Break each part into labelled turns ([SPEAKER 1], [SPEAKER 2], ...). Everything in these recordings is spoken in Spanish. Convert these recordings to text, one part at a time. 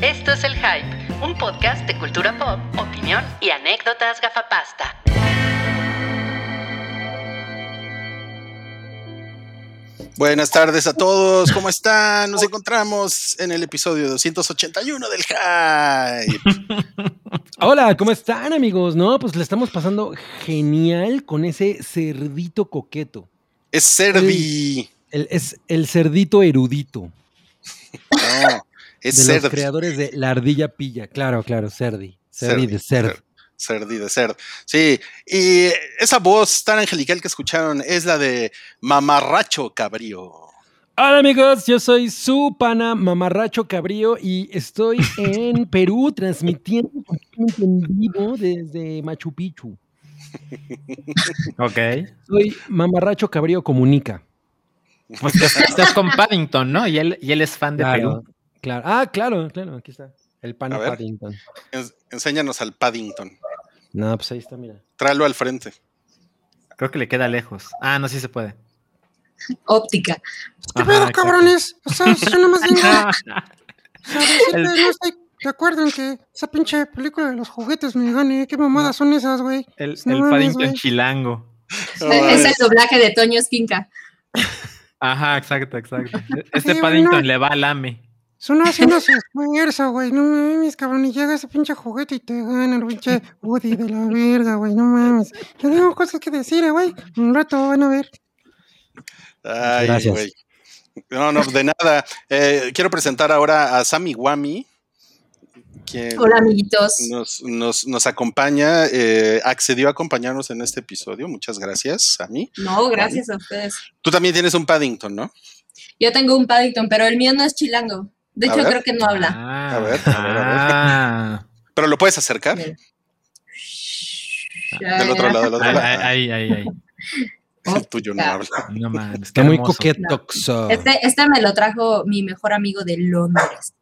[SPEAKER 1] Esto es El Hype, un podcast de cultura pop, opinión y anécdotas gafapasta.
[SPEAKER 2] Buenas tardes a todos, ¿cómo están? Nos encontramos en el episodio 281 del Hype.
[SPEAKER 3] Hola, ¿cómo están amigos? No, pues le estamos pasando genial con ese cerdito coqueto.
[SPEAKER 2] Es Servi.
[SPEAKER 3] El- es el cerdito erudito
[SPEAKER 2] No, es
[SPEAKER 3] de los
[SPEAKER 2] Servi.
[SPEAKER 3] creadores de La Ardilla Pilla. Claro, claro, Cerdi. Cerdi de Cerd.
[SPEAKER 2] Cerdi. Serdi de Cerd. Sí, y esa voz tan angelical que escucharon es la de Mamarracho Cabrío.
[SPEAKER 3] Hola amigos, yo soy su pana mamarracho cabrío y estoy en Perú transmitiendo completamente en vivo desde Machu Picchu.
[SPEAKER 4] Ok.
[SPEAKER 3] Soy mamarracho cabrío comunica.
[SPEAKER 4] Pues que estás estás con Paddington, ¿no? Y él, y él es fan de Perú.
[SPEAKER 3] claro. Ah, claro, claro, aquí está. El pana
[SPEAKER 2] A ver.
[SPEAKER 3] Paddington.
[SPEAKER 2] En- enséñanos al Paddington.
[SPEAKER 3] No, pues ahí está, mira.
[SPEAKER 2] Tráelo al frente.
[SPEAKER 4] Creo que le queda lejos. Ah, no, sí se puede.
[SPEAKER 5] óptica.
[SPEAKER 6] ¿Qué
[SPEAKER 4] Ajá,
[SPEAKER 6] pedo,
[SPEAKER 4] exacto.
[SPEAKER 6] cabrones? O sea, yo nomás digo,
[SPEAKER 4] Ah,
[SPEAKER 6] o sea, decirte,
[SPEAKER 4] El-
[SPEAKER 6] no estoy de acuerdo en que esa pinche película de los juguetes me gane. ¿Qué mamadas son esas, güey?
[SPEAKER 4] el,
[SPEAKER 6] No
[SPEAKER 4] el
[SPEAKER 6] mames,
[SPEAKER 4] Paddington
[SPEAKER 6] güey.
[SPEAKER 4] chilango.
[SPEAKER 5] Es el doblaje de Toño Esquinca.
[SPEAKER 4] Ajá, exacto, exacto. Este
[SPEAKER 6] Sí,
[SPEAKER 4] Paddington
[SPEAKER 6] bueno.
[SPEAKER 4] le va al AME.
[SPEAKER 6] Son haciendo su esfuerzo, güey. No mames, cabrón. Y llega ese pinche juguete y te gana el pinche Woody de la verga, güey. No mames. Yo tengo cosas que decir, eh, güey. Un rato van a ver.
[SPEAKER 2] Ay,
[SPEAKER 3] Gracias.
[SPEAKER 2] güey. No, no, de nada. Eh, quiero presentar ahora a Sammy Wami, quien
[SPEAKER 5] Hola, amiguitos.
[SPEAKER 2] nos, nos- nos acompaña, eh, accedió a acompañarnos en este episodio. Muchas gracias, Sammy.
[SPEAKER 5] No, gracias a ustedes.
[SPEAKER 2] Tú también tienes un Paddington, ¿no?
[SPEAKER 5] Yo tengo un Paddington, pero el mío no es chilango. De
[SPEAKER 2] A
[SPEAKER 5] hecho,
[SPEAKER 2] ver.
[SPEAKER 5] creo que no habla.
[SPEAKER 4] Ah,
[SPEAKER 2] A ver, a ver, a ver.
[SPEAKER 4] Ah.
[SPEAKER 2] Pero lo puedes acercar
[SPEAKER 5] Mira.
[SPEAKER 2] Ah, del otro lado, del otro
[SPEAKER 4] Ahí,
[SPEAKER 2] lado.
[SPEAKER 4] ahí, ahí, ahí.
[SPEAKER 5] Ah,
[SPEAKER 2] El tuyo no
[SPEAKER 5] ya.
[SPEAKER 2] habla.
[SPEAKER 4] No mames.
[SPEAKER 3] Está
[SPEAKER 4] Qué
[SPEAKER 3] muy
[SPEAKER 4] hermoso.
[SPEAKER 3] coquetoxo.
[SPEAKER 5] Este, este me lo trajo mi mejor amigo de Londres.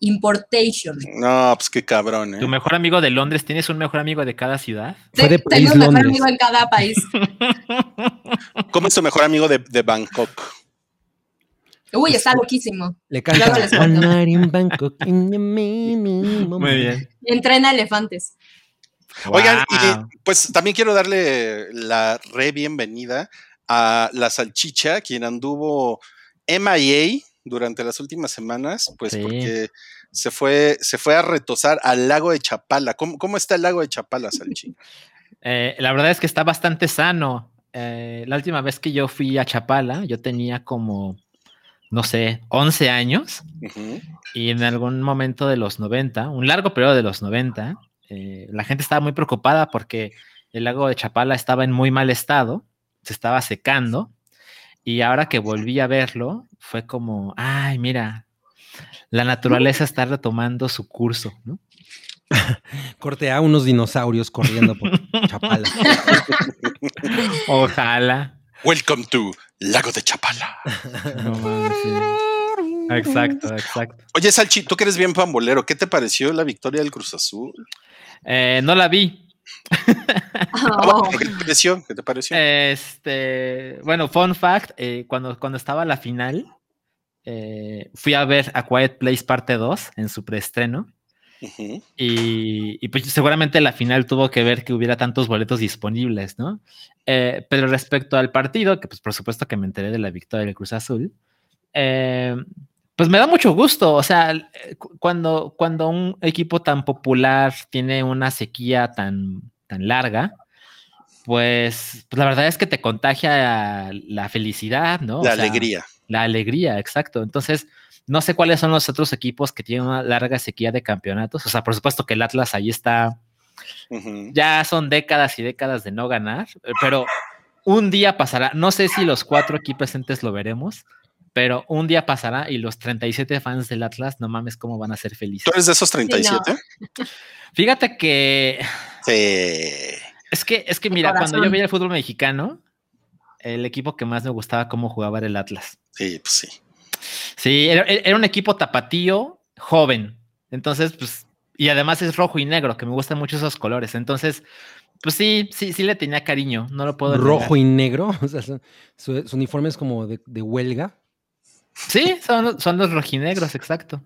[SPEAKER 5] Importation.
[SPEAKER 2] No, pues qué cabrón,
[SPEAKER 4] Tu
[SPEAKER 2] ¿eh?
[SPEAKER 4] mejor amigo de Londres, ¿tienes un mejor amigo de cada ciudad?
[SPEAKER 3] Fue de
[SPEAKER 5] Te-
[SPEAKER 3] París,
[SPEAKER 5] tengo mejor
[SPEAKER 3] Londres.
[SPEAKER 5] amigo en cada país.
[SPEAKER 2] ¿Cómo es tu mejor amigo de, de Bangkok?
[SPEAKER 5] Uy, está loquísimo.
[SPEAKER 3] Le canta
[SPEAKER 5] Luego les cuento.
[SPEAKER 3] One night in Bangkok in the mini moment".
[SPEAKER 4] Muy bien.
[SPEAKER 5] Entrena elefantes.
[SPEAKER 2] Oigan,
[SPEAKER 4] Wow.
[SPEAKER 2] y pues también quiero darle la re bienvenida a la salchicha, quien anduvo MIA durante las últimas semanas, pues
[SPEAKER 4] Sí.
[SPEAKER 2] porque se fue, se fue a retosar al lago de Chapala. ¿Cómo, cómo está el lago de Chapala, Salchi?
[SPEAKER 4] Eh, la verdad es que está bastante sano. Eh, la última vez que yo fui a Chapala, yo tenía como, no sé, 11 años
[SPEAKER 2] Ujú.
[SPEAKER 4] y en algún momento de los 90, un largo periodo de los 90, eh, la gente estaba muy preocupada porque el lago de Chapala estaba en muy mal estado, se estaba secando y ahora que volví a verlo fue como, ay, mira, la naturaleza está retomando su curso, ¿no?
[SPEAKER 3] Corte a unos dinosaurios corriendo por Chapala.
[SPEAKER 4] Ojalá.
[SPEAKER 2] Welcome to Lago de Chapala.
[SPEAKER 4] No mames, sí. Exacto, exacto.
[SPEAKER 2] Oye, Salchi, tú que eres bien pambolero, ¿qué te pareció la victoria del Cruz Azul?
[SPEAKER 4] Eh, no la vi.
[SPEAKER 2] Ah, bueno,
[SPEAKER 5] Oh,
[SPEAKER 2] ¿Qué te pareció? ¿Qué te pareció?
[SPEAKER 4] Eh, Este, bueno, fun fact, eh, cuando, cuando estaba la final, eh, fui a ver A Quiet Place parte 2 en su preestreno
[SPEAKER 2] Ujú.
[SPEAKER 4] y, y pues seguramente la final tuvo que ver que hubiera tantos boletos disponibles, ¿no? Eh, pero respecto al partido, que pues por supuesto que me enteré de la victoria del Cruz Azul, eh, pues me da mucho gusto, o sea, eh, cu- cuando, cuando un equipo tan popular tiene una sequía tan, tan larga, pues, pues la verdad es que te contagia la felicidad, ¿no? O
[SPEAKER 2] la
[SPEAKER 4] sea,
[SPEAKER 2] alegría.
[SPEAKER 4] la alegría, exacto. Entonces, no sé cuáles son los otros equipos que tienen una larga sequía de campeonatos. O sea, por supuesto que el Atlas ahí está.
[SPEAKER 2] Ujú.
[SPEAKER 4] Ya son décadas y décadas de no ganar, eh, pero un día pasará. No sé si los cuatro aquí presentes lo veremos, pero un día pasará y los 37 fans del Atlas, no mames, cómo van a ser
[SPEAKER 2] ¿Tú
[SPEAKER 4] felices.
[SPEAKER 2] eres de esos 37?
[SPEAKER 4] Fíjate que
[SPEAKER 2] Sí.
[SPEAKER 4] es que, es que mira, cuando yo
[SPEAKER 5] corazón.
[SPEAKER 4] veía el fútbol mexicano, el equipo que más me gustaba cómo jugaba era el Atlas.
[SPEAKER 2] Sí, pues sí.
[SPEAKER 4] Sí, era, e-, era- era un equipo tapatío joven. Entonces, pues, y además es rojo y negro, que me gustan mucho esos colores. Entonces, pues sí, sí, sí le tenía cariño, no lo puedo
[SPEAKER 3] Rojo y negro. O sea, su, su- su uniforme es como de, de huelga.
[SPEAKER 4] Sí, son, son los rojinegros, exacto.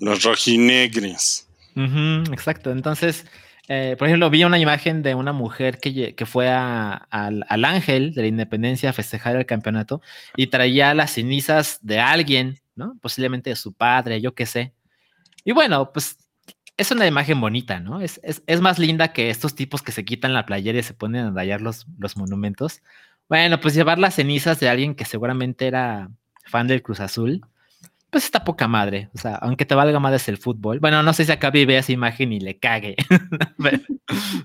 [SPEAKER 2] Los rojinegres.
[SPEAKER 4] Ujú, exacto. Entonces, eh, por ejemplo, vi una imagen de una mujer que, lle- que fue a- al, al Ángel de la Independencia a festejar el campeonato y traía las cenizas de alguien, ¿no? Posiblemente de su padre, yo qué sé. Y bueno, pues es una imagen bonita, ¿no? Es, es- es más linda que estos tipos que se quitan la playera y se ponen a rayar los, los monumentos. Bueno, pues llevar las cenizas de alguien que seguramente era fan del Cruz Azul, pues está poca madre. O sea, aunque te valga madres el fútbol. Bueno, no sé si acá vive esa imagen y le cague. pero,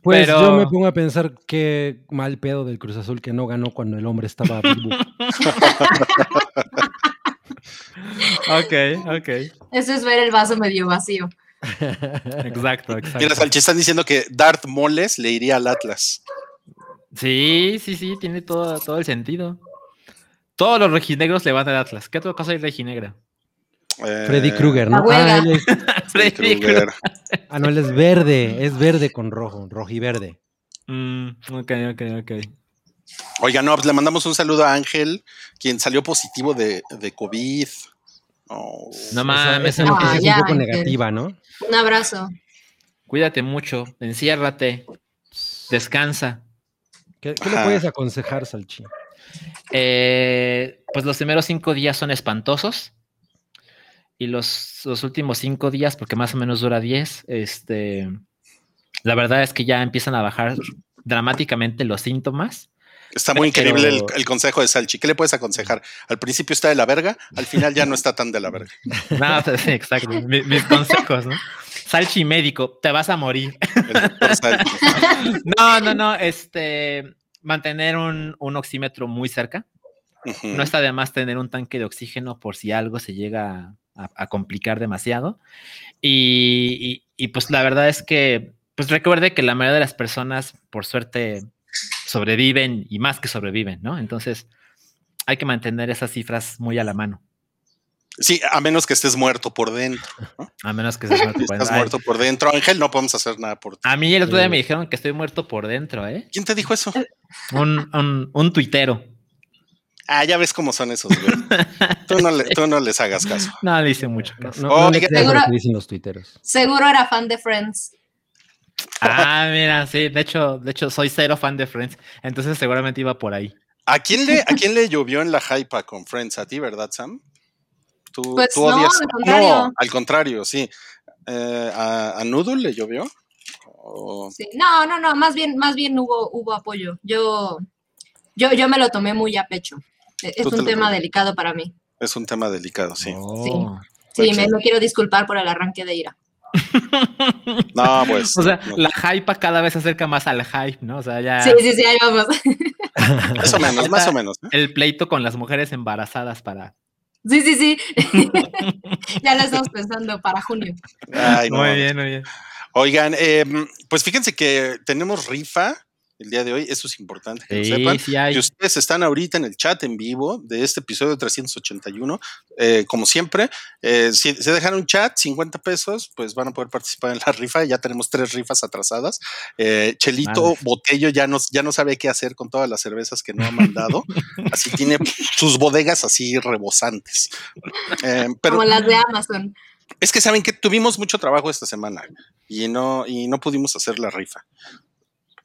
[SPEAKER 3] Pues
[SPEAKER 4] pero-
[SPEAKER 3] yo me pongo a pensar qué mal pedo del Cruz Azul que no ganó cuando el hombre estaba vivo.
[SPEAKER 4] Ok, ok.
[SPEAKER 5] Eso es ver el vaso medio vacío.
[SPEAKER 4] Exacto, exacto.
[SPEAKER 2] Mira, Salchi, están diciendo que Dart Moles le iría al Atlas.
[SPEAKER 4] Sí, sí, sí, tiene todo, todo el sentido. Todos los rojinegros le van al Atlas. ¿Qué otra cosa hay reginegra?
[SPEAKER 2] Eh,
[SPEAKER 3] Freddy Krueger, ¿no?
[SPEAKER 5] La huelga.
[SPEAKER 3] Ah, él es-
[SPEAKER 2] Freddy Krueger.
[SPEAKER 3] ah, no, él es verde, es verde con rojo, rojiverde.
[SPEAKER 4] Mm, ok, ok, ok.
[SPEAKER 2] Oiga, no, pues le mandamos un saludo a Ángel, quien salió positivo de, de COVID. Oh.
[SPEAKER 4] No
[SPEAKER 3] Esa,
[SPEAKER 4] mames,
[SPEAKER 3] esa
[SPEAKER 5] no.
[SPEAKER 3] noticia
[SPEAKER 5] Ah,
[SPEAKER 3] es
[SPEAKER 5] ya,
[SPEAKER 3] un poco
[SPEAKER 5] entiendo.
[SPEAKER 3] negativa, ¿no?
[SPEAKER 5] Un abrazo.
[SPEAKER 4] cuídate mucho, enciérrate, descansa.
[SPEAKER 3] ¿Qué, qué le
[SPEAKER 2] Ajá.
[SPEAKER 3] puedes aconsejar, Salchi?
[SPEAKER 4] Eh, pues los primeros cinco días son espantosos. Y los, los últimos cinco días, porque más o menos dura diez, este, la verdad es que ya empiezan a bajar dramáticamente los síntomas.
[SPEAKER 2] Está muy
[SPEAKER 4] Pero-
[SPEAKER 2] increíble el, el consejo de Salchi. ¿Qué le puedes aconsejar? Al principio está de la verga, al final ya no está tan de la verga.
[SPEAKER 4] No, pues, sí, exacto, mi- mis consejos, ¿no? Salchi médico, te vas a morir.
[SPEAKER 2] El doctor Salchi.
[SPEAKER 4] No, no, no, este, mantener un, un oxímetro muy cerca.
[SPEAKER 2] Ujú.
[SPEAKER 4] No está de más tener un tanque de oxígeno por si algo se llega a, a complicar demasiado. Y, y- y, pues la verdad es que, pues recuerde que la mayoría de las personas, por suerte, sobreviven y más que sobreviven, ¿no? Entonces, hay que mantener esas cifras muy a la mano,
[SPEAKER 2] Sí, a menos que estés muerto por dentro.
[SPEAKER 4] a menos que seas muerto.
[SPEAKER 2] Si
[SPEAKER 4] por
[SPEAKER 2] estás
[SPEAKER 4] dentro. Ay,
[SPEAKER 2] muerto por dentro, Ángel, no podemos hacer nada por ti.
[SPEAKER 4] A mí el otro día
[SPEAKER 3] Sí.
[SPEAKER 4] me dijeron que estoy muerto por dentro, ¿eh?
[SPEAKER 2] ¿Quién te dijo eso?
[SPEAKER 4] Un, un, un tuitero.
[SPEAKER 2] Ah, ya ves cómo son esos, güey. Tú no, le- tú no les hagas caso.
[SPEAKER 4] No, le hice mucho
[SPEAKER 3] No,
[SPEAKER 4] caso.
[SPEAKER 3] no, no le
[SPEAKER 2] Oiga.
[SPEAKER 3] creas lo
[SPEAKER 5] Seguro-
[SPEAKER 3] que dicen los tuiteros.
[SPEAKER 5] Seguro era fan de Friends.
[SPEAKER 4] Ah, mira, sí, de hecho, de hecho, soy cero fan de Friends, entonces seguramente iba por ahí.
[SPEAKER 2] ¿A quién le, a quién le llovió en la hypa con Friends? ¿A ti, verdad, Sam? ¿Tú,
[SPEAKER 5] Pues
[SPEAKER 2] tú
[SPEAKER 5] no,
[SPEAKER 2] odias?
[SPEAKER 5] al contrario.
[SPEAKER 2] No, al contrario, sí. Eh, ¿a, a Noodle le llovió? O-
[SPEAKER 5] Sí. No, no, no, más bien, más bien hubo, hubo apoyo. Yo, yo, yo me lo tomé muy a pecho. E- Es
[SPEAKER 2] Tú te
[SPEAKER 5] un
[SPEAKER 2] lo
[SPEAKER 5] tema
[SPEAKER 2] tomaste.
[SPEAKER 5] delicado para mí.
[SPEAKER 2] es un tema delicado, sí.
[SPEAKER 4] Oh.
[SPEAKER 5] Sí,
[SPEAKER 2] Pues
[SPEAKER 5] me,
[SPEAKER 2] sí.
[SPEAKER 5] me quiero disculpar por el arranque de ira.
[SPEAKER 2] No, pues.
[SPEAKER 4] O sea,
[SPEAKER 2] no.
[SPEAKER 4] la hype cada vez se acerca más al hype, ¿no? O sea,
[SPEAKER 3] Ah.
[SPEAKER 4] ya
[SPEAKER 5] Sí, sí, sí, ahí vamos.
[SPEAKER 2] más o menos, más o menos. ¿eh?
[SPEAKER 4] el pleito con las mujeres embarazadas para.
[SPEAKER 5] Sí, sí, sí. ya lo estamos pensando para junio.
[SPEAKER 2] Ay, no.
[SPEAKER 4] muy bien.
[SPEAKER 2] Oigan, eh, pues fíjense que tenemos rifa el día de hoy. Eso es importante que lo sepan.
[SPEAKER 4] Sí, sí hay.
[SPEAKER 2] Y ustedes están ahorita en el chat en vivo de este episodio 381. Eh, como siempre, eh, si se dejan un chat, 50 pesos, pues van a poder participar en la rifa. Ya tenemos tres rifas atrasadas. Eh, Chelito
[SPEAKER 4] Madres.
[SPEAKER 2] Botello ya no, ya no sabe qué hacer con todas las cervezas que no ha mandado. así tiene sus bodegas así rebosantes. Eh, pero
[SPEAKER 5] Como las de Amazon.
[SPEAKER 2] es que saben que tuvimos mucho trabajo esta semana y no, y no pudimos hacer la rifa.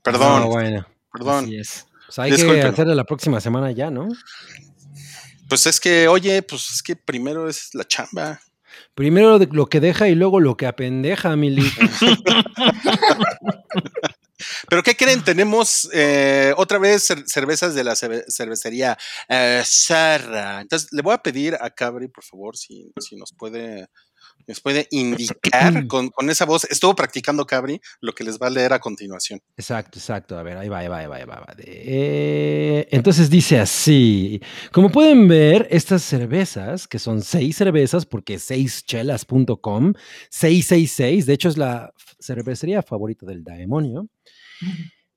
[SPEAKER 2] Perdón,
[SPEAKER 3] No, bueno.
[SPEAKER 2] perdón.
[SPEAKER 4] Así es.
[SPEAKER 3] Pues hay que
[SPEAKER 2] Discúlpenlo.
[SPEAKER 3] hacerlo la próxima semana ya, ¿no?
[SPEAKER 2] Pues es que, oye, pues es que primero es la chamba.
[SPEAKER 3] Primero de- lo que deja y luego lo que apendeja, Mili.
[SPEAKER 2] Pero ¿qué creen? Tenemos eh, otra vez cer- cervezas de la cerve- cervecería eh, Sarra. Entonces, le voy a pedir a Cabri, por favor, si, si nos puede nos puede indicar con, con esa voz. Estuvo practicando Cabri lo que les va a leer a continuación.
[SPEAKER 3] Exacto, exacto. A ver, ahí va, ahí va, ahí va, ahí va. ahí va. Eh, entonces dice así. Como pueden ver, estas cervezas, que son seis cervezas, porque seischelas.com, 666, de hecho es la f- cervecería favorita del demonio.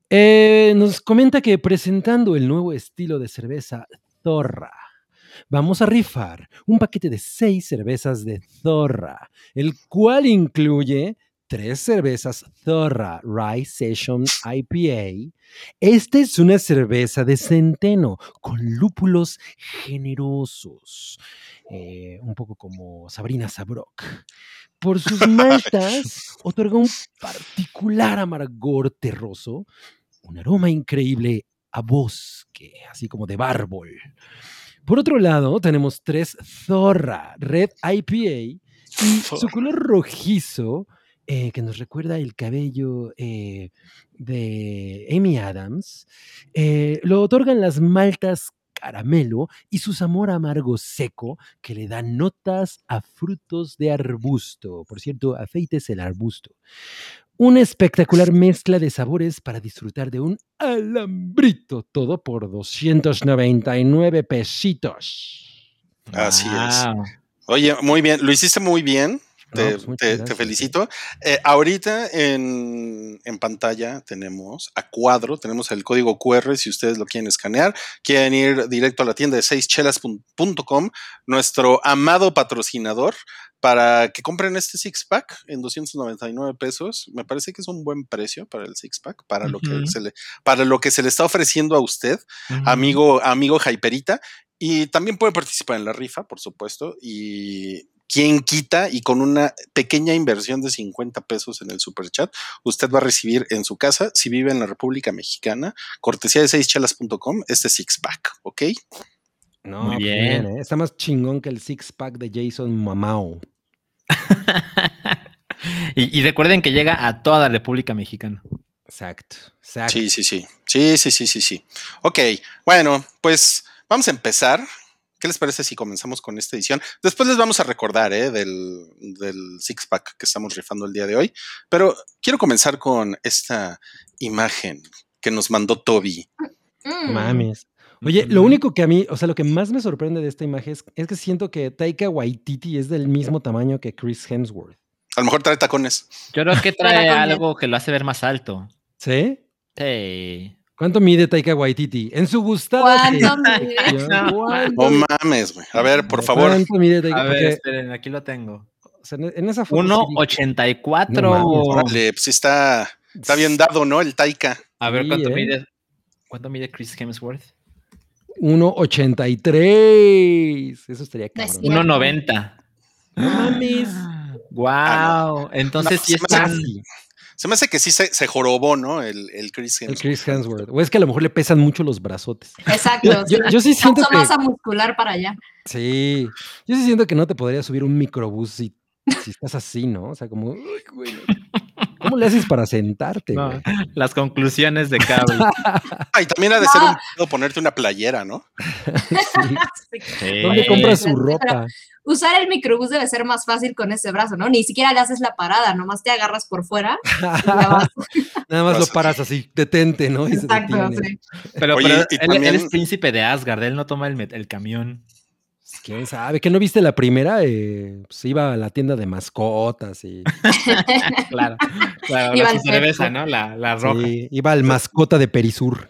[SPEAKER 3] eh, nos comenta que presentando el nuevo estilo de cerveza Zorra, vamos a rifar un paquete de seis cervezas de Zorra, el cual incluye tres cervezas Zorra Rice Session IPA. Esta es una cerveza de centeno con lúpulos generosos, eh, un poco como Sabrina Sabrok. Por sus maltas otorga un particular amargor terroso, un aroma increíble a bosque, así como de bárbol. Por otro lado, tenemos tres Zorra Red IPA y su color rojizo eh, que nos recuerda el cabello eh, de Amy Adams, eh, lo otorgan las maltas caramelo y su sabor amargo seco que le dan notas a frutos de arbusto. Por cierto, afeites el arbusto. Una espectacular mezcla de sabores para disfrutar de un alambrito, todo por 299 pesitos.
[SPEAKER 2] Así es. Oye, muy bien, lo hiciste muy bien.
[SPEAKER 3] No,
[SPEAKER 2] Te,
[SPEAKER 3] pues muchas
[SPEAKER 2] te- te
[SPEAKER 3] gracias.
[SPEAKER 2] felicito. Eh, ahorita en, en pantalla tenemos a cuadro, tenemos el código QR si ustedes lo quieren escanear. Quieren ir directo a la tienda de seischelas.com, nuestro amado patrocinador, para que compren este six pack en 299 pesos. Me parece que es un buen precio para el six pack, para, lo,
[SPEAKER 4] Ujú.
[SPEAKER 2] que se le, para lo que se le está ofreciendo a usted amigo, amigo Hyperita. Y también puede participar en la rifa, por supuesto. Y quien quita y con una pequeña inversión de 50 pesos en el superchat, usted va a recibir en su casa, si vive en la República Mexicana, cortesía de seischelas.com, este six pack, ¿ok?
[SPEAKER 3] No,
[SPEAKER 4] Muy
[SPEAKER 3] pues
[SPEAKER 4] bien.
[SPEAKER 3] ¿eh? Está más chingón que el six pack de Jason Mamao.
[SPEAKER 4] y, y recuerden que llega a toda la República Mexicana.
[SPEAKER 3] Exacto, exacto.
[SPEAKER 2] Sí, sí, sí. Sí, sí, sí, sí, sí. Ok, bueno, pues vamos a empezar. ¿Qué les parece si comenzamos con esta edición? Después les vamos a recordar ¿eh? del, del six pack que estamos rifando el día de hoy. Pero quiero comenzar con esta imagen que nos mandó Toby.
[SPEAKER 5] Mm.
[SPEAKER 3] No Mames. Oye, lo
[SPEAKER 4] Ujú.
[SPEAKER 3] único que a mí, o sea, lo que más me sorprende de esta imagen es, es que siento que Taika Waititi es del mismo tamaño que Chris Hemsworth.
[SPEAKER 2] A lo mejor trae tacones.
[SPEAKER 4] Yo creo que
[SPEAKER 5] Para
[SPEAKER 4] trae
[SPEAKER 5] cambiar.
[SPEAKER 4] algo que lo hace ver más alto.
[SPEAKER 3] ¿Sí?
[SPEAKER 4] Sí.
[SPEAKER 3] ¿Cuánto mide Taika Waititi? En su gustada.
[SPEAKER 5] ¿Cuánto
[SPEAKER 3] sección,
[SPEAKER 5] mide?
[SPEAKER 3] ¿cuánto
[SPEAKER 2] No
[SPEAKER 3] mide-
[SPEAKER 2] mames, güey. A ver, por favor.
[SPEAKER 3] ¿Cuánto mide Taika?
[SPEAKER 4] A ver,
[SPEAKER 3] Porque,
[SPEAKER 4] esperen, aquí lo tengo.
[SPEAKER 3] o sea, en- en esa foto sí dije,
[SPEAKER 4] 1.84.
[SPEAKER 3] No
[SPEAKER 2] Órale, pues sí está, está bien dado, ¿no? El Taika.
[SPEAKER 4] a ver
[SPEAKER 3] Sí,
[SPEAKER 4] cuánto
[SPEAKER 3] ¿eh?
[SPEAKER 4] mide. ¿Cuánto mide Chris Hemsworth?
[SPEAKER 3] 1.83. Eso estaría
[SPEAKER 5] No es
[SPEAKER 3] cabrón.
[SPEAKER 5] cierto.
[SPEAKER 4] 1.90.
[SPEAKER 3] No mames.
[SPEAKER 4] Wow. Ah. Entonces
[SPEAKER 2] Ah, No, se
[SPEAKER 4] sí
[SPEAKER 2] me
[SPEAKER 4] está.
[SPEAKER 2] hace- Se me hace que sí se, se jorobó, ¿no? El, el Chris
[SPEAKER 3] El
[SPEAKER 2] Hemsworth.
[SPEAKER 3] Chris Hemsworth. O es que a lo mejor le pesan mucho los brazotes.
[SPEAKER 5] Exacto.
[SPEAKER 3] Yo,
[SPEAKER 5] sí.
[SPEAKER 3] yo sí siento
[SPEAKER 5] Paso
[SPEAKER 3] que.
[SPEAKER 5] masa muscular para allá.
[SPEAKER 3] Sí. Yo sí siento que no te podría subir un microbús si, si estás así, ¿no? O sea, como. "Uy, güey, no". ¿Cómo le haces para sentarte,
[SPEAKER 4] No,
[SPEAKER 3] güey?
[SPEAKER 4] las conclusiones de Cable.
[SPEAKER 2] Ah, y también ha de ser un pedo ponerte una playera, ¿no?
[SPEAKER 3] Sí.
[SPEAKER 4] Sí.
[SPEAKER 3] ¿Dónde
[SPEAKER 5] Eh,
[SPEAKER 3] compras su
[SPEAKER 5] pero-
[SPEAKER 3] ropa?
[SPEAKER 5] Usar el microbús debe ser más fácil con ese brazo, ¿no? Ni siquiera le haces la parada, nomás te agarras por fuera. y ya vas.
[SPEAKER 3] Nada más lo paras así, detente, ¿no? Y Pues se
[SPEAKER 5] Exacto,
[SPEAKER 3] detiene.
[SPEAKER 5] sí.
[SPEAKER 4] Pero,
[SPEAKER 2] Oye,
[SPEAKER 4] pero
[SPEAKER 2] y
[SPEAKER 4] él,
[SPEAKER 2] también-
[SPEAKER 4] él es príncipe de Asgard, él no toma el, met- el camión.
[SPEAKER 3] Pues, ¿Quién sabe? ¿Que no viste la primera? Eh, pues iba a la tienda de mascotas y
[SPEAKER 4] Claro. claro
[SPEAKER 5] Iba
[SPEAKER 4] la
[SPEAKER 5] al
[SPEAKER 4] su cerveza,
[SPEAKER 5] cerco.
[SPEAKER 4] ¿no? La, la roja.
[SPEAKER 3] sí, iba al mascota de Perisur.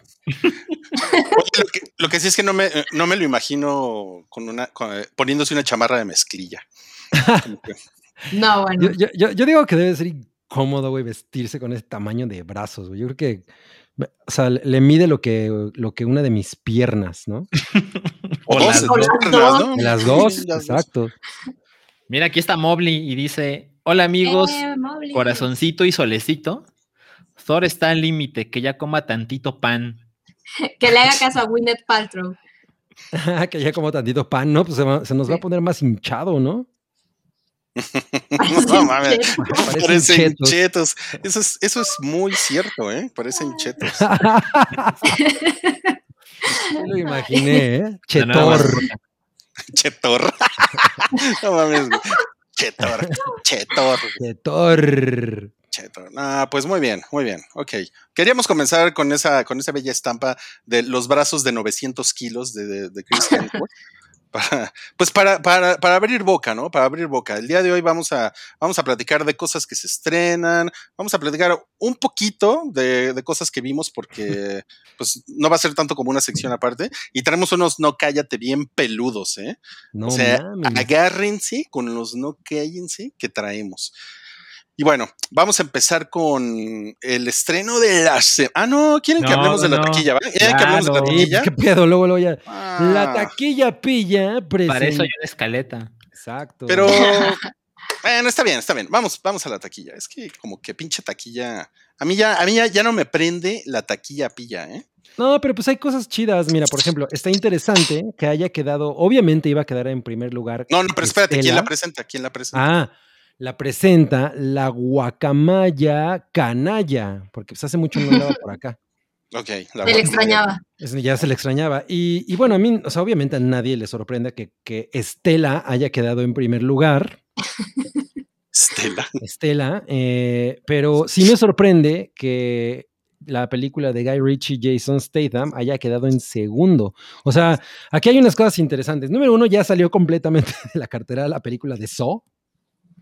[SPEAKER 2] Oye, lo, que, lo que sí es que no me, eh, no me lo imagino con una, con, eh, poniéndose una chamarra de mezclilla. Como que-
[SPEAKER 5] No, bueno.
[SPEAKER 3] Yo, yo- yo- yo digo que debe ser incómodo, güey, vestirse con ese tamaño de brazos, güey. Yo creo que, o sea, le- le mide lo que, lo que una de mis piernas, ¿no?
[SPEAKER 2] o
[SPEAKER 4] O
[SPEAKER 2] dos,
[SPEAKER 4] las
[SPEAKER 2] dos
[SPEAKER 4] dos.
[SPEAKER 2] piernas, ¿no?
[SPEAKER 3] De las dos,
[SPEAKER 2] Sí, las dos.
[SPEAKER 3] exacto.
[SPEAKER 4] Mira, aquí está Mobley y dice: Hola amigos,
[SPEAKER 5] Eh, Mobley.
[SPEAKER 4] corazoncito y solecito. Thor está al límite, que ya coma tantito pan.
[SPEAKER 5] Que le haga caso a Gwyneth Paltrow.
[SPEAKER 3] que ya como tantito pan, ¿no? Pues se, va- se nos va a
[SPEAKER 5] Sí.
[SPEAKER 3] poner más hinchado, ¿no?
[SPEAKER 2] No mames.
[SPEAKER 3] Parecen
[SPEAKER 2] Parecen
[SPEAKER 3] chetos.
[SPEAKER 2] chetos. Eso es, eso es muy cierto, ¿eh? Parecen chetos.
[SPEAKER 3] Me lo imaginé, ¿eh?
[SPEAKER 4] La nueva
[SPEAKER 3] Chetor.
[SPEAKER 4] mascota.
[SPEAKER 2] Chetor. No mames. güey. Chetor. Chetor.
[SPEAKER 3] Chetor.
[SPEAKER 2] Cheto. Ah, pues muy bien, muy bien. Ok. Queríamos comenzar con esa, con esa bella estampa de los brazos de 900 kilos de, de- de Chris Hemsworth. Para, pues para, para, para abrir boca, ¿no? Para abrir boca. El día de hoy vamos a, vamos a platicar de cosas que se estrenan, vamos a platicar un poquito de, de cosas que vimos porque pues no va a ser tanto como una sección aparte y traemos unos no cállate bien peludos, ¿eh?
[SPEAKER 3] No
[SPEAKER 2] o sea,
[SPEAKER 3] mames.
[SPEAKER 2] agárrense con los no cállense que traemos. Y bueno, vamos a empezar con el estreno de la semana. Ah, no, quieren que
[SPEAKER 4] No,
[SPEAKER 2] hablemos de
[SPEAKER 4] no,
[SPEAKER 2] la
[SPEAKER 4] no.
[SPEAKER 2] taquilla, ¿verdad? ¿Quieren que hablemos de la
[SPEAKER 4] Claro.
[SPEAKER 3] Sí,
[SPEAKER 2] taquilla?
[SPEAKER 3] ¿Qué pedo? Luego, luego ya.
[SPEAKER 2] Ah,
[SPEAKER 3] La taquilla pilla presenta.
[SPEAKER 4] Para eso hay una escaleta.
[SPEAKER 3] Exacto.
[SPEAKER 2] Pero. Bueno, está bien, está bien. Vamos, vamos a la taquilla. Es que como que pinche taquilla. A mí ya, a mí ya, ya no me prende la taquilla pilla, ¿eh?
[SPEAKER 3] No, pero pues hay cosas chidas. Mira, por ejemplo, está interesante que haya quedado. Obviamente iba a quedar en primer lugar.
[SPEAKER 2] No, no, pero espérate, ¿quién
[SPEAKER 3] Estela.
[SPEAKER 2] la presenta? ¿Quién la presenta?
[SPEAKER 3] Ah, la presenta la guacamaya canalla, porque pues hace mucho no andaba por acá. Ah.
[SPEAKER 2] ok, la
[SPEAKER 5] Te
[SPEAKER 2] guacamaya.
[SPEAKER 5] le extrañaba.
[SPEAKER 3] Es- Ya se le extrañaba. Y, y bueno, a mí, o sea, obviamente a nadie le sorprende que, que Estela haya quedado en primer lugar,
[SPEAKER 2] Estela.
[SPEAKER 3] Estela, eh, pero sí me sorprende que la película de Guy Ritchie, Jason Statham, haya quedado en segundo. O sea, aquí hay unas cosas interesantes. Número uno, ya salió completamente de la cartera la película de Saw. O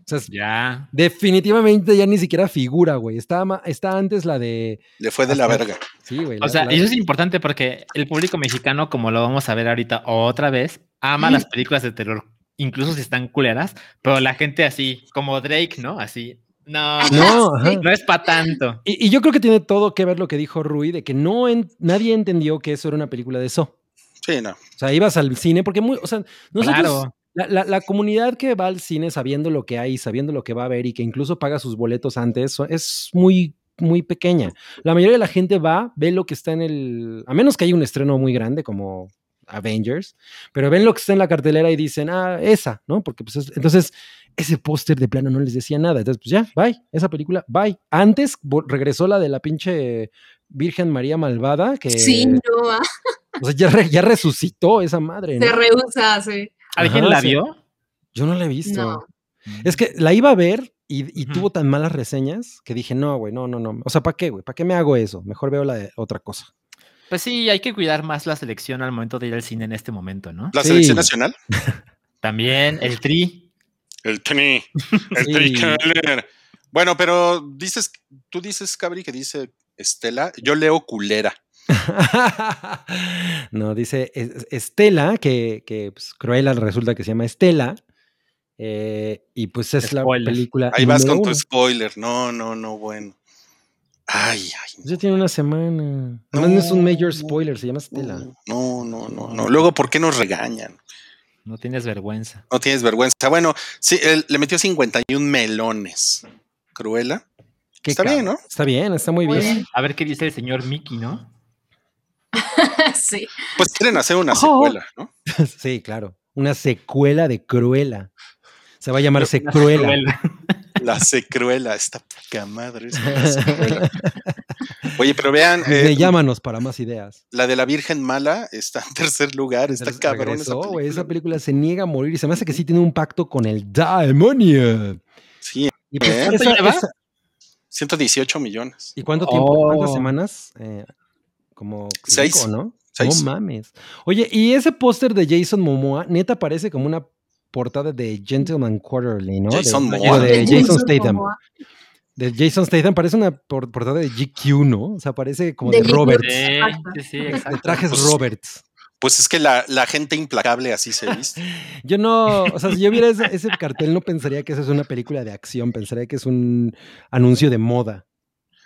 [SPEAKER 3] sea, es-
[SPEAKER 4] Ya.
[SPEAKER 3] definitivamente ya ni siquiera figura, güey. Está, ma- está antes la de...
[SPEAKER 2] Le fue de la
[SPEAKER 3] Ajá.
[SPEAKER 2] verga.
[SPEAKER 3] Sí, güey.
[SPEAKER 4] O
[SPEAKER 3] la-
[SPEAKER 4] sea,
[SPEAKER 3] la-
[SPEAKER 4] y eso es importante porque el público mexicano, como lo vamos a ver ahorita otra vez, ama las películas de terror, incluso si están culeras, pero la gente así, como Drake, ¿no? Así, no,
[SPEAKER 3] No, ajá.
[SPEAKER 4] no es para tanto.
[SPEAKER 3] Y, y yo creo que tiene todo que ver lo que dijo Rui, de que no en- nadie entendió que eso era una película de eso.
[SPEAKER 2] Sí, no.
[SPEAKER 3] O sea, ibas al cine porque muy, o sea, nosotros,
[SPEAKER 4] Claro.
[SPEAKER 3] la, la- la comunidad que va al cine sabiendo lo que hay, sabiendo lo que va a ver y que incluso paga sus boletos antes, so- es muy, muy pequeña. La mayoría de la gente va, ve lo que está en el, a menos que haya un estreno muy grande como Avengers, pero ven lo que está en la cartelera y dicen, ah, esa, ¿no? Porque pues es- entonces ese póster de plano no les decía nada. Entonces, pues ya, bye, esa película, bye. Antes vo- regresó la de la pinche Virgen María Malvada, que
[SPEAKER 5] Sí, no, ah,
[SPEAKER 3] o sea, ya, re- ya resucitó esa madre. eh, ¿no?
[SPEAKER 5] se rehúsa, sí.
[SPEAKER 4] ¿Alguien
[SPEAKER 3] Ajá,
[SPEAKER 4] la
[SPEAKER 3] sí.
[SPEAKER 4] vio?
[SPEAKER 3] Yo no la he visto.
[SPEAKER 5] No.
[SPEAKER 3] Es que la iba a ver y, y
[SPEAKER 4] Ujú.
[SPEAKER 3] tuvo tan malas reseñas que dije, no, güey, no, no, no. O sea, ¿para qué, güey? ¿Para qué me hago eso? Mejor veo la de otra cosa.
[SPEAKER 4] Pues sí, hay que cuidar más la selección al momento de ir al cine en este momento, ¿no?
[SPEAKER 2] La
[SPEAKER 3] Sí.
[SPEAKER 2] selección nacional.
[SPEAKER 4] También el tri.
[SPEAKER 2] El Tri. El
[SPEAKER 3] Sí.
[SPEAKER 2] Tri Keller. Bueno, pero dices, tú dices, Cabri, que dice Estela. Yo leo culera.
[SPEAKER 3] no, dice Es- Estela, que, que pues, Cruella resulta que se llama Estela. eh, y pues es
[SPEAKER 4] Spoiler.
[SPEAKER 3] la película.
[SPEAKER 2] Ahí vas
[SPEAKER 3] número
[SPEAKER 2] con tu
[SPEAKER 3] uno.
[SPEAKER 2] spoiler. No, no, no, bueno. Ay, ay.
[SPEAKER 3] Ya tiene una semana. Además, no es un
[SPEAKER 2] No.
[SPEAKER 3] major spoiler, se llama Estela.
[SPEAKER 2] No, no, no, no. Luego, ¿por qué nos regañan?
[SPEAKER 4] No tienes vergüenza.
[SPEAKER 2] No tienes vergüenza. Bueno, sí, él le metió 51 melones. Cruela.
[SPEAKER 3] Qué
[SPEAKER 2] Está bien, ¿no?
[SPEAKER 3] Está bien, está muy bien.
[SPEAKER 5] Bueno,
[SPEAKER 4] A ver qué dice el señor Mickey, ¿no?
[SPEAKER 5] sí.
[SPEAKER 2] Pues quieren hacer una
[SPEAKER 3] Ojo.
[SPEAKER 2] secuela, ¿no?
[SPEAKER 3] Sí, claro. Una secuela de Cruella. Se va a llamar Cruella.
[SPEAKER 4] Cruella.
[SPEAKER 2] La secruela, esta poca madre. es una secuela. Oye, pero vean, eh,
[SPEAKER 3] llámanos para más ideas.
[SPEAKER 2] la de la Virgen Mala está en tercer lugar, está
[SPEAKER 3] Entonces,
[SPEAKER 2] cabrón
[SPEAKER 3] regresó,
[SPEAKER 2] esa
[SPEAKER 3] güey,
[SPEAKER 2] película.
[SPEAKER 3] esa película se niega a morir y se me hace que sí tiene un pacto con el demonio.
[SPEAKER 2] Sí,
[SPEAKER 3] ¿Y, pues,
[SPEAKER 2] ¿Eh?
[SPEAKER 3] esa-
[SPEAKER 4] ¿Lleva?
[SPEAKER 3] esa-
[SPEAKER 2] 118 millones.
[SPEAKER 3] ¿y cuánto tiempo? ¿Cuántas
[SPEAKER 4] Oh.
[SPEAKER 3] semanas? Eh, como
[SPEAKER 2] Seis.
[SPEAKER 3] cinco, ¿no?
[SPEAKER 2] Seis.
[SPEAKER 3] No mames. Oye, y ese póster de Jason Momoa, neta parece como una portada de Gentleman Quarterly, ¿no? De-
[SPEAKER 2] Jason
[SPEAKER 3] digo,
[SPEAKER 2] Momoa.
[SPEAKER 3] de Jason Statham.
[SPEAKER 5] Momoa.
[SPEAKER 3] De Jason Statham parece una por- portada de GQ, ¿no? O sea, parece como de,
[SPEAKER 5] De GQ.
[SPEAKER 3] Roberts.
[SPEAKER 4] Sí,
[SPEAKER 5] Exacto.
[SPEAKER 4] sí, sí,
[SPEAKER 3] De
[SPEAKER 4] exacto.
[SPEAKER 3] trajes
[SPEAKER 2] Pues-
[SPEAKER 3] Roberts.
[SPEAKER 2] Pues es que la, la gente implacable así se viste.
[SPEAKER 3] Yo no, o sea, si yo viera ese, ese cartel, no pensaría que eso es una película de acción, pensaría que es un anuncio de moda.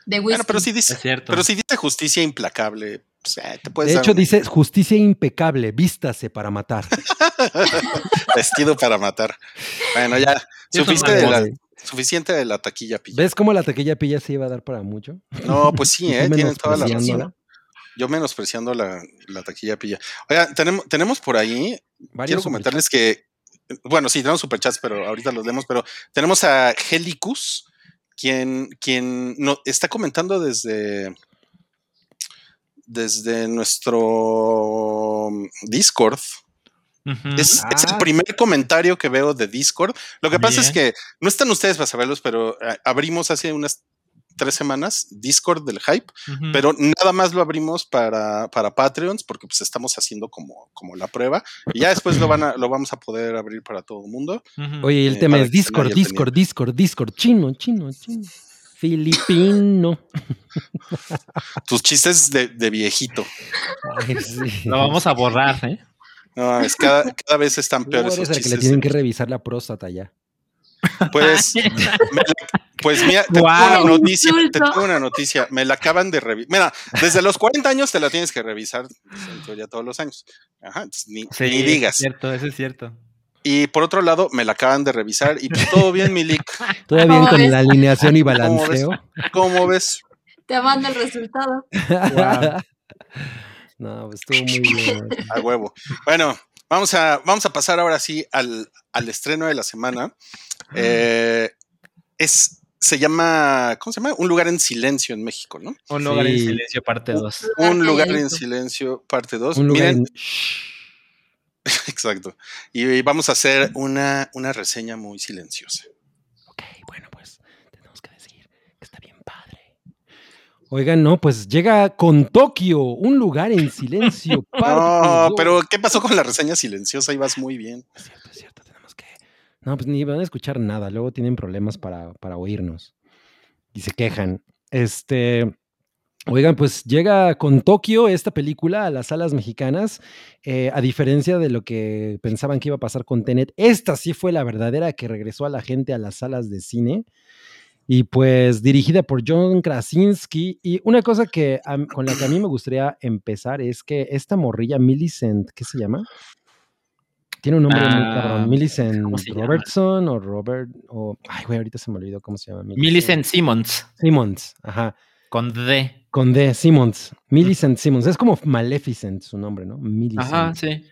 [SPEAKER 5] De whisky.
[SPEAKER 2] bueno, pero sí dice,
[SPEAKER 4] Es cierto.
[SPEAKER 2] pero si dice justicia implacable, pues, eh, te puedes
[SPEAKER 3] De
[SPEAKER 2] dar
[SPEAKER 3] hecho,
[SPEAKER 2] un
[SPEAKER 3] dice justicia impecable, vístase para matar.
[SPEAKER 2] vestido para matar. Bueno, ya,
[SPEAKER 4] Eso
[SPEAKER 2] suficiente
[SPEAKER 4] no
[SPEAKER 2] de,
[SPEAKER 4] vale.
[SPEAKER 2] la, suficiente de la taquilla pilla.
[SPEAKER 3] ¿Ves cómo la taquilla pilla se iba a dar para mucho?
[SPEAKER 2] No, pues sí,
[SPEAKER 3] Y tú
[SPEAKER 2] eh, tienen toda la razón.
[SPEAKER 3] menospreciándola.
[SPEAKER 2] Yo menospreciando la, la taquilla pilla. Oiga, tenemos, tenemos por ahí
[SPEAKER 3] Varios
[SPEAKER 2] Quiero
[SPEAKER 3] superchats.
[SPEAKER 2] comentarles que, eh, bueno, sí, tenemos superchats, pero ahorita los leemos, pero tenemos a Helicus, quien, quien no, está comentando desde, desde nuestro mm, Discord.
[SPEAKER 4] Ujú.
[SPEAKER 2] Es, es el
[SPEAKER 3] Ah.
[SPEAKER 2] primer comentario que veo de Discord. Lo que pasa es
[SPEAKER 4] Bien.
[SPEAKER 2] que no están ustedes para saberlos, pero eh, abrimos hace unas tres semanas Discord del Hype
[SPEAKER 4] Ujú.
[SPEAKER 2] pero nada más lo abrimos para, para Patreons porque pues estamos haciendo como, como la prueba y ya después lo, van a, lo vamos a poder abrir para todo el mundo.
[SPEAKER 4] Ujú.
[SPEAKER 3] Oye, el
[SPEAKER 2] Eh,
[SPEAKER 3] tema
[SPEAKER 2] para
[SPEAKER 3] es
[SPEAKER 2] que no
[SPEAKER 3] Discord,
[SPEAKER 2] haya
[SPEAKER 3] Discord, Discord, Discord, chino, chino, chino. Filipino.
[SPEAKER 2] Tus chistes de, de viejito.
[SPEAKER 3] Ay, sí.
[SPEAKER 4] lo vamos a borrar, ¿eh?
[SPEAKER 2] No, es cada, cada vez están
[SPEAKER 3] Tú
[SPEAKER 2] peores
[SPEAKER 3] eres
[SPEAKER 2] esos
[SPEAKER 3] el que le
[SPEAKER 2] chistes.
[SPEAKER 3] tienen que revisar la próstata ya.
[SPEAKER 2] Pues me la, Pues mira, te
[SPEAKER 4] Guau.
[SPEAKER 2] tengo una noticia, te
[SPEAKER 5] Insulto.
[SPEAKER 2] tengo una noticia, me la acaban de revisar. Mira, desde los 40 años te la tienes que revisar, pues, en teoría todos los años. Ajá, entonces ni,
[SPEAKER 4] Sí,
[SPEAKER 2] ni
[SPEAKER 4] Es
[SPEAKER 2] digas.
[SPEAKER 4] cierto, eso es cierto.
[SPEAKER 2] Y por otro lado, me la acaban de revisar y pues, todo bien, Milik.
[SPEAKER 3] Todo bien
[SPEAKER 5] ¿Cómo
[SPEAKER 3] con
[SPEAKER 5] ves?
[SPEAKER 3] la alineación y
[SPEAKER 2] ves?
[SPEAKER 3] balanceo.
[SPEAKER 2] ¿Cómo ves?
[SPEAKER 5] Te mando el resultado.
[SPEAKER 3] no, pues estuvo muy bien.
[SPEAKER 2] A huevo. Bueno, vamos a, vamos a pasar ahora sí al, al estreno de la semana. Eh, es, se llama, ¿cómo se llama? Un lugar en silencio en México, ¿no?
[SPEAKER 4] Un lugar en
[SPEAKER 3] Sí.
[SPEAKER 4] silencio, parte 2.
[SPEAKER 2] Un lugar en
[SPEAKER 5] Silencio.
[SPEAKER 2] silencio, parte 2.
[SPEAKER 3] Ah, Un lugar
[SPEAKER 2] Miren,
[SPEAKER 3] en-
[SPEAKER 2] exacto. Y, vamos a hacer una, una reseña muy silenciosa.
[SPEAKER 3] Ok, bueno, pues tenemos que decir que está bien padre. Oigan, no, pues llega con Tokio, un lugar en silencio. parte
[SPEAKER 2] No,
[SPEAKER 3] dos.
[SPEAKER 2] pero ¿qué pasó con la reseña silenciosa? Ibas muy bien.
[SPEAKER 3] Es cierto, es cierto, tenemos que... No, pues ni van a escuchar nada, luego tienen problemas para, para oírnos. Y se quejan. Este... Oigan, pues llega con Tokio esta película a las salas mexicanas, eh, a diferencia de lo que pensaban que iba a pasar con Tenet. Esta sí fue la verdadera que regresó a la gente a las salas de cine. Y pues dirigida por John Krasinski. Y una cosa que a- con la que a mí me gustaría empezar es que esta morrilla Millicent, ¿qué se llama? Tiene un nombre muy
[SPEAKER 4] Ah,
[SPEAKER 3] cabrón. Millicent
[SPEAKER 4] ¿cómo se llama?
[SPEAKER 3] Robertson o Robert o ay güey, ahorita se me olvidó cómo se llama.
[SPEAKER 4] Millicent Simmons,
[SPEAKER 3] Simmons, ajá.
[SPEAKER 4] con D.
[SPEAKER 3] Con D, Simmons. Millicent Simmons. Es como Maleficent su nombre, ¿no? Millicent
[SPEAKER 4] Ajá, sí.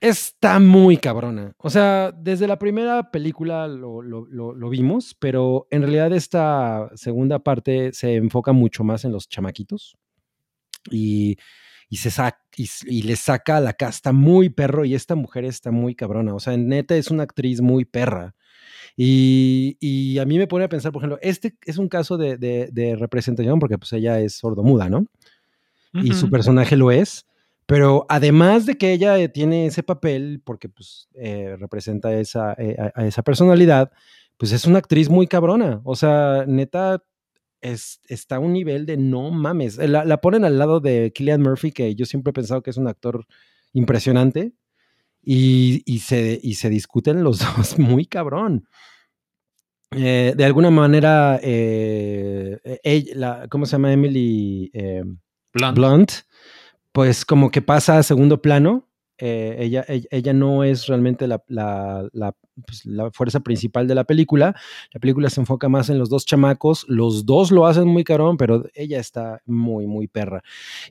[SPEAKER 3] está muy cabrona. O sea, desde la primera película lo, lo- lo- lo vimos, pero en realidad esta segunda parte se enfoca mucho más en los chamaquitos y, y se sac- y, s- y le saca a la casta muy perro y esta mujer está muy cabrona. O sea, neta es una actriz muy perra. Y, y a mí me pone a pensar, por ejemplo, este es un caso de, de- de representación porque pues ella es sordomuda, ¿no? y su
[SPEAKER 4] Ujú.
[SPEAKER 3] personaje lo es. Pero además de que ella eh, tiene ese papel, porque pues eh, representa esa, eh, a, a esa personalidad, pues es una actriz muy cabrona. O sea, neta, es, está a un nivel de no mames. Eh, La, la ponen al lado de Killian Murphy, que yo siempre he pensado que es un actor impresionante. Y, y se, y se discuten los dos muy cabrón. Eh, de alguna manera, eh, eh, ella- la- ¿cómo se llama Emily? Em,
[SPEAKER 4] Blonde.
[SPEAKER 3] Blunt, pues como que pasa a segundo plano. eh, ella, ella, ella no es realmente la, la- la, pues, la fuerza principal de la película. La película se enfoca más en los dos chamacos. Los dos lo hacen muy carón, pero ella está muy, muy perra.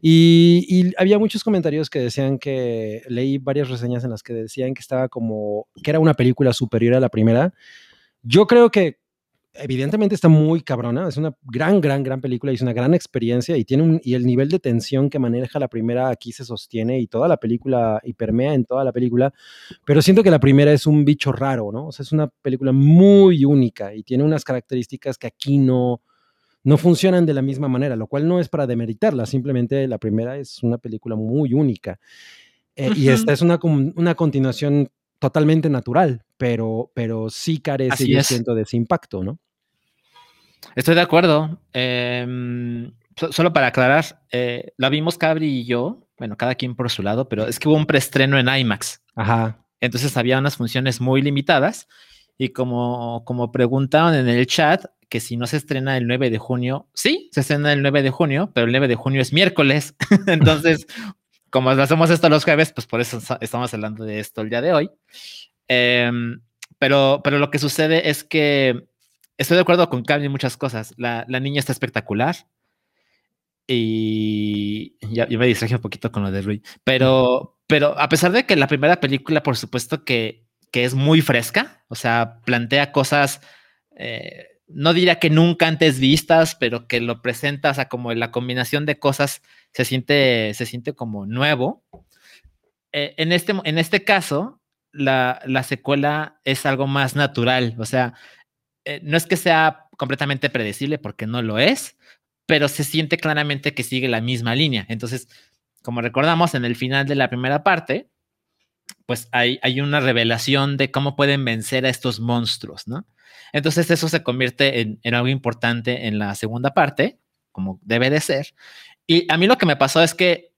[SPEAKER 3] Y, y había muchos comentarios que decían que leí varias reseñas en las que decían que estaba como que era una película superior a la primera. Yo creo que evidentemente está muy cabrona, es una gran, gran, gran película y es una gran experiencia y tiene un, y el nivel de tensión que maneja la primera aquí se sostiene y toda la película y permea en toda la película, pero siento que la primera es un bicho raro, ¿no? O sea, es una película muy única y tiene unas características que aquí no no funcionan de la misma manera, lo cual no es para demeritarla, simplemente la primera es una película muy única. Eh, Y esta es una, com- una continuación totalmente natural, pero, pero sí carece,
[SPEAKER 4] Así
[SPEAKER 3] yo
[SPEAKER 4] es.
[SPEAKER 3] siento, de ese impacto, ¿no?
[SPEAKER 4] Estoy de acuerdo. Em, so- solo para aclarar, eh, la vimos Cabri y yo, bueno, cada quien por su lado, pero es que hubo un preestreno en IMAX.
[SPEAKER 3] Ajá.
[SPEAKER 4] Entonces había unas funciones muy limitadas. Y como, como preguntaron en el chat, que si no se estrena el 9 de junio, sí, se estrena el 9 de junio, pero el 9 de junio es miércoles. Entonces, como lo hacemos esto los jueves, pues por eso sa- estamos hablando de esto el día de hoy. Em, pero, pero lo que sucede es que estoy de acuerdo con Cami en muchas cosas. La, la niña está espectacular. Y ya, ya me distraje un poquito con lo de Rui. Pero, pero a pesar de que la primera película, por supuesto que, que es muy fresca, o sea, plantea cosas, eh, no diría que nunca antes vistas, pero que lo presenta, o sea, como la combinación de cosas se siente, se siente como nuevo. Eh, en, este, mo- en este caso, la, la secuela es algo más natural, o sea, eh, no es que sea completamente predecible porque no lo es, pero se siente claramente que sigue la misma línea. Entonces, como recordamos en el final de la primera parte, pues hay, hay una revelación de cómo pueden vencer a estos monstruos, ¿no? Entonces eso se convierte en, en algo importante en la segunda parte, como debe de ser. Y a mí lo que me pasó es que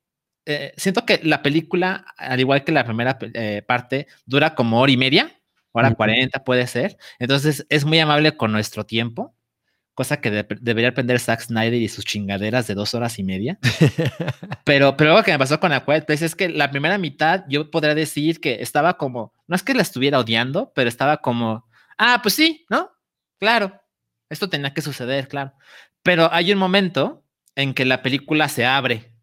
[SPEAKER 4] eh, siento que la película, al igual que la primera pe- eh, parte, dura como hora y media, hora
[SPEAKER 3] Ujú.
[SPEAKER 4] cuarenta puede ser. Entonces es muy amable con nuestro tiempo cosa que de- debería aprender Zack Snyder y sus chingaderas de dos horas y media. pero, pero algo que me pasó con A Quiet Place es que la primera mitad yo podría decir que estaba como, no es que la estuviera odiando, pero estaba como, ah, pues sí, ¿no? Claro, esto tenía que suceder, claro. Pero hay un momento en que la película se abre,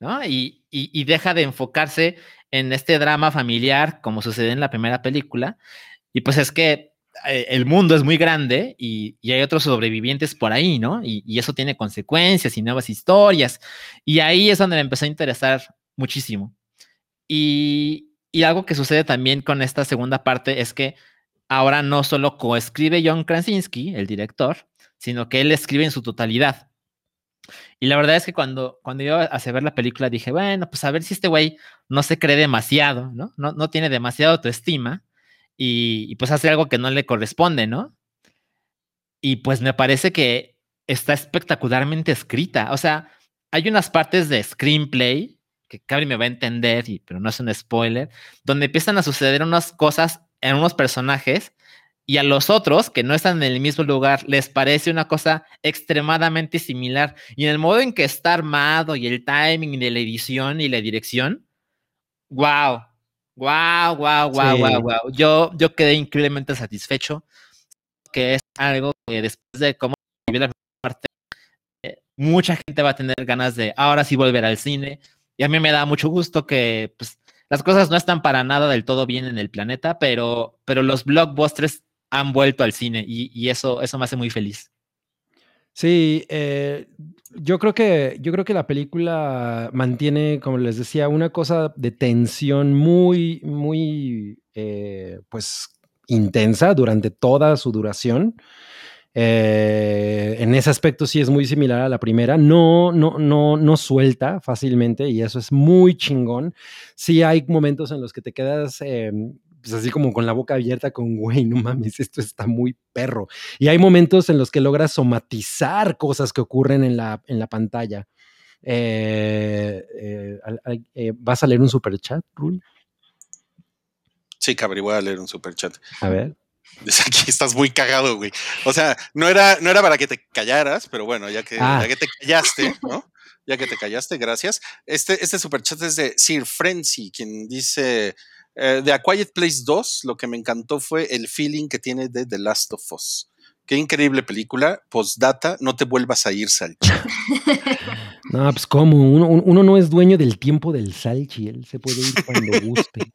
[SPEAKER 4] ¿no? Y, y- y deja de enfocarse en este drama familiar como sucede en la primera película. Y pues es que eh, el mundo es muy grande y, y hay otros sobrevivientes por ahí, ¿no? Y, y eso tiene consecuencias y nuevas historias. Y ahí es donde me empezó a interesar muchísimo. Y, y algo que sucede también con esta segunda parte es que ahora no solo coescribe John Krasinski, el director, sino que él escribe en su totalidad. Y la verdad es que cuando, cuando yo hace ver la película dije, bueno, pues a ver si este güey no se cree demasiado, ¿no? No, no tiene demasiada autoestima y, y, pues hace algo que no le corresponde, ¿no? Y pues me parece que está espectacularmente escrita. O sea, hay unas partes de screenplay que Cabri me va a entender, y, pero no es un spoiler, donde empiezan a suceder unas cosas en unos personajes y a los otros que no están en el mismo lugar les parece una cosa extremadamente similar. Y en el modo en que está armado y el timing de la edición y la dirección, wow, wow, wow, wow,
[SPEAKER 3] Sí.
[SPEAKER 4] wow, wow. Yo, yo quedé increíblemente satisfecho, que es algo que después de cómo viví la primera parte, eh, mucha gente va a tener ganas de ahora sí volver al cine. Y a mí me da mucho gusto que pues, las cosas no están para nada del todo bien en el planeta, pero, pero los blockbusters han vuelto al cine y, y eso, eso me hace muy feliz.
[SPEAKER 3] Sí, eh, yo creo que yo creo que la película mantiene, como les decía, una cosa de tensión muy, muy, eh, pues, intensa durante toda su duración. Eh, en ese aspecto sí es muy similar a la primera. No, no, no, no suelta fácilmente y eso es muy chingón. Sí hay momentos en los que te quedas. eh, pues así como con la boca abierta, con güey, no mames, esto está muy perro. Y hay momentos en los que logras somatizar cosas que ocurren en la, en la pantalla. Eh, eh, al- al- eh, ¿Vas a leer un super chat, Rui?
[SPEAKER 2] Sí, Cabri, voy a leer un superchat.
[SPEAKER 3] A ver.
[SPEAKER 2] Dice aquí estás muy cagado, güey. O sea, no era, no era para que te callaras, pero bueno, ya que,
[SPEAKER 3] Ah.
[SPEAKER 2] ya que te callaste, ¿no? Ya que te callaste, gracias. Este, este superchat es de Sir Frenzy, quien dice, eh, de A Quiet Place 2, lo que me encantó fue el feeling que tiene de The Last of Us. Qué increíble película, postdata, no te vuelvas a ir, Salchi.
[SPEAKER 3] No, pues cómo, uno, un- uno no es dueño del tiempo del salchi, él se puede ir cuando guste.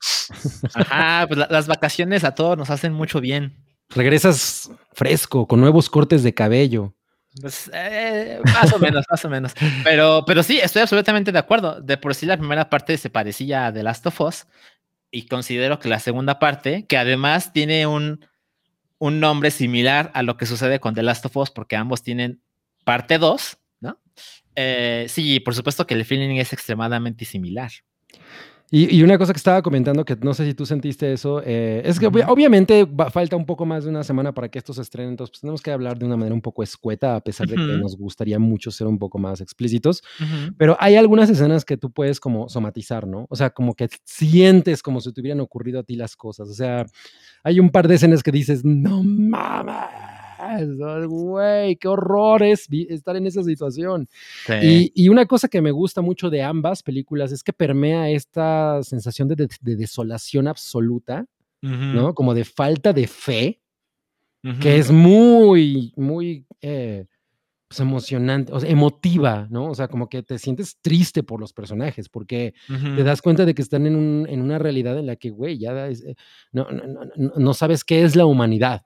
[SPEAKER 4] Ajá, pues la- las vacaciones a todos nos hacen mucho bien.
[SPEAKER 3] Regresas fresco, con nuevos cortes de cabello.
[SPEAKER 4] Pues, eh, más o menos, más o menos. Pero, pero sí, estoy absolutamente de acuerdo. De por sí la primera parte se parecía a The Last of Us y considero que la segunda parte, que además tiene un, un nombre similar a lo que sucede con The Last of Us, porque ambos tienen parte 2, ¿no? Eh, sí, por supuesto que el feeling es extremadamente similar.
[SPEAKER 3] Y, y una cosa que estaba comentando, que no sé si tú sentiste eso, eh, es que obvi-
[SPEAKER 4] Ujú.
[SPEAKER 3] obviamente va- falta un poco más de una semana para que esto se estrene, entonces pues, tenemos que hablar de una manera un poco escueta, a pesar de que
[SPEAKER 4] Ujú.
[SPEAKER 3] nos gustaría mucho ser un poco más explícitos. Pero hay algunas escenas que tú puedes como somatizar, ¿no? O sea, como que sientes como si te hubieran ocurrido a ti las cosas. O sea, hay un par de escenas que dices, no mames, güey, qué horror es vi- estar en esa situación.
[SPEAKER 4] Sí.
[SPEAKER 3] Y, y una cosa que me gusta mucho de ambas películas es que permea esta sensación de, de- de desolación absoluta, ¿no? Como de falta de fe,
[SPEAKER 4] Ujú,
[SPEAKER 3] que
[SPEAKER 4] ujú.
[SPEAKER 3] es muy, muy eh, pues, emocionante, o sea, emotiva, ¿no? O sea, como que te sientes triste por los personajes, porque
[SPEAKER 4] Ujú.
[SPEAKER 3] te das cuenta de que están en, un- en una realidad en la que, güey, ya da- es- eh, no, no- no- no- no sabes qué es la humanidad,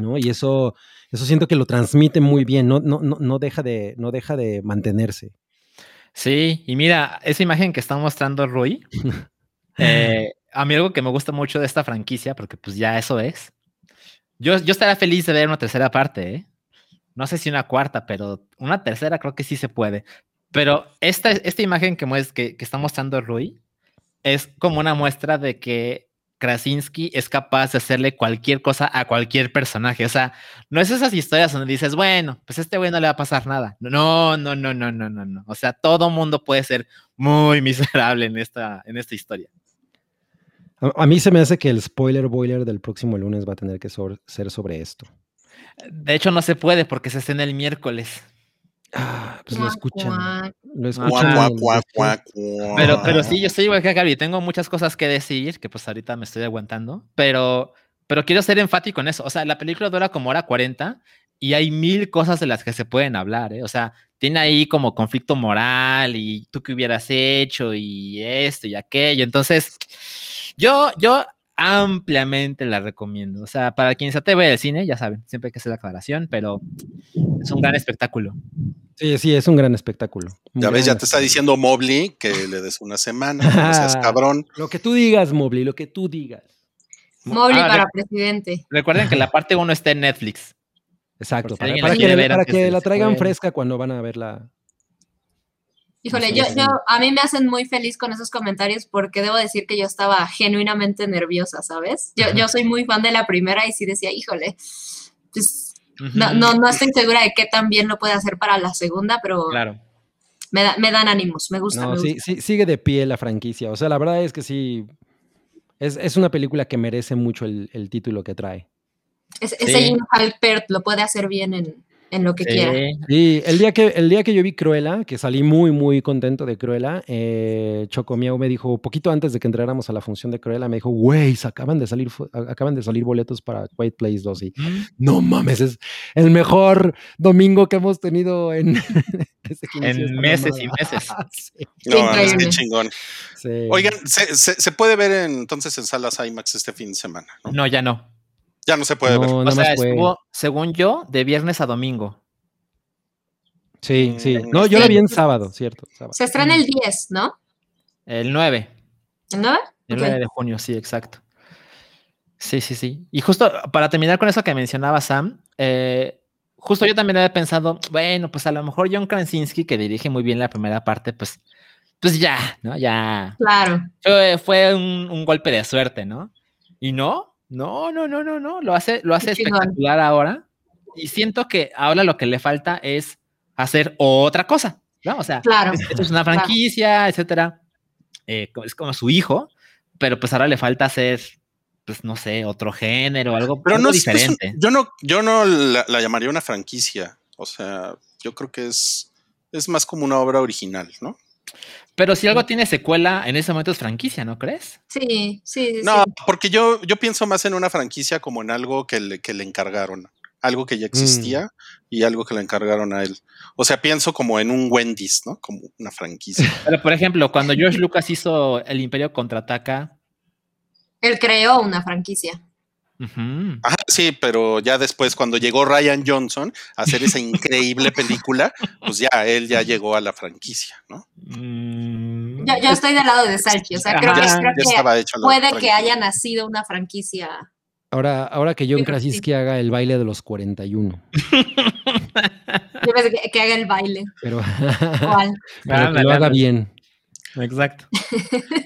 [SPEAKER 3] ¿no? Y eso, eso siento que lo transmite muy bien, no, no, no, no deja, de, no deja de mantenerse.
[SPEAKER 4] Sí, y mira, esa imagen que está mostrando Rui, eh, a mí algo que me gusta mucho de esta franquicia, porque pues ya eso es. Yo, yo estaría feliz de ver una tercera parte, ¿eh? No sé si una cuarta, pero una tercera creo que sí se puede. Pero esta, esta imagen que, mues- que, que está mostrando Rui es como una muestra de que Krasinski es capaz de hacerle cualquier cosa a cualquier personaje. O sea, no es esas historias donde dices, bueno, pues a este güey no le va a pasar nada. No, no, no, no, no, no, no. O sea, todo mundo puede ser muy miserable en esta, en esta historia.
[SPEAKER 3] A, a mí se me hace que el spoiler boiler del próximo lunes va a tener que sobre- ser sobre esto.
[SPEAKER 4] De hecho, no se puede porque se estrena el miércoles.
[SPEAKER 3] Ah, pues lo escuchan.
[SPEAKER 5] Guac,
[SPEAKER 3] Lo escuchan.
[SPEAKER 2] Cuac, cuac, cuac, cuac, cuac.
[SPEAKER 4] Pero, pero sí, yo estoy igual que Gaby. Tengo muchas cosas que decir que pues ahorita me estoy aguantando, pero, pero quiero ser enfático en eso. O sea, la película dura como hora 40 y hay mil cosas de las que se pueden hablar, ¿eh? O sea, tiene ahí como conflicto moral y tú qué hubieras hecho y esto y aquello. Entonces, yo, yo ampliamente la recomiendo. O sea, para quien se atreve al cine, ya saben, siempre hay que hacer la aclaración, pero es un gran espectáculo.
[SPEAKER 3] Sí, sí, es un gran espectáculo. Un
[SPEAKER 2] Ya ves, ya
[SPEAKER 3] gran
[SPEAKER 2] te está diciendo Mobley que le des una semana. O sea, es cabrón.
[SPEAKER 3] Lo que tú digas, Mobley, lo que tú digas.
[SPEAKER 5] Mobley
[SPEAKER 4] Ah,
[SPEAKER 5] para
[SPEAKER 4] re-
[SPEAKER 5] presidente.
[SPEAKER 4] Recuerden que la parte 1 está en Netflix.
[SPEAKER 3] Exacto,
[SPEAKER 4] Por
[SPEAKER 3] para,
[SPEAKER 4] si alguien
[SPEAKER 3] para
[SPEAKER 4] la
[SPEAKER 3] que,
[SPEAKER 4] quiere ver
[SPEAKER 3] para
[SPEAKER 4] antes
[SPEAKER 3] que
[SPEAKER 4] de
[SPEAKER 3] la
[SPEAKER 4] que se
[SPEAKER 3] traigan
[SPEAKER 4] muera.
[SPEAKER 3] fresca cuando van a verla.
[SPEAKER 5] Híjole,
[SPEAKER 3] Sí,
[SPEAKER 5] yo,
[SPEAKER 3] sí.
[SPEAKER 5] yo, a mí me hacen muy feliz con esos comentarios porque debo decir que yo estaba genuinamente nerviosa, ¿sabes? Yo, yo soy muy fan de la primera y sí decía, híjole, pues no, no, no estoy segura de qué tan bien lo puede hacer para la segunda, pero
[SPEAKER 4] Claro.
[SPEAKER 5] me, da- me dan ánimos, me gusta,
[SPEAKER 3] No,
[SPEAKER 5] me gusta.
[SPEAKER 3] sí, sí, sigue de pie la franquicia. O sea, la verdad es que sí. Es, es una película que merece mucho el, el título que trae.
[SPEAKER 5] Ese,
[SPEAKER 4] Sí.
[SPEAKER 5] ese Jim Halpert lo puede hacer bien en, en lo que quiera.
[SPEAKER 4] Sí.
[SPEAKER 3] Y el día que, el día que yo vi Cruella, que salí muy, muy contento de Cruella, eh, Chocomiao me dijo, poquito antes de que entráramos a la función de Cruella, me dijo, güey, se acaban de salir, fu- a- acaban de salir boletos para Quiet Place 2. Y
[SPEAKER 4] Mm.
[SPEAKER 3] no mames, es el mejor domingo que hemos tenido en, desde que inició
[SPEAKER 4] En
[SPEAKER 3] esta
[SPEAKER 4] meses y
[SPEAKER 3] mamada".
[SPEAKER 4] meses.
[SPEAKER 3] Sí,
[SPEAKER 2] No, mames,
[SPEAKER 5] increíble.
[SPEAKER 2] qué chingón.
[SPEAKER 3] sí.
[SPEAKER 2] Oigan, se, se- se puede ver entonces en salas IMAX este fin de semana, ¿no?
[SPEAKER 4] No, ya no.
[SPEAKER 2] Ya no se puede ver.
[SPEAKER 3] Pues No,
[SPEAKER 4] O
[SPEAKER 3] nada
[SPEAKER 4] sea,
[SPEAKER 3] más fue-
[SPEAKER 4] estuvo, según yo, de viernes a domingo.
[SPEAKER 3] Sí, sí.
[SPEAKER 2] Mm,
[SPEAKER 3] No, yo la
[SPEAKER 4] este
[SPEAKER 5] sí.
[SPEAKER 3] vi en sábado, cierto. sábado.
[SPEAKER 5] Se estrena el 10, ¿no?
[SPEAKER 4] El 9.
[SPEAKER 5] ¿El 9?
[SPEAKER 4] El 9 de junio, sí, exacto. Sí, sí, sí. Y justo para terminar con eso que mencionaba Sam, eh, justo yo también había pensado, bueno, pues a lo mejor John Krasinski, que dirige muy bien la primera parte, pues, pues ya, ¿no? Ya,
[SPEAKER 5] Claro.
[SPEAKER 4] fue, fue un, un golpe de suerte, ¿no? Y no, no, no, no, no, no. Lo hace, lo hace
[SPEAKER 5] Qué chingón.
[SPEAKER 4] espectacular ahora. Y siento que ahora lo que le falta es hacer otra cosa, ¿no? O sea,
[SPEAKER 5] Claro.
[SPEAKER 4] es- esto es una franquicia, etcétera. Eh, co- es como su hijo, pero pues ahora le falta hacer, pues no sé, otro género, algo,
[SPEAKER 2] Pero
[SPEAKER 4] algo
[SPEAKER 2] no es- es un-
[SPEAKER 4] diferente.
[SPEAKER 2] yo no, yo no la, la llamaría una franquicia. O sea, yo creo que es, es más como una obra original, ¿no?
[SPEAKER 4] Pero si algo tiene secuela, en ese momento es franquicia, ¿no crees?
[SPEAKER 5] Sí, sí, sí.
[SPEAKER 2] No,
[SPEAKER 5] sí.
[SPEAKER 2] porque yo, yo pienso más en una franquicia como en algo que le, que le encargaron. Algo que ya existía
[SPEAKER 4] Mm.
[SPEAKER 2] y algo que le encargaron a él. O sea, pienso como en un Wendy's, ¿no? Como una franquicia.
[SPEAKER 4] Pero por ejemplo, cuando George Lucas hizo El Imperio contraataca,
[SPEAKER 5] Él creó una franquicia.
[SPEAKER 4] ujú,
[SPEAKER 2] Ajá, sí, pero ya después, cuando llegó Ryan Johnson a hacer esa increíble película, pues ya él ya llegó a la franquicia, ¿no?
[SPEAKER 4] mm,
[SPEAKER 5] Yo, yo estoy del lado de Salchi, o sea, creo
[SPEAKER 4] Ajá.
[SPEAKER 5] que,
[SPEAKER 2] Ya,
[SPEAKER 5] creo
[SPEAKER 2] ya
[SPEAKER 5] que
[SPEAKER 2] estaba hecho la
[SPEAKER 5] puede que
[SPEAKER 2] franquicia.
[SPEAKER 5] haya nacido una franquicia.
[SPEAKER 3] Ahora, ahora que John
[SPEAKER 5] Pero sí.
[SPEAKER 3] Krasinski haga el baile de los 41.
[SPEAKER 5] Yo pensé que, que haga el baile.
[SPEAKER 3] Pero,
[SPEAKER 5] ¿Cuál?
[SPEAKER 3] pero que
[SPEAKER 4] Ándale,
[SPEAKER 3] lo haga
[SPEAKER 4] ándale.
[SPEAKER 3] bien.
[SPEAKER 4] Exacto.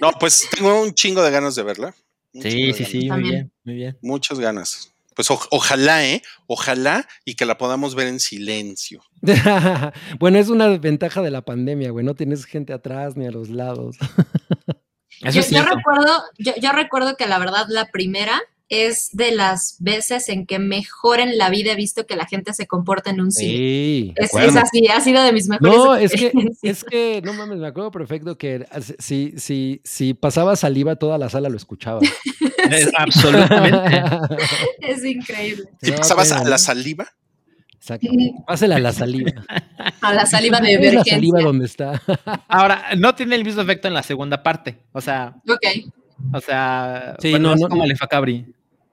[SPEAKER 2] No, pues tengo un chingo de ganas de verla. Un chingo de
[SPEAKER 4] Sí, sí,
[SPEAKER 2] ganas.
[SPEAKER 4] sí, muy
[SPEAKER 5] También.
[SPEAKER 4] bien, muy bien.
[SPEAKER 2] Muchas ganas. Pues o- ojalá, ¿eh? Ojalá y que la podamos ver en silencio.
[SPEAKER 3] bueno, es una ventaja de la pandemia, güey. No tienes gente atrás ni a los lados.
[SPEAKER 4] Eso
[SPEAKER 5] Yo,
[SPEAKER 4] es
[SPEAKER 5] yo
[SPEAKER 4] cierto.
[SPEAKER 5] recuerdo, yo, yo recuerdo que la verdad la primera es de las veces en que mejor en la vida he visto que la gente se comporta en un cine.
[SPEAKER 3] Sí.
[SPEAKER 5] Es,
[SPEAKER 4] acuerdo.
[SPEAKER 5] es así, ha sido de mis mejores
[SPEAKER 3] No, es que,
[SPEAKER 5] experiencias.
[SPEAKER 3] es que, no mames, me acuerdo perfecto que as- si, si, si pasaba saliva, toda la sala lo escuchaba.
[SPEAKER 4] Es absolutamente.
[SPEAKER 5] Es increíble.
[SPEAKER 2] Si pasabas a la saliva,
[SPEAKER 3] Exacto. Pásela a la saliva.
[SPEAKER 5] A la saliva de
[SPEAKER 3] Es la saliva
[SPEAKER 5] emergencia.
[SPEAKER 3] donde está.
[SPEAKER 4] Ahora, no tiene el mismo efecto en la segunda parte. O sea,
[SPEAKER 5] Ok.
[SPEAKER 4] o sea,
[SPEAKER 3] Sí,
[SPEAKER 4] bueno,
[SPEAKER 3] no,
[SPEAKER 4] es
[SPEAKER 3] no,
[SPEAKER 4] como
[SPEAKER 3] no.
[SPEAKER 4] le fue a Cabri.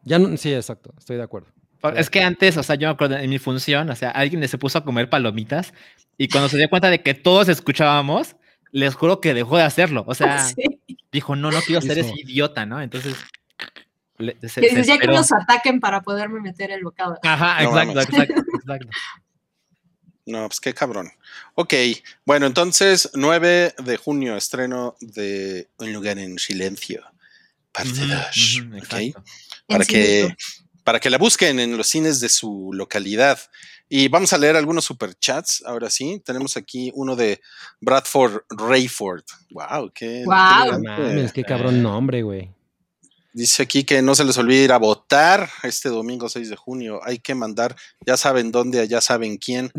[SPEAKER 3] Ya no, sí, exacto. Estoy de acuerdo.
[SPEAKER 4] Por- Es que antes, o sea, yo me acuerdo en mi función, o sea, alguien se puso a comer palomitas y cuando se dio cuenta de que todos escuchábamos, les juro que dejó de hacerlo. O sea,
[SPEAKER 5] Sí.
[SPEAKER 4] dijo, no, no quiero ser
[SPEAKER 3] Hizo-
[SPEAKER 4] ese idiota, ¿no? Entonces, le- se-
[SPEAKER 5] Que
[SPEAKER 4] se
[SPEAKER 5] dices, ya que
[SPEAKER 4] esperó.
[SPEAKER 5] nos ataquen para poderme meter el bocado.
[SPEAKER 4] Ajá,
[SPEAKER 2] No
[SPEAKER 4] exacto,
[SPEAKER 2] mames.
[SPEAKER 4] exacto, exacto.
[SPEAKER 2] No, pues qué cabrón. Ok, bueno, entonces 9 de junio, estreno de Un lugar en silencio, parte
[SPEAKER 4] Ujú,
[SPEAKER 2] 2.
[SPEAKER 4] ujú,
[SPEAKER 2] ok,
[SPEAKER 4] exacto.
[SPEAKER 2] para,
[SPEAKER 5] En sí
[SPEAKER 2] que,
[SPEAKER 5] mismo.
[SPEAKER 2] para que la busquen en los cines de su localidad. Y vamos a leer algunos superchats. Ahora sí, tenemos aquí uno de Bradford Rayford. Wow, qué, qué
[SPEAKER 5] Guau.
[SPEAKER 3] No
[SPEAKER 2] elegante.
[SPEAKER 3] mames, qué cabrón nombre, güey.
[SPEAKER 2] Dice aquí que no se les olvide ir a votar este domingo 6 de junio. Hay que mandar, ya saben dónde, a ya saben quién.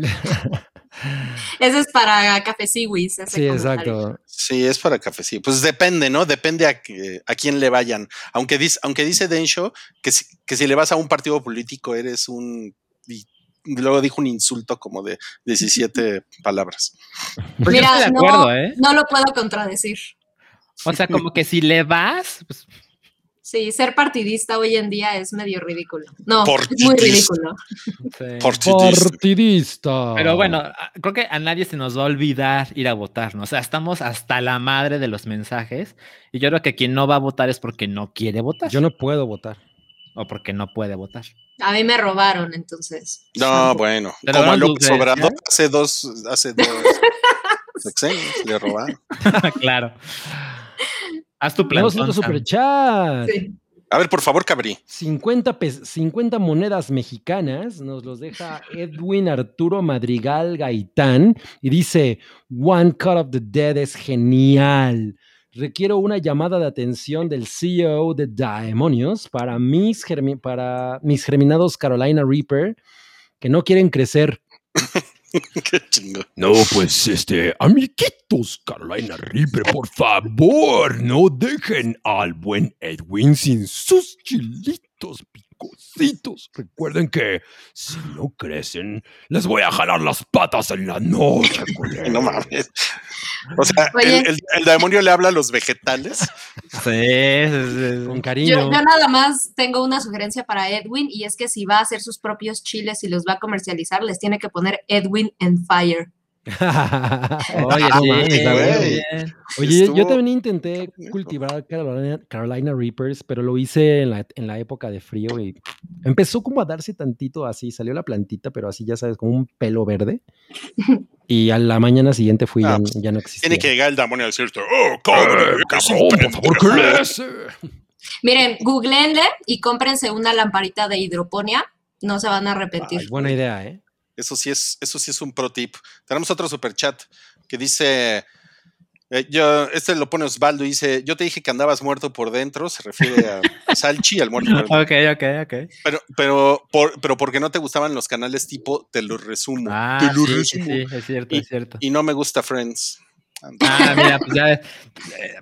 [SPEAKER 5] Ese es para Café Siwis. ese
[SPEAKER 3] Sí,
[SPEAKER 5] comentario.
[SPEAKER 3] exacto.
[SPEAKER 2] Sí, es para café, sí. Pues depende, ¿no? Depende a, que- a quién le vayan. Aunque dice, aunque dice Densho que si, que si le vas a un partido político eres un... y luego dijo un insulto como de 17 palabras.
[SPEAKER 4] Pues yo
[SPEAKER 5] Mira,
[SPEAKER 4] estoy de
[SPEAKER 5] no-
[SPEAKER 4] acuerdo, ¿eh?
[SPEAKER 5] No lo puedo contradecir.
[SPEAKER 4] O sea, como que si le vas, pues
[SPEAKER 5] Sí, ser partidista hoy en día es medio ridículo. No, es muy
[SPEAKER 2] Partidista.
[SPEAKER 5] ridículo.
[SPEAKER 4] sí.
[SPEAKER 2] Partidista.
[SPEAKER 3] Partidista.
[SPEAKER 4] Pero bueno, a- creo que a nadie se nos va a olvidar ir a votar, ¿no? O sea, estamos hasta la madre de los mensajes y yo creo que quien no va a votar es porque no quiere votar
[SPEAKER 3] Yo no puedo votar.
[SPEAKER 4] o porque no puede votar.
[SPEAKER 5] A mí me robaron, entonces.
[SPEAKER 2] No, bueno.
[SPEAKER 4] ¿Te
[SPEAKER 2] Como a
[SPEAKER 4] robaron tu
[SPEAKER 2] López
[SPEAKER 4] credencial?
[SPEAKER 2] Obrador hace dos, hace dos sexenios le robaron.
[SPEAKER 4] Ah, claro. Haz tu plan.
[SPEAKER 3] Tenemos otro superchat.
[SPEAKER 5] Sí.
[SPEAKER 2] A ver, por favor, Cabri.
[SPEAKER 3] 50, pes- 50 monedas mexicanas nos los deja Edwin Arturo Madrigal Gaitán y dice, One Cut of the Dead es genial. Requiero una llamada de atención del CEO de Daemonios para mis, germi- para mis germinados Carolina Reaper que no quieren crecer.
[SPEAKER 2] Qué chingo.
[SPEAKER 7] No, pues este, amiguitos, Carolina Reaper, por favor, no dejen al buen Edwin sin sus chilitos picositos. Recuerden que si no crecen, les voy a jalar las patas en la noche, culero.
[SPEAKER 2] No mames. O sea,
[SPEAKER 5] Oye.
[SPEAKER 2] el, el- el demonio le habla a los vegetales.
[SPEAKER 4] Sí, sí,
[SPEAKER 3] Con
[SPEAKER 4] sí.
[SPEAKER 5] Yo, yo
[SPEAKER 3] cariño.
[SPEAKER 5] nada más tengo una sugerencia para Edwin y es que si va a hacer sus propios chiles y los va a comercializar, les tiene que poner Edwin and Fire.
[SPEAKER 4] Oye,
[SPEAKER 3] No
[SPEAKER 4] sí,
[SPEAKER 3] mames, la
[SPEAKER 4] güey.
[SPEAKER 3] verdad. Oye, yo
[SPEAKER 2] Estuvo-
[SPEAKER 3] también intenté
[SPEAKER 2] estuvo bonito.
[SPEAKER 3] cultivar Carolina, Carolina Reapers, pero lo hice en la, en la época de frío y empezó como a darse tantito así, salió la plantita, pero así ya sabes, como un pelo verde. Y a la mañana siguiente fui,
[SPEAKER 2] Ah,
[SPEAKER 3] ya,
[SPEAKER 2] pues,
[SPEAKER 3] ya no existía.
[SPEAKER 2] Tiene que llegar el demonio a decirte, oh,
[SPEAKER 7] Eh,
[SPEAKER 2] cabrón, eres un
[SPEAKER 7] cabrón, por favor,
[SPEAKER 2] pendejo".
[SPEAKER 7] crece.
[SPEAKER 5] Miren, googleenle y cómprense una lamparita de hidroponía. No se van a arrepentir.
[SPEAKER 3] Ay, buena idea, ¿eh?
[SPEAKER 2] Eso sí es, eso sí es un pro tip. Tenemos otro super chat que dice. eh, yo, este lo pone Osvaldo y dice: Yo te dije que andabas muerto por dentro. Se refiere a Salchi, al muerto por dentro.
[SPEAKER 4] Ok, ok, ok.
[SPEAKER 2] Pero, pero, por- pero porque no te gustaban los canales tipo Te lo resumo.
[SPEAKER 4] Ah,
[SPEAKER 2] te lo
[SPEAKER 4] sí, sí,
[SPEAKER 2] resumo.
[SPEAKER 4] sí, es cierto,
[SPEAKER 2] Y-
[SPEAKER 4] es cierto.
[SPEAKER 2] Y no me gusta Friends. Anda.
[SPEAKER 4] Ah, mira, pues ya eh,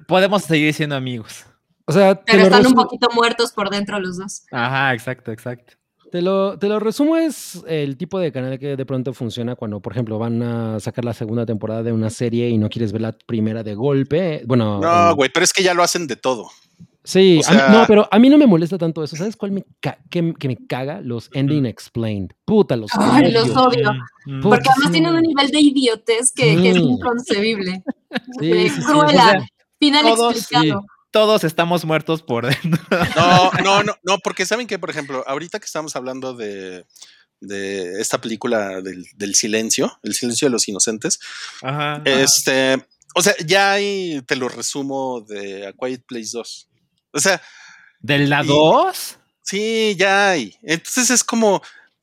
[SPEAKER 4] podemos seguir siendo amigos.
[SPEAKER 3] O sea, te
[SPEAKER 5] Pero
[SPEAKER 3] lo,
[SPEAKER 5] están un
[SPEAKER 3] resumo,
[SPEAKER 5] poquito muertos por dentro los dos.
[SPEAKER 4] Ajá, exacto, exacto.
[SPEAKER 3] te, lo, te lo resumo, es el tipo de canal que de pronto funciona cuando, por ejemplo, van a sacar la segunda temporada de una serie y no quieres ver la primera de golpe. Bueno,
[SPEAKER 2] No,
[SPEAKER 3] en-
[SPEAKER 2] güey, pero es que ya lo hacen de todo.
[SPEAKER 3] Sí,
[SPEAKER 2] O
[SPEAKER 3] a mí-
[SPEAKER 2] sea-
[SPEAKER 3] no, pero a mí no me molesta tanto eso. ¿Sabes cuál me ca- que, que me caga? Los ending explained. Puta, los
[SPEAKER 5] Ay,
[SPEAKER 3] odio.
[SPEAKER 5] los odio.
[SPEAKER 4] Mm, mm.
[SPEAKER 3] Por-
[SPEAKER 5] Porque además tienen un nivel de idiotez que, que es
[SPEAKER 3] Sí.
[SPEAKER 5] inconcebible.
[SPEAKER 3] Sí,
[SPEAKER 5] Eh,
[SPEAKER 3] sí, sí,
[SPEAKER 5] Cruella,
[SPEAKER 4] o sea,
[SPEAKER 5] final
[SPEAKER 4] todos,
[SPEAKER 5] explicado.
[SPEAKER 4] Todos estamos muertos por dentro.
[SPEAKER 2] No, no, no, no, porque saben que, por ejemplo, ahorita que estamos hablando de, de esta película del, del silencio, el silencio de los inocentes,
[SPEAKER 4] Ajá.
[SPEAKER 2] este, o sea, ya hay, te lo resumo de A Quiet Place 2. O sea,
[SPEAKER 4] ¿Del la
[SPEAKER 2] Y-
[SPEAKER 4] 2?
[SPEAKER 2] sí, ya hay. Entonces es como,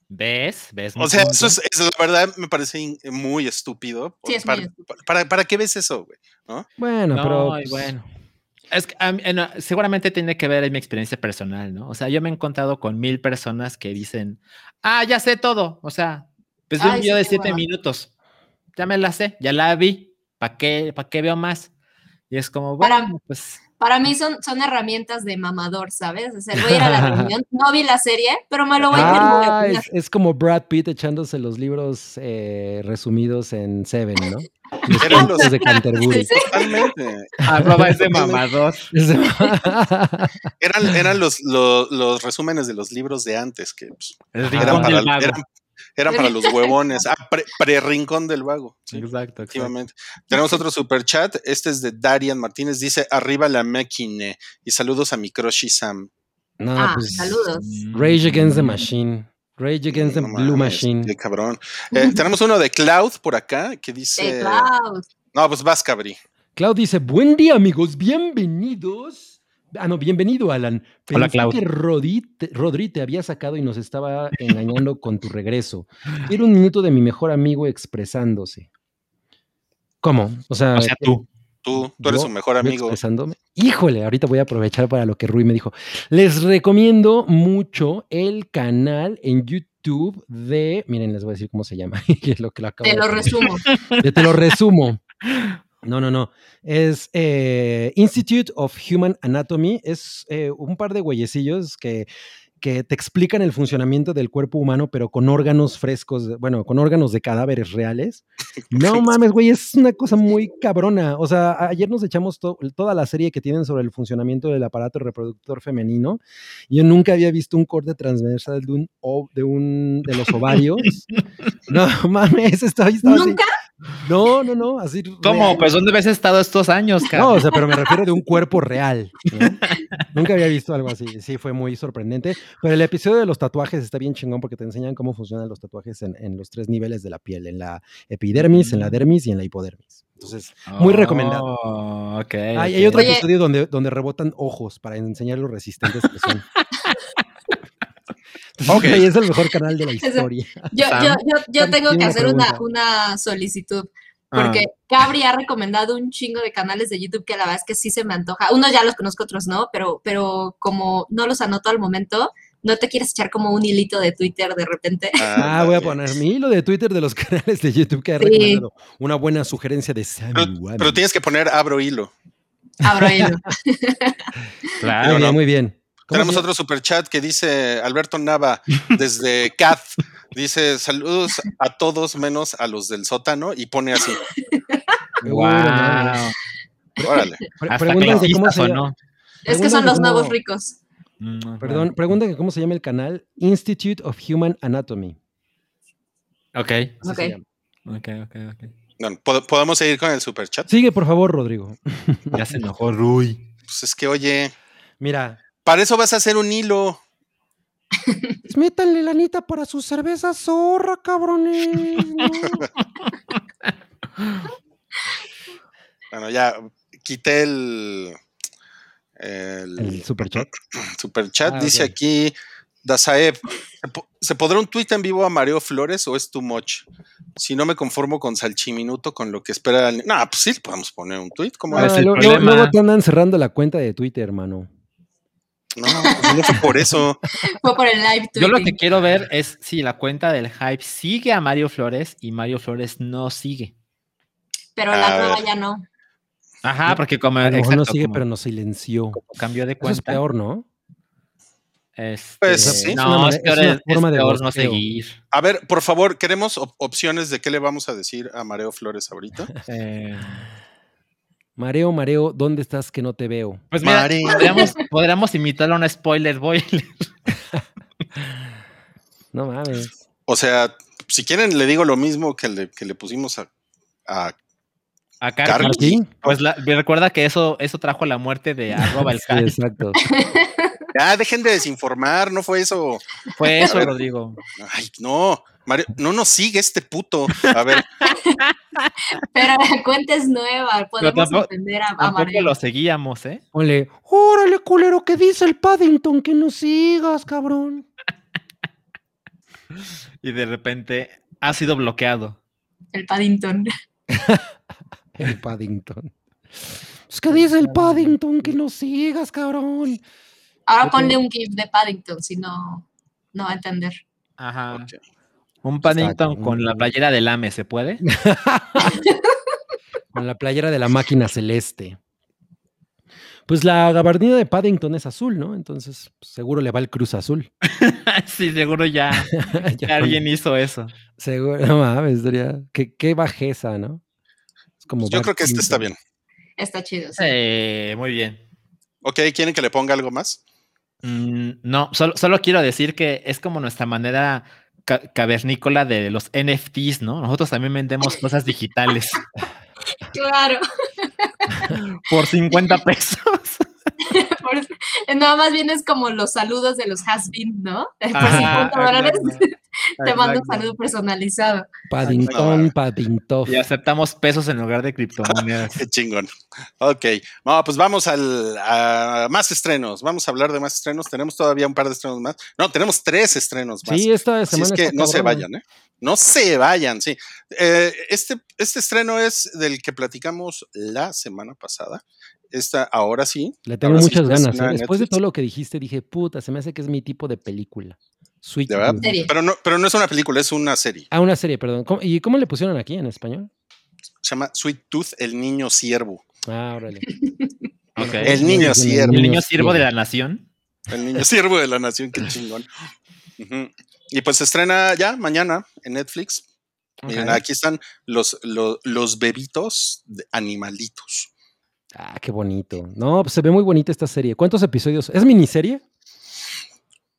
[SPEAKER 4] ¿Ves? ¿Ves? mi
[SPEAKER 2] o sea,
[SPEAKER 4] punto?
[SPEAKER 2] eso es, es- la verdad me parece in- muy estúpido.
[SPEAKER 5] Sí, es
[SPEAKER 2] para,
[SPEAKER 5] muy
[SPEAKER 2] para, ¿para qué ves eso, güey?
[SPEAKER 3] Bueno,
[SPEAKER 4] No,
[SPEAKER 3] pero.
[SPEAKER 4] y
[SPEAKER 3] pues,
[SPEAKER 4] bueno. Es que, a mí- en- a- seguramente tiene que ver en mi experiencia personal, ¿no? O sea, yo me he encontrado con mil personas que dicen, ah, ya sé todo. O sea, pues vi un
[SPEAKER 5] Ay,
[SPEAKER 4] video
[SPEAKER 5] sí,
[SPEAKER 4] de
[SPEAKER 5] qué
[SPEAKER 4] siete
[SPEAKER 5] hueva.
[SPEAKER 4] minutos. Ya me la sé, ya la vi. ¿Para qué, ¿Para qué veo más? Y es como,
[SPEAKER 5] Para-
[SPEAKER 4] bueno, pues.
[SPEAKER 5] Para mí son, son herramientas de mamador, ¿sabes? O sea, voy a ir a la reunión. No vi la serie, pero me lo voy a ver. me voy a
[SPEAKER 3] ah,
[SPEAKER 5] opinar.
[SPEAKER 3] es, es como Brad Pitt echándose los libros eh, resumidos en Seven, ¿no? Los
[SPEAKER 2] Eran los-
[SPEAKER 3] cuentos de Canterbury.
[SPEAKER 2] Totalmente.
[SPEAKER 4] Arroba ese mamador.
[SPEAKER 2] Eran, eran los, los, los resúmenes de los libros de antes que pues,
[SPEAKER 4] Ah, El
[SPEAKER 2] Eran
[SPEAKER 4] rincón
[SPEAKER 2] para,
[SPEAKER 4] del vago.
[SPEAKER 2] eran- eran para los huevones. Ah, pre- pre-rincón del vago. Sí,
[SPEAKER 4] Exacto, exacto.
[SPEAKER 2] efectivamente. Tenemos otro super chat. Este es de Darian Martínez. Dice: Arriba la máquina. Y saludos a mi crush y Sam.
[SPEAKER 3] No,
[SPEAKER 5] Ah,
[SPEAKER 3] pues,
[SPEAKER 5] saludos.
[SPEAKER 3] Rage Against the Machine. Rage Against the
[SPEAKER 2] Mm. No
[SPEAKER 3] Blue
[SPEAKER 2] mames,
[SPEAKER 3] Machine.
[SPEAKER 2] Qué cabrón. Eh, tenemos uno de Cloud por acá que dice:
[SPEAKER 5] Sí, wow.
[SPEAKER 2] No, pues vas, cabrí.
[SPEAKER 3] Clau dice, buen día amigos, bienvenidos. Ah, no, bienvenido, Alan. Pensé
[SPEAKER 4] Hola, Clau.
[SPEAKER 3] que Rodí te, Rodri te había sacado y nos estaba engañando con tu regreso. Quiero un minuto de mi mejor amigo expresándose. ¿Cómo? O sea,
[SPEAKER 4] O sea, tú.
[SPEAKER 2] Tú, tú eres
[SPEAKER 3] yo
[SPEAKER 2] su mejor
[SPEAKER 3] yo
[SPEAKER 2] amigo.
[SPEAKER 3] expresándome. Híjole, ahorita voy a aprovechar para lo que Rui me dijo. Les recomiendo mucho el canal en YouTube de. Miren, les voy a decir cómo se llama. que es lo que lo acabo
[SPEAKER 5] Te
[SPEAKER 3] de
[SPEAKER 5] lo
[SPEAKER 3] poner.
[SPEAKER 5] resumo.
[SPEAKER 3] Yo te lo resumo. No, no, no. Es eh, Institute of Human Anatomy. Es eh, un par de güeyecillos que, que te explican el funcionamiento del cuerpo humano, pero con órganos frescos, de- bueno, con órganos de cadáveres reales. No mames, güey, es una cosa muy cabrona. O sea, a- ayer nos echamos to- toda la serie que tienen sobre el funcionamiento del aparato reproductor femenino. Yo nunca había visto un corte transversal de un, o- de un de los ovarios. No mames, estaba, estaba así.
[SPEAKER 5] Nunca
[SPEAKER 3] No, no, no, así.
[SPEAKER 4] ¿Cómo?
[SPEAKER 3] real.
[SPEAKER 4] Pues ¿dónde habías estado estos años,
[SPEAKER 3] No,
[SPEAKER 4] cabrón?
[SPEAKER 3] o sea, pero me refiero de un cuerpo real. ¿no? Nunca había visto algo así. Sí, fue muy sorprendente. Pero el episodio de los tatuajes está bien chingón porque te enseñan cómo funcionan los tatuajes en, en los tres niveles de la piel, en la epidermis, en la dermis y en la hipodermis. Entonces, muy recomendado.
[SPEAKER 4] Oh, ok.
[SPEAKER 3] hay, hay otro
[SPEAKER 5] Oye.
[SPEAKER 3] episodio donde, donde rebotan ojos para enseñar lo resistentes que son. Entonces,
[SPEAKER 2] Ok.
[SPEAKER 3] güey, es el mejor canal de la
[SPEAKER 5] Esa-
[SPEAKER 3] historia.
[SPEAKER 5] yo,
[SPEAKER 4] Sam,
[SPEAKER 5] yo, yo, yo
[SPEAKER 3] Sam
[SPEAKER 5] tengo
[SPEAKER 3] tiene
[SPEAKER 5] que
[SPEAKER 3] una
[SPEAKER 5] hacer una,
[SPEAKER 3] pregunta.
[SPEAKER 5] una solicitud.
[SPEAKER 4] Ah.
[SPEAKER 5] Porque Cabri ha recomendado un chingo de canales de YouTube que la verdad es que sí se me antoja. Unos ya los conozco, otros no, pero, pero como no los anoto al momento, ¿no te quieres echar como un hilito de Twitter de repente?
[SPEAKER 3] Ah, voy a
[SPEAKER 2] Ándale.
[SPEAKER 3] poner mi hilo de Twitter de los canales de YouTube que ha
[SPEAKER 5] Sí.
[SPEAKER 3] recomendado. Una buena sugerencia de Sammy
[SPEAKER 2] Pero,
[SPEAKER 3] Wami.
[SPEAKER 2] pero tienes que poner abro hilo.
[SPEAKER 5] Abro hilo.
[SPEAKER 4] Claro.
[SPEAKER 3] Muy bien,
[SPEAKER 2] no.
[SPEAKER 3] muy bien. ¿Cómo
[SPEAKER 2] Tenemos
[SPEAKER 3] se-
[SPEAKER 2] otro superchat que dice Alberto Nava desde CAF. Dice saludos a todos menos a los del sótano y pone así.
[SPEAKER 3] Seguro, madre.
[SPEAKER 4] Wow.
[SPEAKER 2] Órale.
[SPEAKER 3] Pre-
[SPEAKER 4] Hasta que
[SPEAKER 3] Pregúntense cómo
[SPEAKER 4] existas
[SPEAKER 3] se
[SPEAKER 4] o
[SPEAKER 3] llama.
[SPEAKER 4] no.
[SPEAKER 5] Es que son
[SPEAKER 3] Pregúntame
[SPEAKER 5] los nuevos
[SPEAKER 3] cómo-
[SPEAKER 5] ricos.
[SPEAKER 4] Mm,
[SPEAKER 3] Perdón, pregunten que cómo se llama el canal Institute of Human Anatomy.
[SPEAKER 4] bueno. Ok,
[SPEAKER 3] Así se
[SPEAKER 5] Ok.
[SPEAKER 3] llama.
[SPEAKER 4] ok, ok, ok.
[SPEAKER 2] Bueno, ¿pod- ¿Podemos seguir con el superchat?
[SPEAKER 3] Sigue, por favor, Rodrigo.
[SPEAKER 4] Ya se enojó Rui.
[SPEAKER 2] Pues es que, oye,
[SPEAKER 3] Mira,
[SPEAKER 2] para eso vas a hacer un hilo.
[SPEAKER 6] Pues Métanle lanita para su cerveza zorra, cabrones. No.
[SPEAKER 2] Bueno, ya quité el, el,
[SPEAKER 3] el superchat.
[SPEAKER 2] superchat.
[SPEAKER 3] Ah,
[SPEAKER 2] dice
[SPEAKER 3] ok.
[SPEAKER 2] aquí Dazaev. ¿se po- ¿Se podrá un tuit en vivo a Mario Flores o es too much? Si no me conformo con Salchiminuto, con lo que espera. el- No, pues sí, le podemos poner un tuit. como
[SPEAKER 4] Ah, es el
[SPEAKER 3] luego,
[SPEAKER 4] problema.
[SPEAKER 3] luego te andan cerrando la cuenta de Twitter, hermano.
[SPEAKER 2] No, pues no fue por eso.
[SPEAKER 5] Fue por el live
[SPEAKER 4] Yo lo que
[SPEAKER 5] tweeting.
[SPEAKER 4] quiero ver es si la cuenta del hype sigue a Mario Flores y Mario Flores no sigue.
[SPEAKER 5] Pero
[SPEAKER 2] A
[SPEAKER 5] la nueva
[SPEAKER 2] ver.
[SPEAKER 5] ya no.
[SPEAKER 4] Ajá, porque como,
[SPEAKER 3] A lo mejor
[SPEAKER 4] exacto,
[SPEAKER 3] no sigue,
[SPEAKER 4] como-
[SPEAKER 3] pero nos silenció.
[SPEAKER 4] como cambió de
[SPEAKER 3] Eso es
[SPEAKER 4] cuenta.
[SPEAKER 3] peor, ¿no?
[SPEAKER 4] Este,
[SPEAKER 2] Pues sí.
[SPEAKER 4] No,
[SPEAKER 3] Es una
[SPEAKER 4] es
[SPEAKER 3] manera- es
[SPEAKER 4] peor,
[SPEAKER 3] una
[SPEAKER 4] es
[SPEAKER 3] forma de
[SPEAKER 4] peor no
[SPEAKER 3] gosteo.
[SPEAKER 4] seguir.
[SPEAKER 2] A ver, por favor, queremos op- opciones de qué le vamos a decir a Mario Flores ahorita.
[SPEAKER 4] Eh,
[SPEAKER 3] Mareo, mareo, ¿dónde estás que no te veo?
[SPEAKER 4] pues mira,
[SPEAKER 2] Mari.
[SPEAKER 4] podríamos, podríamos imitarlo a un spoiler boy.
[SPEAKER 3] No mames.
[SPEAKER 2] O sea, si quieren, le digo lo mismo que le, que le pusimos a, a
[SPEAKER 4] A
[SPEAKER 2] Carlos.
[SPEAKER 4] Carlos.
[SPEAKER 3] ¿Aquí?
[SPEAKER 4] Pues la- recuerda que eso, eso trajo la muerte de arroba el
[SPEAKER 3] Sí,
[SPEAKER 4] hype.
[SPEAKER 3] exacto.
[SPEAKER 2] Ya, dejen de desinformar, no fue eso.
[SPEAKER 4] Fue eso,
[SPEAKER 2] ver.
[SPEAKER 4] Rodrigo.
[SPEAKER 2] Ay, no, Mario, no nos sigue este puto. A ver,
[SPEAKER 5] Pero la cuenta es nueva. Podemos
[SPEAKER 4] tampoco-
[SPEAKER 5] entender a, a
[SPEAKER 4] Tampoco
[SPEAKER 5] Mario.
[SPEAKER 4] lo seguíamos, ¿eh?
[SPEAKER 3] Ole,
[SPEAKER 6] Órale, culero, que dice el Paddington que no sigas, cabrón.
[SPEAKER 4] Y de repente ha sido bloqueado.
[SPEAKER 5] El Paddington.
[SPEAKER 3] el Paddington.
[SPEAKER 6] Es que dice el Paddington que no sigas, cabrón.
[SPEAKER 5] Ahora ponle un GIF de Paddington, si no, no va a entender.
[SPEAKER 4] Ajá.
[SPEAKER 3] Ah.
[SPEAKER 2] ok.
[SPEAKER 4] Un
[SPEAKER 3] Exacto,
[SPEAKER 4] Paddington
[SPEAKER 3] un-
[SPEAKER 4] con la
[SPEAKER 3] un-
[SPEAKER 4] playera del AME, ¿se puede?
[SPEAKER 3] Con la playera de la máquina celeste. Pues la gabardina de Paddington es azul, ¿no? Entonces pues, seguro le va el Cruz Azul.
[SPEAKER 4] sí, seguro ya,
[SPEAKER 3] Ya
[SPEAKER 4] ya alguien hizo eso.
[SPEAKER 3] con- Seguro, no mames, estaría- Qué, qué bajeza, ¿no? Es como
[SPEAKER 2] Yo
[SPEAKER 3] Bart
[SPEAKER 2] creo que este está
[SPEAKER 3] Simpson.
[SPEAKER 2] bien.
[SPEAKER 5] Está chido. sí.
[SPEAKER 4] Sí, muy bien.
[SPEAKER 2] Ok, ¿quieren que le ponga algo más?
[SPEAKER 4] Mm, no, solo, solo quiero decir que es como nuestra manera ca- cavernícola de los NFTs, ¿no? Nosotros también vendemos cosas digitales
[SPEAKER 5] Claro,
[SPEAKER 4] por 50 pesos.
[SPEAKER 5] Por- no, más bien es como los saludos de los has been, ¿no? Por 50 dólares te mando un saludo personalizado.
[SPEAKER 3] Paddington, Paddington.
[SPEAKER 4] Y aceptamos pesos en lugar de criptomonedas.
[SPEAKER 2] Qué chingón. Ok. No, pues vamos al, a más estrenos. Vamos a hablar de más estrenos. Tenemos todavía un par de estrenos más. No, tenemos tres estrenos más.
[SPEAKER 3] Sí, esta
[SPEAKER 2] Así
[SPEAKER 3] semana
[SPEAKER 2] es que
[SPEAKER 3] está
[SPEAKER 2] no se
[SPEAKER 3] cabrona.
[SPEAKER 2] vayan, ¿eh? No se vayan, sí. Eh, este, este estreno es del que platicamos la semana pasada. Esta, ahora sí.
[SPEAKER 3] Le tengo
[SPEAKER 2] Ahora sí
[SPEAKER 3] muchas
[SPEAKER 2] está
[SPEAKER 3] ganas.
[SPEAKER 2] estrenada
[SPEAKER 3] ¿eh?
[SPEAKER 2] en
[SPEAKER 3] Después de
[SPEAKER 2] Netflix.
[SPEAKER 3] todo lo que dijiste, dije, puta, se me hace que es mi tipo de película. Sweet.
[SPEAKER 2] ¿De verdad?
[SPEAKER 3] Tooth.
[SPEAKER 5] Serie.
[SPEAKER 2] Pero no, pero no es una película, es una serie.
[SPEAKER 3] Ah, una serie, perdón. ¿Cómo- ¿Y cómo le pusieron aquí en español?
[SPEAKER 2] Se llama Sweet Tooth, el niño siervo.
[SPEAKER 3] Ah, órale.
[SPEAKER 4] Ok.
[SPEAKER 2] El niño siervo.
[SPEAKER 4] El niño siervo de la nación.
[SPEAKER 2] El niño siervo de la nación, qué chingón. Ujú. Y pues se estrena ya mañana en Netflix. Miren,
[SPEAKER 4] Ok.
[SPEAKER 2] aquí están los, los, los bebitos de animalitos.
[SPEAKER 3] Ah, qué bonito. No, pues se ve muy bonita esta serie. ¿Cuántos episodios? ¿Es miniserie?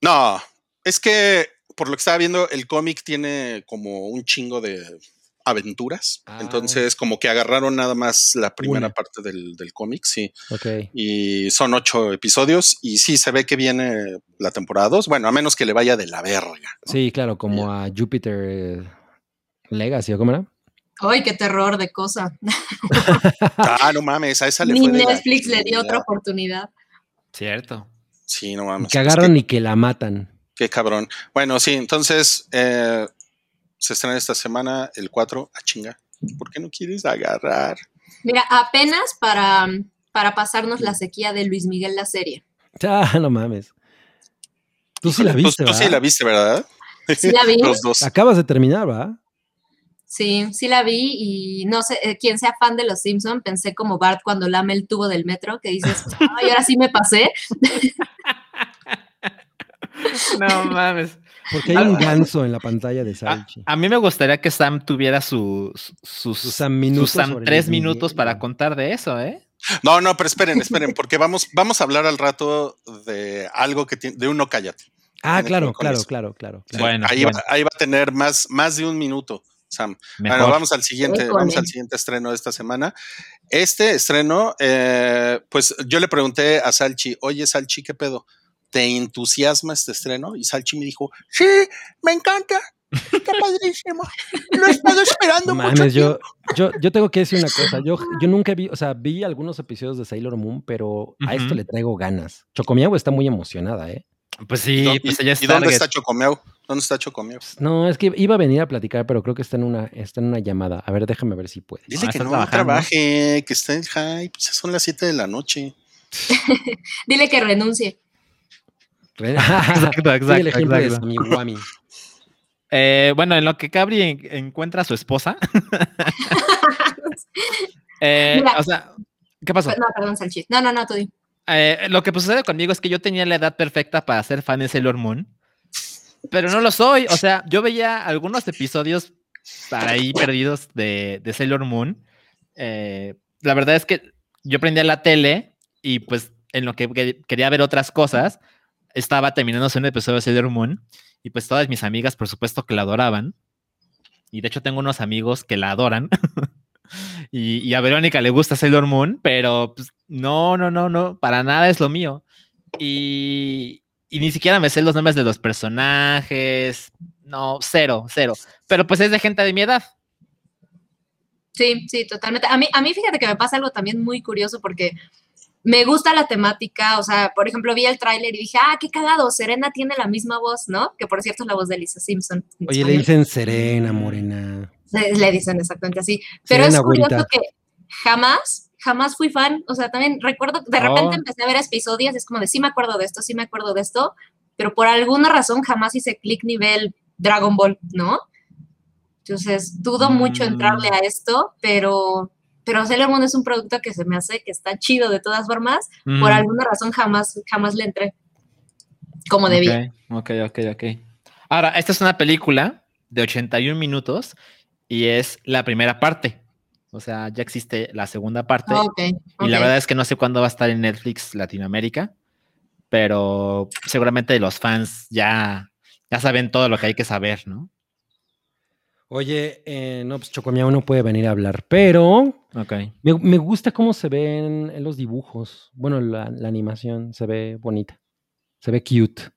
[SPEAKER 2] No, es que por lo que estaba viendo, el cómic tiene como un chingo de aventuras.
[SPEAKER 3] Ah.
[SPEAKER 2] Entonces, como que agarraron nada más la primera
[SPEAKER 3] Una.
[SPEAKER 2] parte del, del cómic, sí.
[SPEAKER 3] Ok.
[SPEAKER 2] Y son ocho episodios. Y sí, se ve que viene la temporada dos. Bueno, a menos que le vaya de la verga. ¿no?
[SPEAKER 3] Sí, claro, como a Jupiter eh, Legacy, ¿o cómo era?
[SPEAKER 5] Ay, qué terror de cosa.
[SPEAKER 2] Ah, no mames, a esa le
[SPEAKER 5] Ni
[SPEAKER 2] fue de la
[SPEAKER 5] Netflix le dio
[SPEAKER 2] chingada.
[SPEAKER 5] otra oportunidad.
[SPEAKER 4] Cierto.
[SPEAKER 2] Sí, no
[SPEAKER 3] Y
[SPEAKER 2] mames.
[SPEAKER 3] que
[SPEAKER 2] pues,
[SPEAKER 3] agarran
[SPEAKER 2] qué,
[SPEAKER 3] y que la matan.
[SPEAKER 2] qué cabrón. Bueno, sí, entonces eh, se estrena esta semana el 4 a chinga. ¿Por qué no quieres agarrar?
[SPEAKER 5] Mira, apenas para, para pasarnos la sequía de Luis Miguel la serie.
[SPEAKER 3] Ah, no mames. Tú sí la
[SPEAKER 2] Tú-
[SPEAKER 3] viste,
[SPEAKER 2] tú, pues, sí
[SPEAKER 3] ¿verdad?
[SPEAKER 2] la viste, ¿verdad?
[SPEAKER 5] Sí la vi.
[SPEAKER 2] Los dos.
[SPEAKER 3] Acabas de terminar, ¿verdad?
[SPEAKER 5] Sí, sí la vi y no sé, eh, quien sea fan de Los Simpson, pensé como Bart cuando lame el tubo del metro, que dices, ay, ahora sí me pasé.
[SPEAKER 4] No mames.
[SPEAKER 3] Porque hay un ganso en la pantalla de Salchi.
[SPEAKER 4] A mí me gustaría que Sam tuviera su, su- sus,
[SPEAKER 3] Susan minutos
[SPEAKER 4] sus Sam
[SPEAKER 3] sobre
[SPEAKER 4] tres
[SPEAKER 3] Luis Miguel.
[SPEAKER 4] minutos para contar de eso, ¿eh?
[SPEAKER 2] No, no, pero esperen, esperen, porque vamos, vamos a hablar al rato de algo que tiene, de uno cállate. Tiene
[SPEAKER 3] Ah,
[SPEAKER 2] que
[SPEAKER 3] claro,
[SPEAKER 2] ver con
[SPEAKER 3] claro,
[SPEAKER 2] eso.
[SPEAKER 3] claro, claro, claro.
[SPEAKER 4] Bueno,
[SPEAKER 2] ahí,
[SPEAKER 4] bueno.
[SPEAKER 2] Va, ahí va a tener más, más de un minuto, Sam.
[SPEAKER 4] Mejor.
[SPEAKER 2] Bueno, vamos al siguiente,
[SPEAKER 5] Híjole.
[SPEAKER 2] vamos al siguiente estreno de esta semana. Este estreno, eh, pues yo le pregunté a Salchi, oye Salchi, ¿qué pedo? ¿Te entusiasma este estreno? Y Salchi me dijo, sí, me encanta, está padrísimo, lo he estado esperando
[SPEAKER 3] No
[SPEAKER 2] mucho
[SPEAKER 3] mames, yo,
[SPEAKER 2] tiempo".
[SPEAKER 3] yo, yo tengo que decir una cosa. Yo, yo nunca vi, o sea, vi algunos episodios de Sailor Moon, pero a esto
[SPEAKER 4] Ujú.
[SPEAKER 3] le traigo ganas. Chocomiago está muy emocionada, ¿eh?
[SPEAKER 4] Pues sí,
[SPEAKER 2] ¿Y,
[SPEAKER 4] pues ella
[SPEAKER 2] y
[SPEAKER 4] es
[SPEAKER 2] dónde
[SPEAKER 4] target. Ah,
[SPEAKER 2] está Chocomeau? ¿Dónde está Chocomeau?
[SPEAKER 3] Pues, No, es que iba a venir a platicar, pero creo que está en una, está en una llamada. A ver, déjame ver si puede.
[SPEAKER 2] Dile
[SPEAKER 4] Ah,
[SPEAKER 2] que
[SPEAKER 4] está
[SPEAKER 2] no
[SPEAKER 4] trabajando.
[SPEAKER 2] trabaje, que esté en high, pues ya son las 7 de la noche.
[SPEAKER 5] Dile que renuncie.
[SPEAKER 3] exacto,
[SPEAKER 4] exacto,
[SPEAKER 3] el ejemplo de
[SPEAKER 4] exacto.
[SPEAKER 3] Sammy Wami.
[SPEAKER 4] Eh, bueno, en lo que Cabri en- encuentra a su esposa. eh,
[SPEAKER 5] Mira.
[SPEAKER 4] o sea, ¿qué pasó?
[SPEAKER 5] No, perdón, Salchi. No, no, no, tú di.
[SPEAKER 4] Eh, lo que sucede conmigo es que yo tenía la edad perfecta para ser fan de Sailor Moon, pero no lo soy. O sea, yo veía algunos episodios para ahí perdidos de, de Sailor Moon. Eh, la verdad es que yo prendía la tele y pues en lo que que- quería ver otras cosas, estaba terminándose un episodio de Sailor Moon y pues todas mis amigas, por supuesto, que la adoraban. Y de hecho tengo unos amigos que la adoran. y, y a Verónica le gusta Sailor Moon, pero pues, no, no, no, no, para nada es lo mío. Y, y ni siquiera me sé los nombres de los personajes. No, cero, cero. Pero pues es de gente de mi edad.
[SPEAKER 5] Sí, sí, totalmente. A mí, a mí fíjate que me pasa algo también muy curioso porque me gusta la temática, o sea, por ejemplo, vi el tráiler y dije, ah, qué cagado, Serena tiene la misma voz, ¿no? Que por cierto es la voz de Lisa Simpson. en
[SPEAKER 3] Oye, le
[SPEAKER 5] español.
[SPEAKER 3] dicen Serena, Morena.
[SPEAKER 5] Le- le dicen exactamente así. Pero
[SPEAKER 3] Serena,
[SPEAKER 5] es curioso
[SPEAKER 3] güerita.
[SPEAKER 5] que jamás, jamás fui fan. O sea, también recuerdo, de repente
[SPEAKER 4] Oh.
[SPEAKER 5] empecé a ver episodios, es como de sí me acuerdo de esto, sí me acuerdo de esto, pero por alguna razón jamás hice clic nivel Dragon Ball, ¿no? Entonces, dudo mucho
[SPEAKER 4] Mm.
[SPEAKER 5] entrarle a esto, pero, pero Sailor Moon es un producto que se me hace que está chido de todas formas.
[SPEAKER 4] Mm.
[SPEAKER 5] Por alguna razón jamás, jamás le entré como debía.
[SPEAKER 4] Ok, ok, ok. Ahora, esta es una película de 81 minutos y es la primera parte. O sea, ya existe la segunda parte.
[SPEAKER 5] Ok,
[SPEAKER 4] Y la
[SPEAKER 5] ok.
[SPEAKER 4] verdad es que no sé cuándo va a estar en Netflix Latinoamérica, pero seguramente los fans ya, ya saben todo lo que hay que saber, ¿no?
[SPEAKER 3] Oye, eh, no, pues Chocomiago no puede venir a hablar, pero
[SPEAKER 4] Ok.
[SPEAKER 3] Me, me gusta cómo se ven en los dibujos. Bueno, la, la animación se ve bonita. Se ve cute.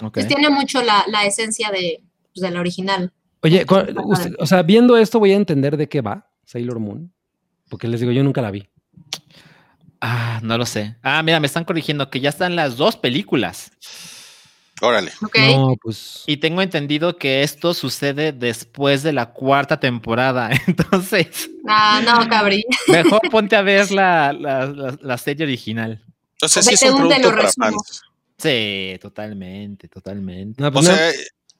[SPEAKER 4] ok.
[SPEAKER 5] Pues tiene mucho la, la esencia de, pues, de la original.
[SPEAKER 3] Oye, cu- usted- o sea, viendo esto voy a entender de qué va Sailor Moon. Porque les digo, yo nunca la vi.
[SPEAKER 4] Ah, no lo sé. Ah, mira, me están corrigiendo que ya están las dos películas.
[SPEAKER 2] Órale.
[SPEAKER 5] ¿Ok?
[SPEAKER 3] No, pues.
[SPEAKER 4] Y tengo entendido que esto sucede después de la cuarta temporada. Entonces,
[SPEAKER 5] Ah, no, cabrí.
[SPEAKER 4] mejor ponte a ver la, la- la- la serie original.
[SPEAKER 2] Entonces, sí es
[SPEAKER 5] Vete
[SPEAKER 2] un
[SPEAKER 5] un de
[SPEAKER 2] producto
[SPEAKER 5] los
[SPEAKER 2] para
[SPEAKER 5] resumos.
[SPEAKER 2] fans.
[SPEAKER 4] Sí, totalmente, totalmente.
[SPEAKER 3] No,
[SPEAKER 2] O
[SPEAKER 3] pues no.
[SPEAKER 2] sea,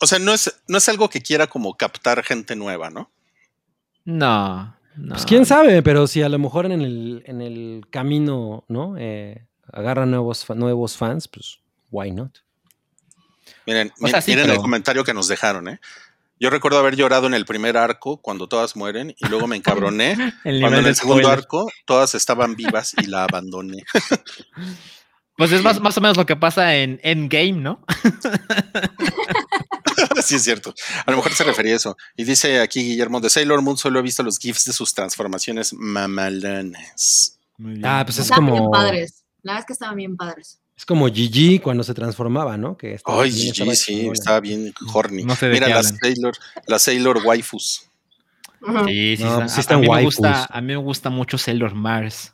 [SPEAKER 2] o sea, no es, no es algo que quiera como captar gente nueva, ¿no?
[SPEAKER 4] No. no.
[SPEAKER 3] Pues
[SPEAKER 2] ah.
[SPEAKER 3] quién sabe, pero si a lo mejor en el, en el camino, ¿no? Eh, agarra nuevos, fa- nuevos fans, pues, why not?
[SPEAKER 2] Miren,
[SPEAKER 4] O sea, sí,
[SPEAKER 2] miren
[SPEAKER 4] pero-
[SPEAKER 2] el comentario que nos dejaron, ¿eh? Yo recuerdo haber llorado en el primer arco cuando todas mueren y luego me encabroné
[SPEAKER 4] El
[SPEAKER 2] cuando
[SPEAKER 4] nivel
[SPEAKER 2] en
[SPEAKER 4] de
[SPEAKER 2] el segundo
[SPEAKER 4] spoiler.
[SPEAKER 2] arco todas estaban vivas y la abandoné.
[SPEAKER 4] Pues es más, más o menos lo que pasa en Endgame, ¿no?
[SPEAKER 2] sí, es cierto. A lo mejor se refería a eso. Y dice aquí Guillermo, de Sailor Moon solo he visto los GIFs de sus transformaciones mamalones.
[SPEAKER 3] Ah, pues es
[SPEAKER 5] Estaban bien
[SPEAKER 3] como-
[SPEAKER 5] padres. La verdad es que estaban bien padres.
[SPEAKER 3] Es como Gigi cuando se transformaba, ¿no? Que estaba-
[SPEAKER 2] Ay,
[SPEAKER 3] también
[SPEAKER 2] Gigi,
[SPEAKER 3] estaba
[SPEAKER 2] sí,
[SPEAKER 3] chingona.
[SPEAKER 2] estaba bien horny.
[SPEAKER 4] No sé de
[SPEAKER 2] Mira
[SPEAKER 4] qué
[SPEAKER 2] las
[SPEAKER 4] hablan.
[SPEAKER 2] Sailor, las Sailor waifus.
[SPEAKER 5] Ujú.
[SPEAKER 4] Sí, sí,
[SPEAKER 3] No,
[SPEAKER 4] está-
[SPEAKER 3] pues sí
[SPEAKER 4] a-
[SPEAKER 3] están
[SPEAKER 4] a, mí me
[SPEAKER 3] waifus.
[SPEAKER 4] gusta, a mí me gusta mucho Sailor Mars.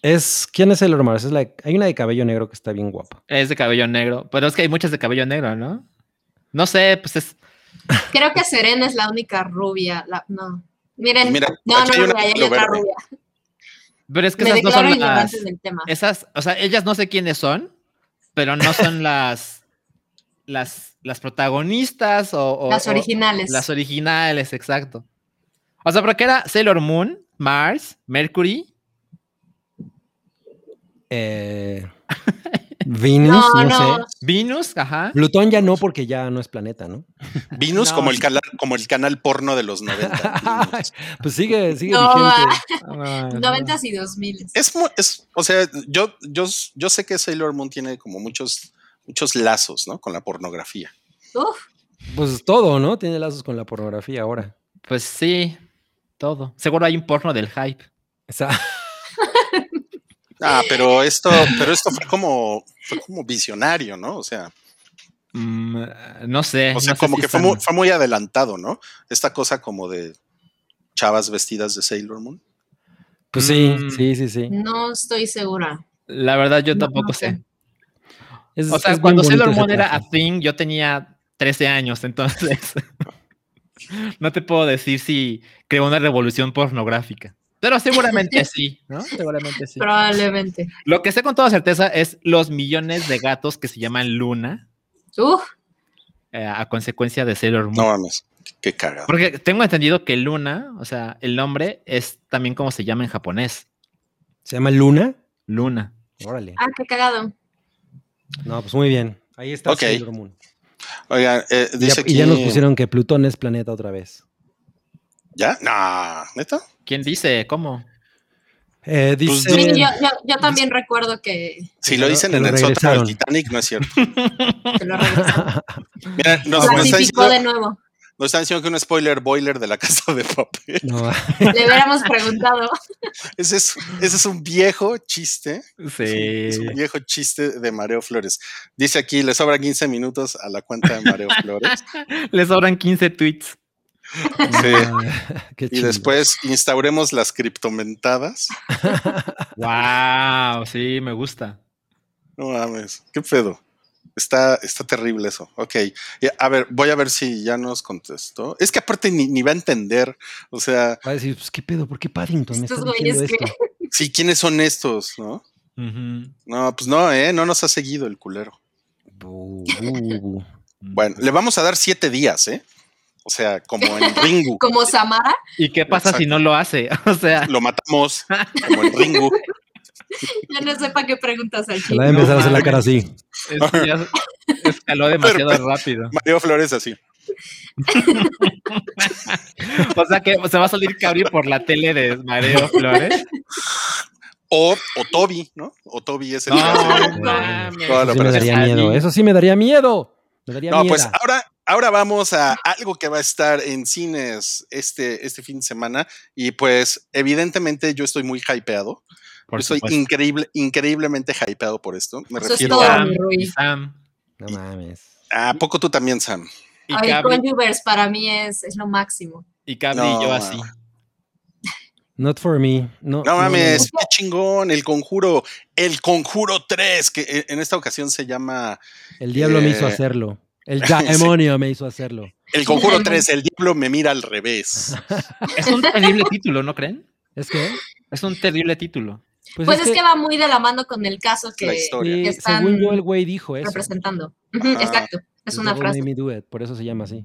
[SPEAKER 3] Es, ¿Quién es el Mars? Es la, hay una de cabello negro que está bien guapa.
[SPEAKER 4] Es de cabello negro, pero es que hay muchas de cabello negro, ¿no? No sé, pues es...
[SPEAKER 5] Creo que Serena es la única rubia. la- no. Miren,
[SPEAKER 2] Mira,
[SPEAKER 5] no,
[SPEAKER 2] aquí
[SPEAKER 5] no,
[SPEAKER 2] hay una
[SPEAKER 5] no, ahí hay
[SPEAKER 2] pelo
[SPEAKER 5] otra
[SPEAKER 2] verde.
[SPEAKER 5] rubia.
[SPEAKER 4] Pero es que
[SPEAKER 5] Me
[SPEAKER 4] esas no son
[SPEAKER 5] declaro
[SPEAKER 4] las...
[SPEAKER 5] ignorante del tema.
[SPEAKER 4] Esas, o sea, ellas no sé quiénes son, pero no son las... Las, las protagonistas o, o-
[SPEAKER 5] Las
[SPEAKER 4] o-
[SPEAKER 5] originales.
[SPEAKER 4] Las originales, exacto. O sea, porque era Sailor Moon, Mars, Mercury.
[SPEAKER 3] Eh, Venus,
[SPEAKER 5] No,
[SPEAKER 3] no,
[SPEAKER 5] no.
[SPEAKER 3] sé.
[SPEAKER 4] Venus, ajá.
[SPEAKER 3] Plutón ya no, porque ya no es planeta, ¿no?
[SPEAKER 2] Venus
[SPEAKER 4] No.
[SPEAKER 2] como, el canal, como el canal porno de los 90. Venus.
[SPEAKER 3] pues sigue, sigue
[SPEAKER 5] No,
[SPEAKER 3] vigente.
[SPEAKER 4] Ah, no.
[SPEAKER 5] 90 y 2000.
[SPEAKER 2] es, mu- es- o sea, yo, yo, yo sé que Sailor Moon tiene como muchos, muchos lazos, ¿no? Con la pornografía.
[SPEAKER 5] Uf,
[SPEAKER 3] Pues todo, ¿no? Tiene lazos con la pornografía ahora.
[SPEAKER 4] Pues sí, todo. Seguro hay un porno del hype.
[SPEAKER 3] Esa-
[SPEAKER 2] Ah, pero esto, pero esto fue como, fue como visionario, ¿no? O sea,
[SPEAKER 4] Mm, no sé.
[SPEAKER 3] Eh,
[SPEAKER 2] o sea,
[SPEAKER 4] no sé
[SPEAKER 2] como
[SPEAKER 4] si
[SPEAKER 2] que fue
[SPEAKER 4] están-
[SPEAKER 2] muy, fue muy adelantado, ¿no? Esta cosa como de chavas vestidas de Sailor Moon.
[SPEAKER 3] pues sí,
[SPEAKER 4] Mm.
[SPEAKER 3] sí, sí, sí.
[SPEAKER 5] no estoy segura.
[SPEAKER 4] La verdad, yo
[SPEAKER 5] No,
[SPEAKER 4] tampoco
[SPEAKER 5] no
[SPEAKER 4] sé.
[SPEAKER 5] sé.
[SPEAKER 3] Es-
[SPEAKER 4] O sea,
[SPEAKER 3] es bien
[SPEAKER 4] cuando
[SPEAKER 3] bonito
[SPEAKER 4] Sailor
[SPEAKER 3] ese
[SPEAKER 4] Moon era a
[SPEAKER 3] traje.
[SPEAKER 4] thing, yo tenía 13 años, entonces no te puedo decir si creó una revolución pornográfica. Pero seguramente sí, ¿no? Seguramente sí.
[SPEAKER 5] Probablemente.
[SPEAKER 4] Lo que sé con toda certeza es los millones de gatos que se llaman Luna
[SPEAKER 5] Uf,
[SPEAKER 4] eh, a consecuencia de Sailor Moon.
[SPEAKER 2] No mames, qué cagado.
[SPEAKER 4] Porque tengo entendido que Luna, o sea, el nombre es también como se llama en japonés,
[SPEAKER 3] Se llama Luna.
[SPEAKER 4] Luna.
[SPEAKER 3] Órale.
[SPEAKER 5] ah, qué cagado.
[SPEAKER 3] No, pues muy bien. Ahí está
[SPEAKER 2] Ok.
[SPEAKER 3] Sailor Moon.
[SPEAKER 2] Oiga, eh,
[SPEAKER 3] Y ya,
[SPEAKER 2] dice
[SPEAKER 3] y ya nos
[SPEAKER 2] aquí-
[SPEAKER 3] pusieron que Plutón es planeta otra vez.
[SPEAKER 2] ¿Ya? Nah, neta.
[SPEAKER 4] ¿Quién dice? ¿Cómo?
[SPEAKER 3] Eh,
[SPEAKER 2] Pues
[SPEAKER 3] dice,
[SPEAKER 5] Sí, yo, yo, yo también recuerdo que
[SPEAKER 2] Si lo
[SPEAKER 3] Pero-
[SPEAKER 2] dicen en
[SPEAKER 3] pero
[SPEAKER 2] el sótano
[SPEAKER 3] regresaron.
[SPEAKER 2] del Titanic, no es cierto.
[SPEAKER 5] te lo regresaron.
[SPEAKER 2] Mira, nos, nos están
[SPEAKER 5] Clasificó
[SPEAKER 2] diciendo,
[SPEAKER 5] de nuevo.
[SPEAKER 2] nos están diciendo que un spoiler boiler de la casa de papel.
[SPEAKER 3] no,
[SPEAKER 5] Le hubiéramos preguntado.
[SPEAKER 2] Ese es, ese es un viejo chiste. Es un
[SPEAKER 4] Sí.
[SPEAKER 2] viejo chiste de Mareo Flores. Dice aquí, le sobran 15 minutos a la cuenta de Mareo Flores.
[SPEAKER 4] Les sobran 15 tweets.
[SPEAKER 3] qué
[SPEAKER 2] Y
[SPEAKER 3] chido.
[SPEAKER 2] después instauremos las criptomentadas.
[SPEAKER 4] Wow, sí, me gusta.
[SPEAKER 2] No mames, qué pedo. Está, está terrible eso. Ok. Y A ver, voy a ver si ya nos contestó. Es que aparte ni, ni va a entender. O sea,
[SPEAKER 3] Va a decir, pues qué pedo, ¿por qué Paddington me
[SPEAKER 5] Pues Estos
[SPEAKER 3] está diciendo
[SPEAKER 5] güeyes que-
[SPEAKER 3] esto?
[SPEAKER 2] sí, ¿quiénes son estos? ¿No?
[SPEAKER 4] Ujú.
[SPEAKER 2] No, pues no, ¿eh? No nos ha seguido el culero.
[SPEAKER 3] Bu, bu, bu.
[SPEAKER 2] Bueno, le vamos a dar siete días, ¿eh? O sea, como en Ringu.
[SPEAKER 5] Como Samara,
[SPEAKER 4] ¿Y qué pasa si
[SPEAKER 2] Exacto.
[SPEAKER 4] no lo hace? O sea,
[SPEAKER 2] Lo matamos, como en Ringu.
[SPEAKER 5] ya no sepa qué preguntas al
[SPEAKER 3] Se la va a
[SPEAKER 5] chico.
[SPEAKER 3] empezar a hacer la cara así.
[SPEAKER 4] es que este ya escaló demasiado rápido.
[SPEAKER 2] Mario Flores así.
[SPEAKER 4] O sea que se va a salir Cabri por la tele de Mareo Flores.
[SPEAKER 2] O, o Toby, ¿no? O Toby es el
[SPEAKER 4] No,
[SPEAKER 2] que hace
[SPEAKER 4] mames.
[SPEAKER 2] toda la
[SPEAKER 3] Eso sí me
[SPEAKER 2] operación.
[SPEAKER 3] daría miedo. Eso sí me daría miedo. Me daría
[SPEAKER 2] No,
[SPEAKER 3] miedo.
[SPEAKER 2] pues ahora, ahora vamos a algo que va a estar en cines este, este fin de semana. Y pues, evidentemente, yo estoy muy hypeado. yo
[SPEAKER 4] Por
[SPEAKER 2] estoy
[SPEAKER 4] supuesto.
[SPEAKER 2] increíble, increíblemente hypeado por esto. Me
[SPEAKER 5] Eso es
[SPEAKER 2] refiero
[SPEAKER 5] todo.
[SPEAKER 2] a.
[SPEAKER 4] Sam,
[SPEAKER 5] Rui.
[SPEAKER 4] y Sam,
[SPEAKER 3] No mames.
[SPEAKER 2] ¿A poco tú también, Sam?
[SPEAKER 4] y
[SPEAKER 5] Ay,
[SPEAKER 4] Cabri,
[SPEAKER 5] Conjuverse para mí es, es lo máximo.
[SPEAKER 4] y, Cabri
[SPEAKER 2] No,
[SPEAKER 4] y yo así.
[SPEAKER 3] Not for me. No,
[SPEAKER 2] No mames,
[SPEAKER 3] no.
[SPEAKER 2] qué chingón, el conjuro, el conjuro 3, que eh, en esta ocasión se llama
[SPEAKER 3] El diablo me hizo
[SPEAKER 2] Eh,
[SPEAKER 3] hacerlo. El demonio me hizo hacerlo.
[SPEAKER 2] El conjuro 3, el diablo me mira al revés.
[SPEAKER 4] Es un terrible título, ¿no creen?
[SPEAKER 3] ¿Es que?
[SPEAKER 4] Es un terrible título.
[SPEAKER 5] Pues, es, que, va muy de la mano con el caso
[SPEAKER 2] La
[SPEAKER 5] que
[SPEAKER 2] historia.
[SPEAKER 3] sí,
[SPEAKER 5] que están
[SPEAKER 3] según yo, el güey dijo eso.
[SPEAKER 5] representando. Ujú,
[SPEAKER 2] Ajá.
[SPEAKER 5] Exacto, es
[SPEAKER 3] El
[SPEAKER 5] una
[SPEAKER 3] devil made
[SPEAKER 5] frase.
[SPEAKER 3] me do it, por eso se llama así.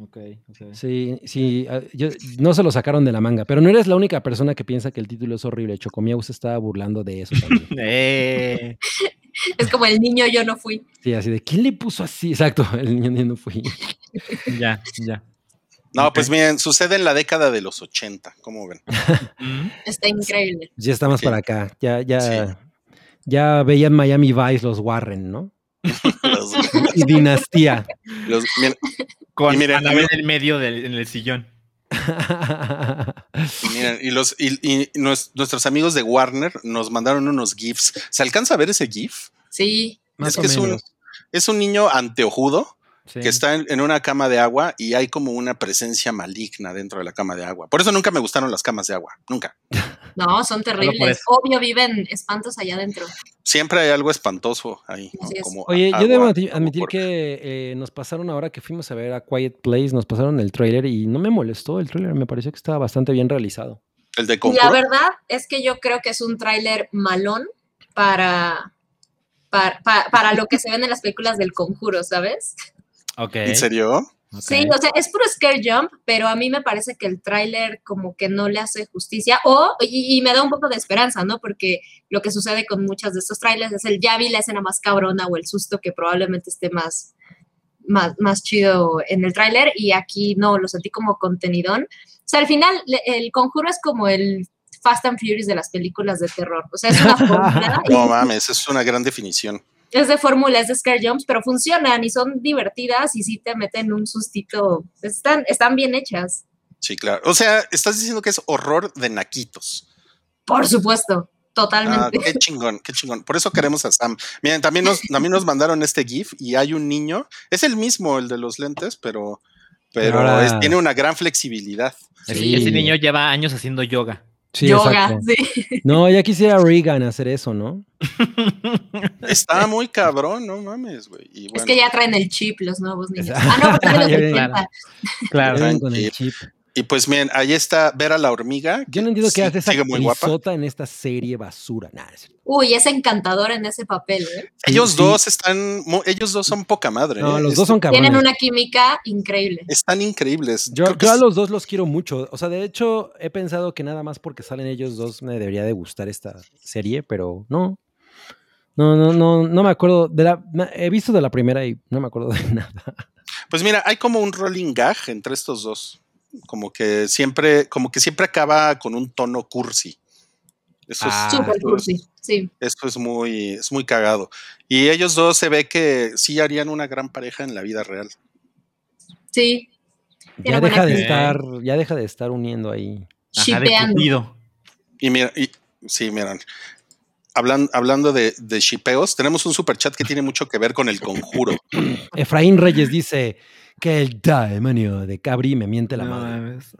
[SPEAKER 4] Ok, ok.
[SPEAKER 3] Sí, sí, ah, yo- no se lo sacaron de la manga, pero no eres la única persona que piensa que el título es horrible. Chocomiau se estaba burlando de eso también.
[SPEAKER 4] Eh,
[SPEAKER 5] Es como el niño yo no fui.
[SPEAKER 3] Sí, así de, ¿quién le puso así? Exacto, el niño ni no fui.
[SPEAKER 4] ya, ya.
[SPEAKER 2] No,
[SPEAKER 4] Ok.
[SPEAKER 2] pues miren, sucede en la década de los 80, ¿cómo ven?
[SPEAKER 4] Mm.
[SPEAKER 5] Está increíble.
[SPEAKER 3] Ya está más
[SPEAKER 2] Sí.
[SPEAKER 3] para acá. Ya, ya,
[SPEAKER 2] Sí.
[SPEAKER 3] ya veían Miami Vice los Warren, ¿no?
[SPEAKER 2] Los-
[SPEAKER 3] Y Dinastía.
[SPEAKER 2] los- miren,
[SPEAKER 4] Con
[SPEAKER 2] Y miren,
[SPEAKER 4] Anabel
[SPEAKER 2] amigos-
[SPEAKER 4] en el medio del, en el sillón.
[SPEAKER 2] miren, y, los, y, y nues- nuestros amigos de Warner nos mandaron unos GIFs. ¿Se alcanza a ver ese GIF?
[SPEAKER 5] Sí,
[SPEAKER 3] Más
[SPEAKER 2] es
[SPEAKER 3] o
[SPEAKER 2] que es un,
[SPEAKER 3] menos,
[SPEAKER 2] es un niño anteojudo
[SPEAKER 3] sí.
[SPEAKER 2] que está en, en una cama de agua y hay como una presencia maligna dentro de la cama de agua. Por eso nunca me gustaron las camas de agua, nunca.
[SPEAKER 5] no, son
[SPEAKER 4] por
[SPEAKER 5] terribles.
[SPEAKER 4] eso.
[SPEAKER 5] Obvio, viven espantos allá adentro.
[SPEAKER 2] Siempre hay algo espantoso ahí. ¿no?
[SPEAKER 5] Así es.
[SPEAKER 2] Como
[SPEAKER 3] Oye,
[SPEAKER 2] agua,
[SPEAKER 3] yo debo admi-
[SPEAKER 2] como
[SPEAKER 3] admitir
[SPEAKER 2] por-
[SPEAKER 3] que eh, nos pasaron ahora que fuimos a ver a Quiet Place, nos pasaron el tráiler y no me molestó el tráiler, me pareció que estaba bastante bien realizado.
[SPEAKER 2] El de
[SPEAKER 5] Y la
[SPEAKER 2] Conjuro.
[SPEAKER 5] verdad es que yo creo que es un tráiler malón para, para, para, para lo que se ven en las películas del conjuro, ¿sabes?
[SPEAKER 4] Ok.
[SPEAKER 2] ¿En serio?
[SPEAKER 4] ok.
[SPEAKER 5] Sí, o sea, es puro scare jump, pero a mí me parece que el tráiler como que no le hace justicia o y, y me da un poco de esperanza, ¿no? Porque lo que sucede con muchas de estos trailers es el ya vi la escena más cabrona o el susto que probablemente esté más más, más chido en el tráiler y aquí no, lo sentí como contenidón. O sea, al final le- el conjuro es como el Fast and Furious de las películas de terror. O sea, es una fórmula y
[SPEAKER 2] No mames, es una gran definición.
[SPEAKER 5] es de fórmula, es de scare jumps, pero funcionan y son divertidas y sí te meten un sustito. Están, están bien hechas,
[SPEAKER 2] Sí, claro. O sea, estás diciendo que es horror de naquitos.
[SPEAKER 5] por supuesto,
[SPEAKER 2] Ah,
[SPEAKER 5] totalmente.
[SPEAKER 2] qué chingón, qué chingón. Por eso queremos a Sam. Miren, también nos, también nos mandaron este GIF y hay un niño. Es el mismo, el de los lentes, pero, pero
[SPEAKER 3] Ahora-
[SPEAKER 2] es- tiene una gran flexibilidad.
[SPEAKER 4] Ese-
[SPEAKER 3] Sí.
[SPEAKER 4] Ese niño lleva años haciendo yoga.
[SPEAKER 3] Sí,
[SPEAKER 5] Yoga,
[SPEAKER 3] exacto.
[SPEAKER 5] sí.
[SPEAKER 3] No, ya quisiera Regan hacer eso, ¿no?
[SPEAKER 2] Está muy cabrón, no mames, güey. Y
[SPEAKER 5] Es
[SPEAKER 2] bueno,
[SPEAKER 5] que ya traen el chip los nuevos niños. Ah, no, porque son los
[SPEAKER 3] Ya
[SPEAKER 5] del
[SPEAKER 3] ven,
[SPEAKER 5] ochenta.
[SPEAKER 4] claro.
[SPEAKER 3] Regan con el chip.
[SPEAKER 2] Y pues miren, ahí está Vera la hormiga.
[SPEAKER 3] Yo no entiendo
[SPEAKER 2] que
[SPEAKER 3] qué hace
[SPEAKER 2] sí-
[SPEAKER 3] esa
[SPEAKER 2] sigue muy guapa.
[SPEAKER 3] actrizota en esta serie basura. Nah, es-
[SPEAKER 5] Uy, es encantador en ese papel, ¿eh?
[SPEAKER 2] Ellos
[SPEAKER 3] sí.
[SPEAKER 2] dos están, mu- ellos dos son poca madre.
[SPEAKER 3] No,
[SPEAKER 2] ¿eh?
[SPEAKER 3] los dos son cabrones.
[SPEAKER 5] Tienen una química increíble.
[SPEAKER 2] Están increíbles.
[SPEAKER 3] Yo,
[SPEAKER 2] Creo que
[SPEAKER 3] yo a
[SPEAKER 2] es-
[SPEAKER 3] los dos los quiero mucho. O sea, de hecho, he pensado que nada más porque salen ellos dos me debería de gustar esta serie, pero no. No, no, no, no me acuerdo. De la, na- he visto de la primera y no me acuerdo de nada.
[SPEAKER 2] Pues mira, hay como un rolling gag entre estos dos. Como que siempre, como que siempre acaba con un tono cursi. Eso es,
[SPEAKER 4] Ah,
[SPEAKER 2] eso
[SPEAKER 5] Súper
[SPEAKER 2] es-
[SPEAKER 5] cursi, sí.
[SPEAKER 2] eso es muy, es muy cagado. Y ellos dos se ve que sí harían una gran pareja en la vida real.
[SPEAKER 5] Sí,
[SPEAKER 3] Ya
[SPEAKER 5] Tiene buena
[SPEAKER 3] deja de
[SPEAKER 4] actitud.
[SPEAKER 3] estar, ya deja de estar uniendo ahí.
[SPEAKER 4] Ajá, de
[SPEAKER 5] shipeando.
[SPEAKER 4] Cupido.
[SPEAKER 2] Y mira, y, sí, miran. Hablan, hablando de, de shipeos, tenemos un super chat que tiene mucho que ver con el conjuro.
[SPEAKER 3] Efraín Reyes dice que el demonio de Cabri me miente la
[SPEAKER 4] No
[SPEAKER 3] madre.
[SPEAKER 4] mames.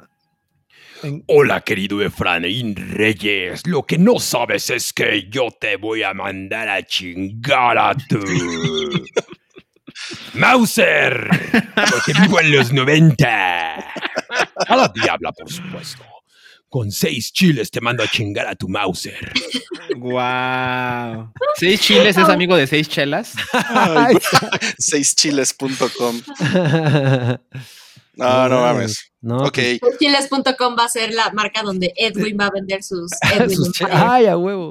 [SPEAKER 7] Hola, querido Efraín Reyes. Lo que no sabes es que yo te voy a mandar a chingar a tu. Mauser, porque vivo en los 90. A la diabla, por supuesto. Con seis chiles te mando a chingar a tu Mauser.
[SPEAKER 4] Guau. ¿Seis chiles es amigo de seis chelas?
[SPEAKER 2] Seischeles.com. No, no mames.
[SPEAKER 3] No,
[SPEAKER 2] Ok.
[SPEAKER 3] pues,
[SPEAKER 5] Chiles.com va a ser la marca donde Edwin va a vender sus Edwin
[SPEAKER 3] sus Ah.
[SPEAKER 5] on
[SPEAKER 3] che-
[SPEAKER 5] Fire.
[SPEAKER 3] Ay, a huevo.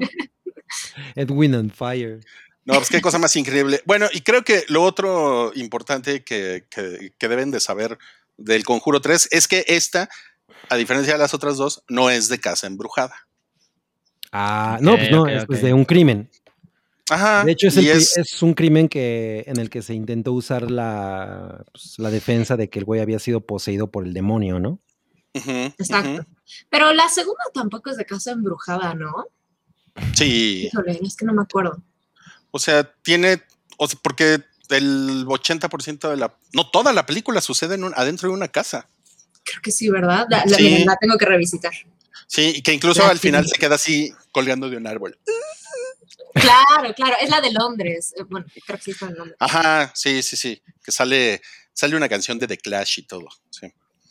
[SPEAKER 3] Edwin on fire.
[SPEAKER 2] No, pues qué cosa más increíble. Bueno, y creo que lo otro importante que, que- que deben de saber del Conjuro 3 es que esta, a diferencia de las otras dos, no es de casa embrujada.
[SPEAKER 3] Ah, no,
[SPEAKER 4] Ok,
[SPEAKER 3] pues no,
[SPEAKER 4] ok,
[SPEAKER 3] es pues,
[SPEAKER 4] ok.
[SPEAKER 3] de un crimen.
[SPEAKER 2] Ajá.
[SPEAKER 3] De hecho, es, el
[SPEAKER 2] Ah, y
[SPEAKER 3] pri-
[SPEAKER 2] es-
[SPEAKER 3] es un crimen que, en el que se intentó usar la, pues, la defensa de que el güey había sido poseído por el demonio, ¿no?
[SPEAKER 2] ujú,
[SPEAKER 5] Exacto.
[SPEAKER 2] ujú.
[SPEAKER 5] Pero la segunda tampoco es de casa embrujada, ¿no?
[SPEAKER 2] Sí.
[SPEAKER 5] Híjole, es que no me acuerdo.
[SPEAKER 2] O sea, tiene. o sea, porque el 80% de la. No, toda la película sucede en un- adentro de una casa.
[SPEAKER 5] Creo que sí, ¿verdad? La, la-
[SPEAKER 2] Sí.
[SPEAKER 5] miren, la tengo que revisitar.
[SPEAKER 2] Sí, y que incluso
[SPEAKER 5] Ya,
[SPEAKER 2] al final
[SPEAKER 5] sí.
[SPEAKER 2] se queda así colgando de un árbol.
[SPEAKER 5] Claro, claro, es la de Londres. Eh, Bueno, creo que sí está en Londres.
[SPEAKER 2] Ajá, sí, sí, sí. Que sale, sale una canción de The Clash y todo. sí.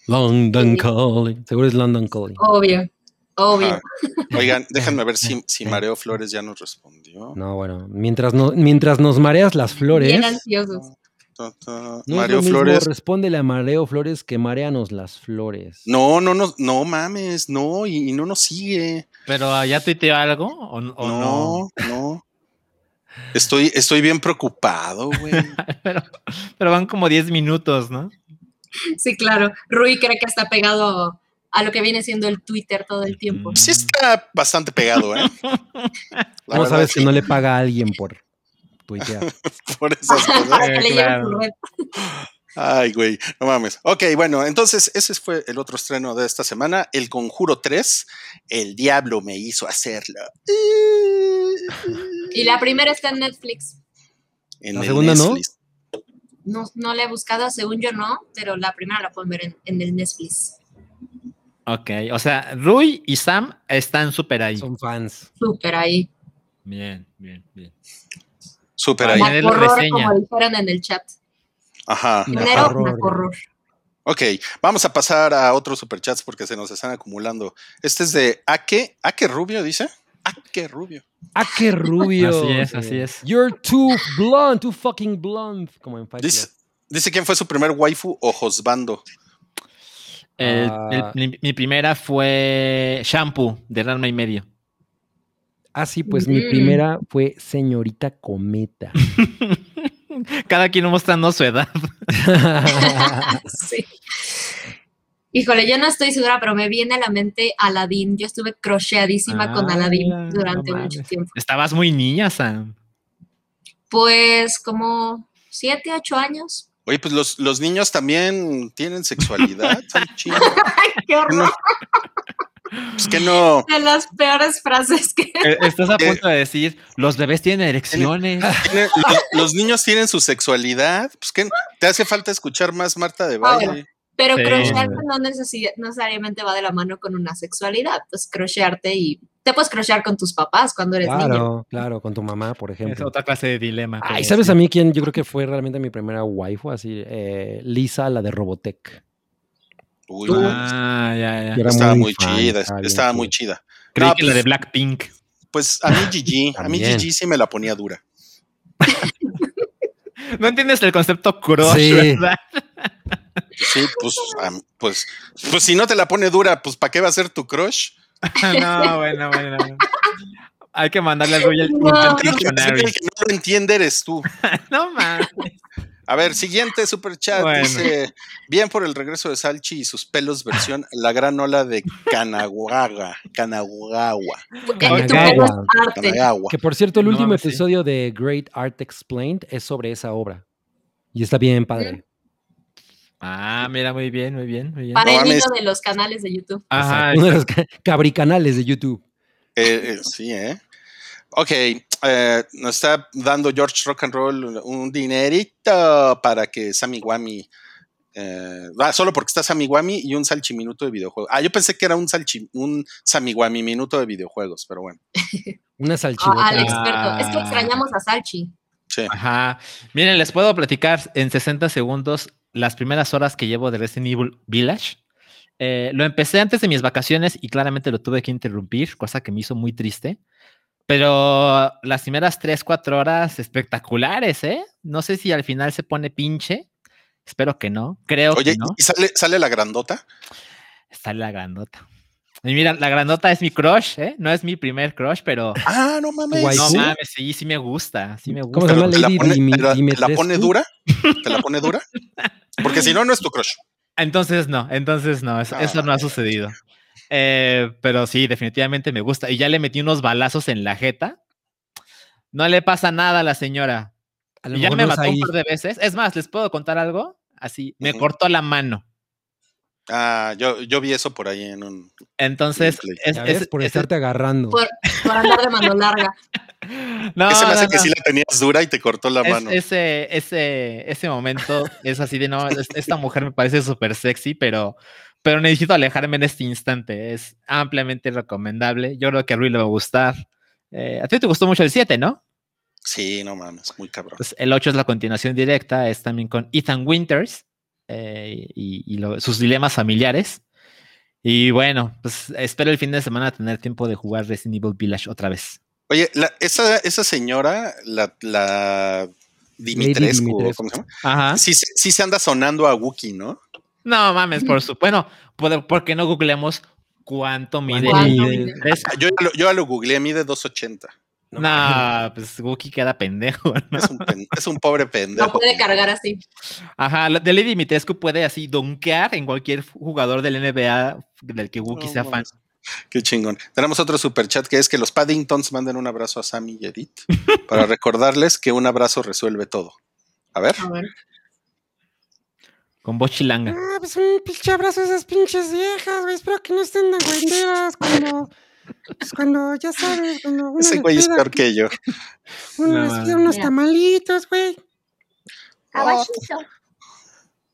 [SPEAKER 3] London
[SPEAKER 5] Sí.
[SPEAKER 3] Calling. Seguro es London Calling.
[SPEAKER 5] Obvio, obvio.
[SPEAKER 2] Ajá. Ah, Oigan, déjenme ver si, si Mareo Flores ya nos respondió.
[SPEAKER 3] Eh, No, bueno, mientras, no, mientras nos mareas las flores.
[SPEAKER 5] Bien ansiosos.
[SPEAKER 2] Ta, ta,
[SPEAKER 3] No
[SPEAKER 2] Mareo
[SPEAKER 3] es lo mismo,
[SPEAKER 2] Flores.
[SPEAKER 3] respóndele a Mareo Flores que mareanos las flores.
[SPEAKER 2] No, no, no, no mames, no, y, y no nos sigue.
[SPEAKER 4] Pero ¿ya tuiteó algo o, n-
[SPEAKER 3] Oh,
[SPEAKER 4] o no?
[SPEAKER 2] no, no, Estoy, estoy bien preocupado, güey.
[SPEAKER 4] pero, pero van como 10 minutos, ¿no?
[SPEAKER 5] Sí, claro. Rui cree que está pegado a lo que viene siendo el Twitter todo el tiempo.
[SPEAKER 2] Sí está bastante pegado, ¿eh? La
[SPEAKER 3] ¿Cómo
[SPEAKER 2] verdad,
[SPEAKER 3] sabes
[SPEAKER 2] sí,
[SPEAKER 3] que no le paga a alguien por tuitear?
[SPEAKER 2] por esas cosas.
[SPEAKER 5] Para que le lleven
[SPEAKER 4] Eh, claro.
[SPEAKER 5] su red.
[SPEAKER 2] Ay, güey, no mames. Ok, bueno, entonces ese fue el otro estreno de esta semana, El Conjuro 3, El Diablo me hizo hacerlo.
[SPEAKER 5] Y la primera está en Netflix.
[SPEAKER 2] En
[SPEAKER 3] ¿La
[SPEAKER 2] el
[SPEAKER 3] segunda no?
[SPEAKER 2] Netflix.
[SPEAKER 5] No, no la he buscado, según yo no, pero la primera la pueden ver en, en el Netflix.
[SPEAKER 4] Ok, o sea, Rui y Sam están súper ahí.
[SPEAKER 3] Son fans.
[SPEAKER 5] Súper ahí.
[SPEAKER 4] Bien, bien, bien.
[SPEAKER 2] Súper ahí.
[SPEAKER 4] Vale.
[SPEAKER 5] La
[SPEAKER 4] Añadirle
[SPEAKER 5] horror,
[SPEAKER 4] reseña.
[SPEAKER 5] como dijeron en el chat.
[SPEAKER 2] Ajá.
[SPEAKER 5] Primero,
[SPEAKER 3] horror.
[SPEAKER 5] la horror.
[SPEAKER 2] Ok, vamos a pasar a otros superchats porque se nos están acumulando. Este es de Ake, Ake Rubio, dice. Ake Rubio.
[SPEAKER 3] ¡Ah, qué rubio!
[SPEAKER 4] Así es, así es.
[SPEAKER 3] You're too blonde, too fucking blonde. Como en Fight Club.
[SPEAKER 2] Dice, dice quién fue su primer waifu o Josbando.
[SPEAKER 4] El- el-
[SPEAKER 3] Ah.
[SPEAKER 4] mi, mi primera fue Shampoo, de Ranma y medio.
[SPEAKER 3] Ah, sí, pues mi
[SPEAKER 5] Mm.
[SPEAKER 3] primera fue Señorita Cometa.
[SPEAKER 4] Cada quien mostrando su edad.
[SPEAKER 5] Sí. Híjole, yo no estoy segura, pero me viene a la mente Aladdin. Yo estuve crocheadísima con
[SPEAKER 4] Ah,
[SPEAKER 5] Aladdin
[SPEAKER 4] mira,
[SPEAKER 5] durante
[SPEAKER 4] no
[SPEAKER 5] mucho
[SPEAKER 4] mames.
[SPEAKER 5] tiempo.
[SPEAKER 4] Estabas muy niña, Sam.
[SPEAKER 5] Pues como siete, ocho años.
[SPEAKER 2] Oye, pues los, los niños también tienen sexualidad. Ay, chido.
[SPEAKER 5] ¡Qué horror!
[SPEAKER 2] No. Pues que no.
[SPEAKER 5] De las peores frases que...
[SPEAKER 4] Eh, Estás a punto de decir, los bebés tienen erecciones.
[SPEAKER 2] Tiene- los, los niños tienen su sexualidad. Pues que te hace falta escuchar más Marta de baile.
[SPEAKER 5] Ahora. Pero
[SPEAKER 4] Sí.
[SPEAKER 5] crochearte no, necesi- no necesariamente va de la mano con una sexualidad. Pues crochearte y... Te puedes crochear con tus papás cuando eres niño.
[SPEAKER 3] claro, claro, con tu mamá, por
[SPEAKER 4] Es
[SPEAKER 3] ejemplo.
[SPEAKER 4] otra clase de dilema.
[SPEAKER 3] Ay,
[SPEAKER 4] pero
[SPEAKER 3] ¿sabes
[SPEAKER 4] sí.
[SPEAKER 3] a mí quién? Yo creo que fue realmente mi primera waifu, así, eh, Lisa, la de Robotech.
[SPEAKER 2] Uy,
[SPEAKER 5] Tú-
[SPEAKER 2] no,
[SPEAKER 4] Ah, ya, ya.
[SPEAKER 3] Yo era
[SPEAKER 2] estaba muy
[SPEAKER 3] fan,
[SPEAKER 2] chida,
[SPEAKER 3] bien
[SPEAKER 2] estaba muy chida.
[SPEAKER 4] Creí
[SPEAKER 2] No,
[SPEAKER 4] que la de
[SPEAKER 2] pues-
[SPEAKER 4] Blackpink.
[SPEAKER 2] Pues a mí Gigi, a mí
[SPEAKER 3] También.
[SPEAKER 2] Gigi sí me la ponía dura.
[SPEAKER 4] No entiendes el concepto crush,
[SPEAKER 3] Sí.
[SPEAKER 4] ¿verdad?
[SPEAKER 2] Sí, pues, am- pues, pues si no te la pone dura, pues ¿para qué va a ser tu crush?
[SPEAKER 4] no, bueno, bueno. Hay que mandarle algo al
[SPEAKER 5] No.
[SPEAKER 4] Urban
[SPEAKER 2] Creo que, creo que
[SPEAKER 4] Dictionary.
[SPEAKER 2] el que no lo entiende eres tú.
[SPEAKER 4] No mames.
[SPEAKER 2] A ver, siguiente super chat.
[SPEAKER 4] Bueno.
[SPEAKER 2] Dice, bien por el regreso de Salchi y sus pelos versión La Gran Ola de Kanagawa. Kanagawa.
[SPEAKER 5] Porque tu
[SPEAKER 3] Kanagawa.
[SPEAKER 5] pelo es arte.
[SPEAKER 2] Kanagawa.
[SPEAKER 3] Que por cierto, el
[SPEAKER 4] No
[SPEAKER 3] último
[SPEAKER 4] mames, sí.
[SPEAKER 3] episodio de Great Art Explained es sobre esa obra. Y está bien padre.
[SPEAKER 4] Ah, mira, muy bien, muy bien, muy bien.
[SPEAKER 5] Para
[SPEAKER 2] No
[SPEAKER 5] el niño
[SPEAKER 2] mames.
[SPEAKER 5] de los canales de YouTube.
[SPEAKER 4] Ajá,
[SPEAKER 3] Uno de los ca- cabricanales de YouTube.
[SPEAKER 2] Eh, eh, sí, ¿eh? Ok, eh, nos está dando George Rock and Roll un- un dinerito para que Sammy Guami. eh, ah, solo porque está Sammy Guami y un salchiminuto de videojuegos. Ah, yo pensé que era un, salchi, un Sammy Guami minuto de videojuegos, pero bueno.
[SPEAKER 3] Una
[SPEAKER 5] Ah,
[SPEAKER 3] salchibota.
[SPEAKER 5] al experto. Es que
[SPEAKER 4] Ah.
[SPEAKER 5] extrañamos a Salchi.
[SPEAKER 2] Sí.
[SPEAKER 4] ajá. Miren, les puedo platicar en 60 segundos las primeras horas que llevo de Resident Evil Village. Eh, lo empecé antes de mis vacaciones y claramente lo tuve que interrumpir, cosa que me hizo muy triste. Pero las primeras 3, 4 horas espectaculares, ¿eh? No sé si al final se pone pinche. Espero que no. Creo
[SPEAKER 2] Oye,
[SPEAKER 4] que no.
[SPEAKER 2] ¿y sale, sale la grandota?
[SPEAKER 4] Sale la grandota. Y mira, la grandota es mi crush, ¿eh? No es mi primer crush, pero
[SPEAKER 2] Ah, no mames.
[SPEAKER 3] Guay.
[SPEAKER 4] no
[SPEAKER 3] ¿Sí?
[SPEAKER 4] mames, sí, sí me gusta, sí me
[SPEAKER 3] ¿Cómo
[SPEAKER 4] gusta.
[SPEAKER 3] se
[SPEAKER 2] Pero
[SPEAKER 3] llama?
[SPEAKER 2] ¿te la
[SPEAKER 3] Lady
[SPEAKER 2] pone- te
[SPEAKER 3] Dimi-
[SPEAKER 2] la- te la
[SPEAKER 3] Dimitrescu.
[SPEAKER 2] pone dura? ¿Te la pone dura? Porque si no, no es tu crush.
[SPEAKER 4] Entonces no, entonces no, eso, eso no ha sucedido. Eh, pero sí, definitivamente me gusta. Y ya le metí unos balazos en la jeta. No le pasa nada a la señora.
[SPEAKER 5] ah,
[SPEAKER 3] A lo
[SPEAKER 4] Y ya
[SPEAKER 3] mejor
[SPEAKER 4] me
[SPEAKER 3] no es
[SPEAKER 4] mató
[SPEAKER 3] ahí.
[SPEAKER 4] un par de veces. Es más, ¿les puedo contar algo? Así, me
[SPEAKER 2] Ujú.
[SPEAKER 4] cortó la mano.
[SPEAKER 2] Ah, yo, yo vi eso por ahí en un.
[SPEAKER 4] Entonces,
[SPEAKER 2] Híjole.
[SPEAKER 4] es,
[SPEAKER 3] Ya
[SPEAKER 4] es-
[SPEAKER 3] ves, por
[SPEAKER 4] es-
[SPEAKER 3] estarte agarrando.
[SPEAKER 5] Por- por andar de mano larga.
[SPEAKER 4] No,
[SPEAKER 2] Ese me hace
[SPEAKER 4] no,
[SPEAKER 2] que
[SPEAKER 4] no.
[SPEAKER 2] sí la tenías dura y te cortó la
[SPEAKER 4] Es-
[SPEAKER 2] mano.
[SPEAKER 4] ese, ese, ese momento es así de no, es- esta mujer me parece súper sexy, pero, pero necesito alejarme en este instante. Es ampliamente recomendable. Yo creo que a Rui le va a gustar. Eh, a ti te gustó mucho el 7, ¿no?
[SPEAKER 2] Sí, no mames, muy cabrón.
[SPEAKER 4] Pues el 8 es la continuación directa, es también con Ethan Winters eh, y, y lo- sus dilemas familiares. Y bueno, pues espero el fin de semana tener tiempo de jugar Resident Evil Village otra vez.
[SPEAKER 2] Oye, la- esa, esa señora, la, la Dimitrescu,
[SPEAKER 3] Dimitrescu.
[SPEAKER 2] ¿cómo se llama?
[SPEAKER 4] Ajá.
[SPEAKER 2] Sí, se- sí se anda sonando a Wookiee, ¿no?
[SPEAKER 4] No mames, por supuesto. Bueno, ¿por, por qué no googleamos cuánto mide?
[SPEAKER 5] ¿Cuánto
[SPEAKER 4] el-
[SPEAKER 5] mide?
[SPEAKER 4] ¿Ves?
[SPEAKER 2] Ah, Yo, ya lo- yo ya lo googleé, mide 280.
[SPEAKER 4] No, pues Wookie queda pendejo. ¿no?
[SPEAKER 2] Es un, pen- es un pobre pendejo.
[SPEAKER 5] No puede cargar así.
[SPEAKER 4] Ajá, la- de Lady Dimitrescu puede así donkear en cualquier jugador del NBA del que Wookie
[SPEAKER 2] No
[SPEAKER 4] sea fan.
[SPEAKER 2] mames. Qué chingón. Tenemos otro superchat que es que los Paddingtons manden un abrazo a Sammy y Edith para recordarles que un abrazo resuelve todo. A ver.
[SPEAKER 5] A ver.
[SPEAKER 4] Con voz chilanga.
[SPEAKER 6] Ah, pues un pinche abrazo a esas pinches viejas, güey. Espero que no estén de güenderas cuando. Pues cuando, ya sabes, cuando uno
[SPEAKER 2] Ese
[SPEAKER 6] les
[SPEAKER 2] güey es
[SPEAKER 6] pida-
[SPEAKER 2] peor que yo.
[SPEAKER 6] uno les pide unos
[SPEAKER 5] Mira.
[SPEAKER 6] tamalitos, güey.
[SPEAKER 5] Abajito.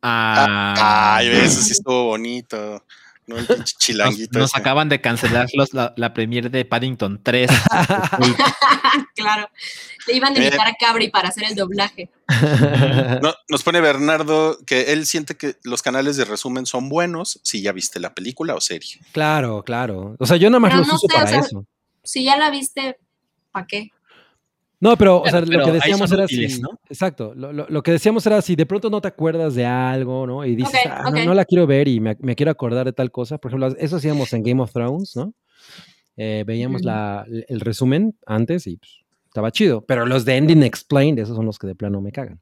[SPEAKER 4] Ah,
[SPEAKER 2] Ay, eso sí estuvo bonito. No el pinche
[SPEAKER 4] nos,
[SPEAKER 2] chilanguito.
[SPEAKER 4] nos
[SPEAKER 2] ese.
[SPEAKER 4] acaban de cancelar los- la, la premier de Paddington 3.
[SPEAKER 5] claro. Le iban a
[SPEAKER 2] Mira.
[SPEAKER 5] invitar a Cabri para hacer el doblaje.
[SPEAKER 2] No, nos pone Bernardo que él siente que los canales de resumen son buenos si ya viste la película o serie.
[SPEAKER 3] Claro, claro. O sea, yo nada más
[SPEAKER 5] Pero
[SPEAKER 3] los
[SPEAKER 5] no
[SPEAKER 3] uso
[SPEAKER 5] sé, o
[SPEAKER 3] para
[SPEAKER 5] sea-
[SPEAKER 3] eso.
[SPEAKER 5] Si ya la viste, ¿para qué?
[SPEAKER 3] No, pero, o sea,
[SPEAKER 4] Bueno, pero
[SPEAKER 3] lo que
[SPEAKER 4] ahí
[SPEAKER 3] decíamos
[SPEAKER 4] son
[SPEAKER 3] era
[SPEAKER 4] útiles,
[SPEAKER 3] si.
[SPEAKER 4] ¿no?
[SPEAKER 3] Exacto. Lo, lo- lo que decíamos era si de pronto no te acuerdas de algo, ¿no? Y dices,
[SPEAKER 5] Ok,
[SPEAKER 3] ah,
[SPEAKER 5] ok.
[SPEAKER 3] No, no la quiero ver y me, me quiero acordar de tal cosa. Por ejemplo, eso hacíamos en Game of Thrones, ¿no? Eh, veíamos
[SPEAKER 5] Ujú.
[SPEAKER 3] la- el el resumen antes y pues, estaba chido. Pero los de Ending Explained, esos son los que de plano me cagan.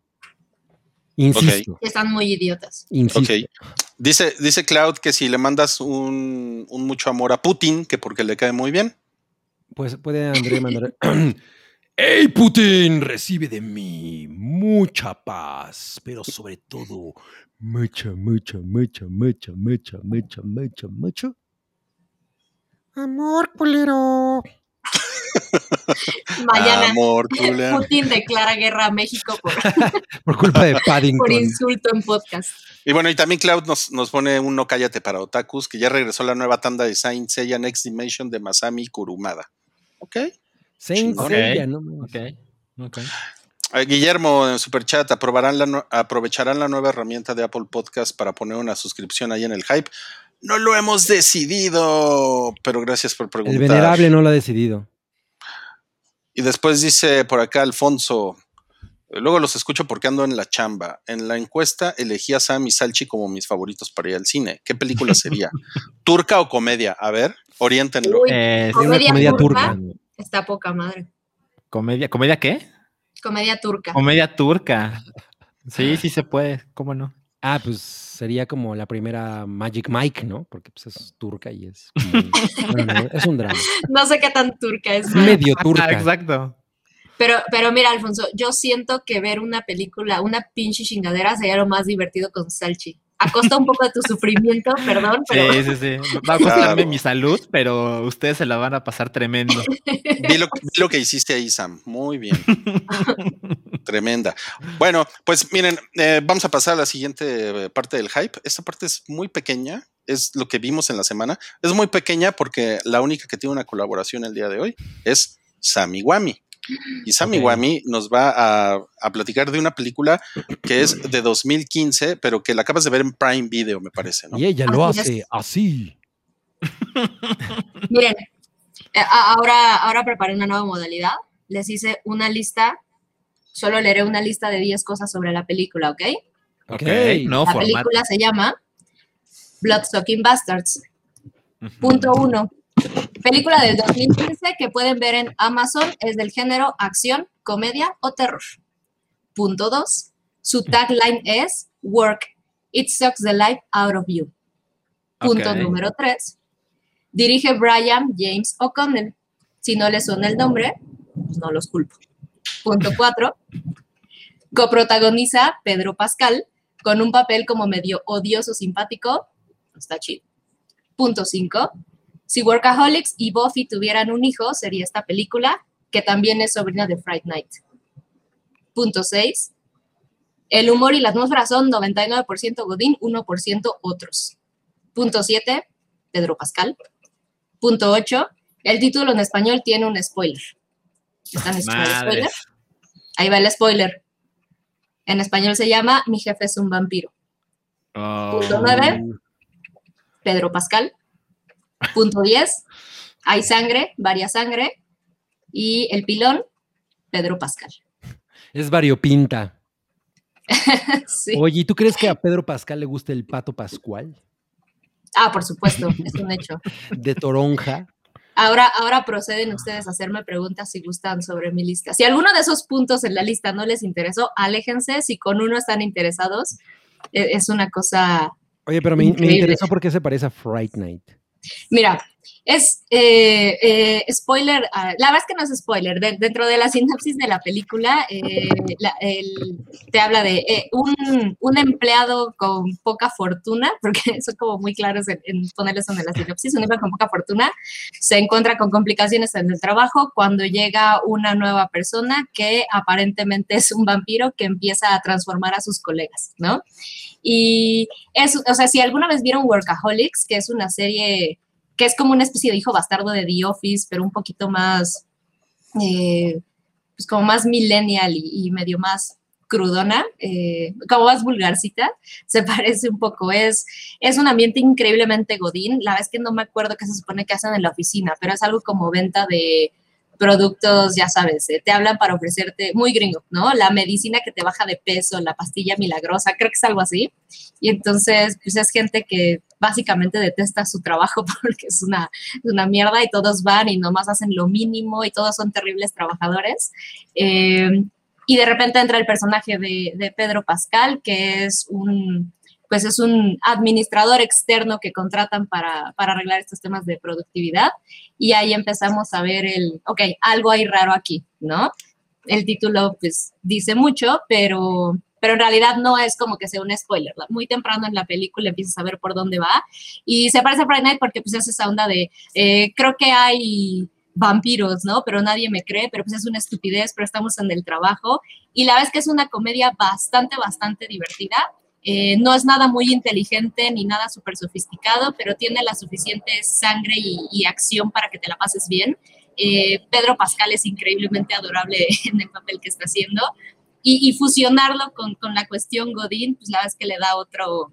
[SPEAKER 3] Insisto,
[SPEAKER 5] Que Están muy idiotas.
[SPEAKER 3] insisto.
[SPEAKER 2] Ok. Dice, dice Cloud que si le mandas un, un mucho amor a Putin, que porque le cae muy bien.
[SPEAKER 3] Pues puede André mandar.
[SPEAKER 7] ¡Ey, Putin! Recibe de mí mucha paz, pero sobre todo, mucha, mucha, mucha, mucha, mucha, mucha, mucha, mucha.
[SPEAKER 6] Amor, culero.
[SPEAKER 5] Mañana,
[SPEAKER 2] Amor, culero.
[SPEAKER 5] Putin declara guerra a México por,
[SPEAKER 3] Por culpa de
[SPEAKER 5] por
[SPEAKER 3] Paddington.
[SPEAKER 5] insulto en podcast.
[SPEAKER 2] Y bueno, y también Cloud nos, nos pone un no cállate para otakus, que ya regresó la nueva tanda de Saint Seiya Next Dimension de Masami Kurumada. Ok.
[SPEAKER 3] Saint
[SPEAKER 2] Chingón.
[SPEAKER 3] Seiya, no mames.
[SPEAKER 4] Ok, ok.
[SPEAKER 2] Eh, Guillermo, en Superchat, ¿aprobarán la nu- ¿aprovecharán la nueva herramienta de Apple Podcast para poner una suscripción ahí en el hype? No lo hemos decidido, pero gracias por
[SPEAKER 3] El
[SPEAKER 2] preguntar.
[SPEAKER 3] venerable no lo ha decidido.
[SPEAKER 2] Y después dice por acá Alfonso, luego los escucho porque ando en la chamba. En la encuesta elegí a Sam y Salchi como mis favoritos para ir al cine. ¿Qué película sería? ¿Turca o comedia? A ver, oriéntenlo.
[SPEAKER 5] Uy,
[SPEAKER 3] Sería
[SPEAKER 4] Eh,
[SPEAKER 3] una
[SPEAKER 5] Comedia
[SPEAKER 3] comedia
[SPEAKER 5] turca.
[SPEAKER 3] turca.
[SPEAKER 5] Está poca madre.
[SPEAKER 4] ¿Comedia, ¿Comedia qué?
[SPEAKER 5] Comedia turca.
[SPEAKER 4] Comedia turca. Sí, sí se puede, ¿cómo no?
[SPEAKER 3] Ah, pues sería como la primera Magic Mike, ¿no? Porque pues es turca y es. como- bueno, no, es un drama.
[SPEAKER 5] No sé qué tan turca es.
[SPEAKER 3] Es
[SPEAKER 5] madre.
[SPEAKER 3] medio
[SPEAKER 4] Ah,
[SPEAKER 3] turca.
[SPEAKER 4] exacto.
[SPEAKER 5] Pero, pero mira, Alfonso, yo siento que ver una película, una pinche chingadera, sería lo más divertido con Salchi. A costa un poco de tu sufrimiento, perdón, pero
[SPEAKER 4] Sí, sí, sí. Va a costarme
[SPEAKER 2] Claro.
[SPEAKER 4] mi salud, pero ustedes se la van a pasar tremendo.
[SPEAKER 2] Vi lo, vi lo que hiciste ahí, Sam. Muy bien. Tremenda. Bueno, pues miren, eh, vamos a pasar a la siguiente eh, parte del hype. Esta parte es muy pequeña, es lo que vimos en la semana. Es muy pequeña porque la única que tiene una colaboración el día de hoy es Sammy Wami. Y Sammy
[SPEAKER 4] Ok.
[SPEAKER 2] Wami nos va a, a platicar de una película que es de 2015, pero que la acabas de ver en Prime Video, me parece, ¿no?
[SPEAKER 7] Y ella lo
[SPEAKER 5] Así
[SPEAKER 7] hace
[SPEAKER 5] es.
[SPEAKER 7] Eh, así.
[SPEAKER 5] miren, eh, a- ahora, ahora preparé una nueva modalidad. Les hice una lista, solo leeré una lista de 10 cosas sobre la película, ¿ok?
[SPEAKER 3] Ok.
[SPEAKER 4] No,
[SPEAKER 5] la
[SPEAKER 4] formato.
[SPEAKER 5] película se llama Bloodstocking Bastards.
[SPEAKER 4] Ujú.
[SPEAKER 5] Punto uno. Película del 2015 que pueden ver en Amazon es del género acción, comedia o terror. Punto dos. Su tagline es Work. It sucks the life out of you. Punto
[SPEAKER 4] Ok.
[SPEAKER 5] número tres. Dirige Brian James O'Connell. Si no le suena el nombre, pues no los culpo. Punto 4. Coprotagoniza Pedro Pascal con un papel como medio odioso simpático. Está chido. Punto 5. Si Workaholics y Buffy tuvieran un hijo, sería esta película, que también es sobrina de Fright Night. Punto 6. El humor y la atmósfera son 99% Godín, 1% otros. Punto 7. Pedro Pascal. Punto 8. El título en español tiene un spoiler. ¿Están escuchando el
[SPEAKER 4] Madres.
[SPEAKER 5] spoiler? Ahí va el spoiler. En español se llama Mi jefe es un vampiro.
[SPEAKER 4] Oh.
[SPEAKER 5] Punto nueve. Pedro Pascal. Punto 10. Hay sangre, varia sangre. Y el pilón, Pedro Pascal.
[SPEAKER 3] Es variopinta.
[SPEAKER 5] Sí.
[SPEAKER 3] Oye, ¿y tú crees que a Pedro Pascal le gusta el pato pascual
[SPEAKER 5] Ah, por supuesto, es un hecho.
[SPEAKER 3] de toronja?
[SPEAKER 5] Ahora, ahora proceden ustedes a hacerme preguntas si gustan sobre mi lista. Si alguno de esos puntos en la lista no les interesó, aléjense. Si con uno están interesados, e- es una cosa.
[SPEAKER 3] Oye, pero me, me
[SPEAKER 5] Increíble.
[SPEAKER 3] interesó porque se parece a Fright Night.
[SPEAKER 5] Mira, es eh, eh, spoiler. ah, La verdad es que no es spoiler. de- dentro de la sinapsis de la película, eh, la- el- te habla de eh, un, un empleado con poca fortuna, porque son como muy claros en, en poner eso en la sinopsis, un empleado con poca fortuna se encuentra con complicaciones en el trabajo cuando llega una nueva persona que aparentemente es un vampiro que empieza a transformar a sus colegas, ¿no? Y es, o sea, si alguna vez vieron Workaholics, que es una serie que es como una especie de hijo bastardo de The Office, pero un poquito más, eh, pues como más millennial y, y medio más crudona, eh, como más vulgarcita, se parece un poco, es, es un ambiente increíblemente godín, la verdad es que no me acuerdo qué se supone que hacen en la oficina, pero es algo como venta de productos, ya sabes, eh, te hablan para ofrecerte, muy gringo, ¿no? La medicina que te baja de peso, la pastilla milagrosa, creo que es algo así, y entonces pues es gente que básicamente detesta su trabajo porque es una es una mierda y todos van y nomás hacen lo mínimo y todos son terribles trabajadores. Eh, y de repente entra el personaje de, de Pedro Pascal, que es un pues es un administrador externo que contratan para, para arreglar estos temas de productividad. Y ahí empezamos a ver el, ok, algo hay raro aquí, ¿no? El título pues dice mucho, pero, pero en realidad no es como que sea un spoiler. Muy temprano en la película empiezas a ver por dónde va. Y se parece a Friday Night porque pues es esa onda de, eh, creo que hay vampiros, ¿no? Pero nadie me cree, pero pues es una estupidez, pero estamos en el trabajo. Y la verdad es que es una comedia bastante, bastante divertida. Eh, no es nada muy inteligente ni nada súper sofisticado, pero tiene la suficiente sangre y, y acción para que te la pases bien. Eh, Pedro Pascal es increíblemente adorable en el papel que está haciendo. Y, y fusionarlo con, con la cuestión Godín, pues la verdad es que le da otro,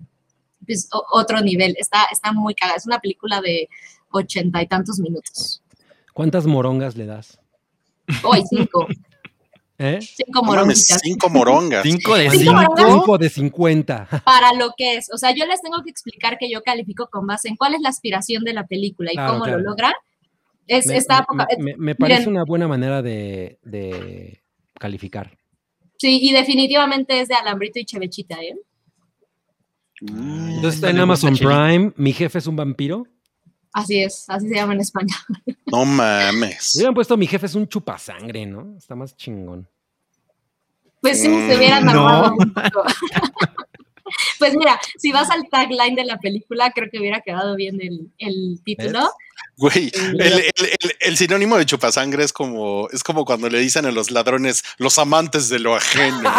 [SPEAKER 5] pues, o- otro nivel. Está, está muy cagada. Es una película de ochenta y tantos minutos.
[SPEAKER 3] ¿Cuántas morongas le das?
[SPEAKER 5] Hoy cinco.
[SPEAKER 3] ¿Eh?
[SPEAKER 5] Cinco
[SPEAKER 2] No mames,
[SPEAKER 5] moronitas.
[SPEAKER 2] cinco morongas.
[SPEAKER 4] Cinco de
[SPEAKER 5] Cinco
[SPEAKER 4] cinco.
[SPEAKER 5] morongas.
[SPEAKER 3] Cinco de 50.
[SPEAKER 5] Para lo que es. O sea, yo les tengo que explicar que yo califico con base en cuál es la aspiración de la película y
[SPEAKER 3] Claro,
[SPEAKER 5] cómo
[SPEAKER 3] claro.
[SPEAKER 5] lo logra. Es,
[SPEAKER 3] Me,
[SPEAKER 5] está
[SPEAKER 3] me-
[SPEAKER 5] poca-
[SPEAKER 3] me- me parece
[SPEAKER 5] miren.
[SPEAKER 3] una buena manera de, de calificar.
[SPEAKER 5] Sí, y definitivamente es de Alambrito y Chevechita, ¿eh?
[SPEAKER 2] Mm.
[SPEAKER 3] Entonces está en
[SPEAKER 4] Me gusta
[SPEAKER 3] Amazon
[SPEAKER 4] Chevy.
[SPEAKER 3] Prime. Mi jefe es un vampiro.
[SPEAKER 5] Así es, así se llama en España.
[SPEAKER 2] No mames.
[SPEAKER 3] Le hubieran puesto mi jefe es un chupasangre, ¿no? Está más chingón.
[SPEAKER 5] Pues sí, se hubieran
[SPEAKER 3] Mm,
[SPEAKER 4] No.
[SPEAKER 5] armado un poco. Pues mira, si vas al tagline de la película, creo que hubiera quedado bien el, el título.
[SPEAKER 2] Güey,
[SPEAKER 5] Sí.
[SPEAKER 2] el, el- el- el sinónimo de chupasangre es como, es como cuando le dicen a los ladrones los amantes de lo ajeno.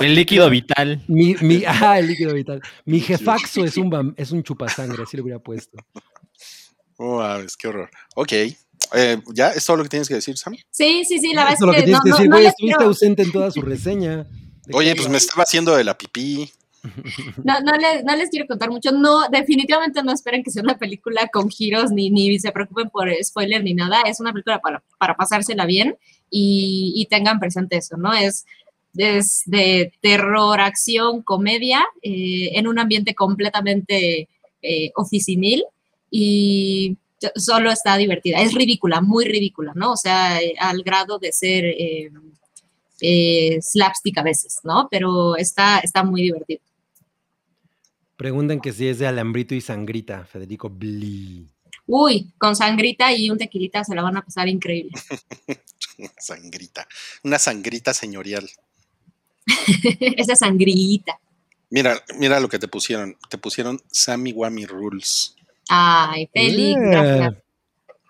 [SPEAKER 4] El líquido vital.
[SPEAKER 3] Mi, mi, ah, el líquido vital. Mi jefaxo es un, vam- es un chupasangre, así lo hubiera puesto.
[SPEAKER 2] No Oh, mames, qué horror. Ok. eh, ¿Ya es todo lo que tienes que decir, Sam?
[SPEAKER 5] Sí, sí, sí, la
[SPEAKER 3] Eso es
[SPEAKER 5] verdad
[SPEAKER 3] lo que
[SPEAKER 5] es que
[SPEAKER 3] tienes
[SPEAKER 5] no,
[SPEAKER 3] que
[SPEAKER 5] no,
[SPEAKER 3] decir,
[SPEAKER 5] no
[SPEAKER 3] güey.
[SPEAKER 5] les
[SPEAKER 3] Estuviste
[SPEAKER 5] quiero-
[SPEAKER 3] ausente en toda su reseña. ¿De
[SPEAKER 2] Oye,
[SPEAKER 3] qué
[SPEAKER 2] pues
[SPEAKER 3] hablas?
[SPEAKER 2] me estaba haciendo de la pipí.
[SPEAKER 5] No, no les, no les quiero contar mucho. No, definitivamente no esperen que sea una película con giros ni, ni se preocupen por spoiler ni nada. Es una película para, para pasársela bien y, y tengan presente eso, ¿no? Es, es de terror, acción, comedia, eh, en un ambiente completamente eh, oficinil y so- solo está divertida. Es ridícula, muy ridícula, ¿no? O sea, eh, al grado de ser... eh, eh, slapstick a veces, ¿no? Pero está, está muy divertido.
[SPEAKER 3] Preguntan que si es de alambrito y sangrita, Federico Bli.
[SPEAKER 5] Uy, con sangrita y un tequilita se la van a pasar increíble.
[SPEAKER 2] Sangrita. Una sangrita señorial.
[SPEAKER 5] Esa sangrillita.
[SPEAKER 2] Mira, mira lo que te pusieron. Te pusieron Sammy Wami Rules.
[SPEAKER 5] Ay, Feli, gracias.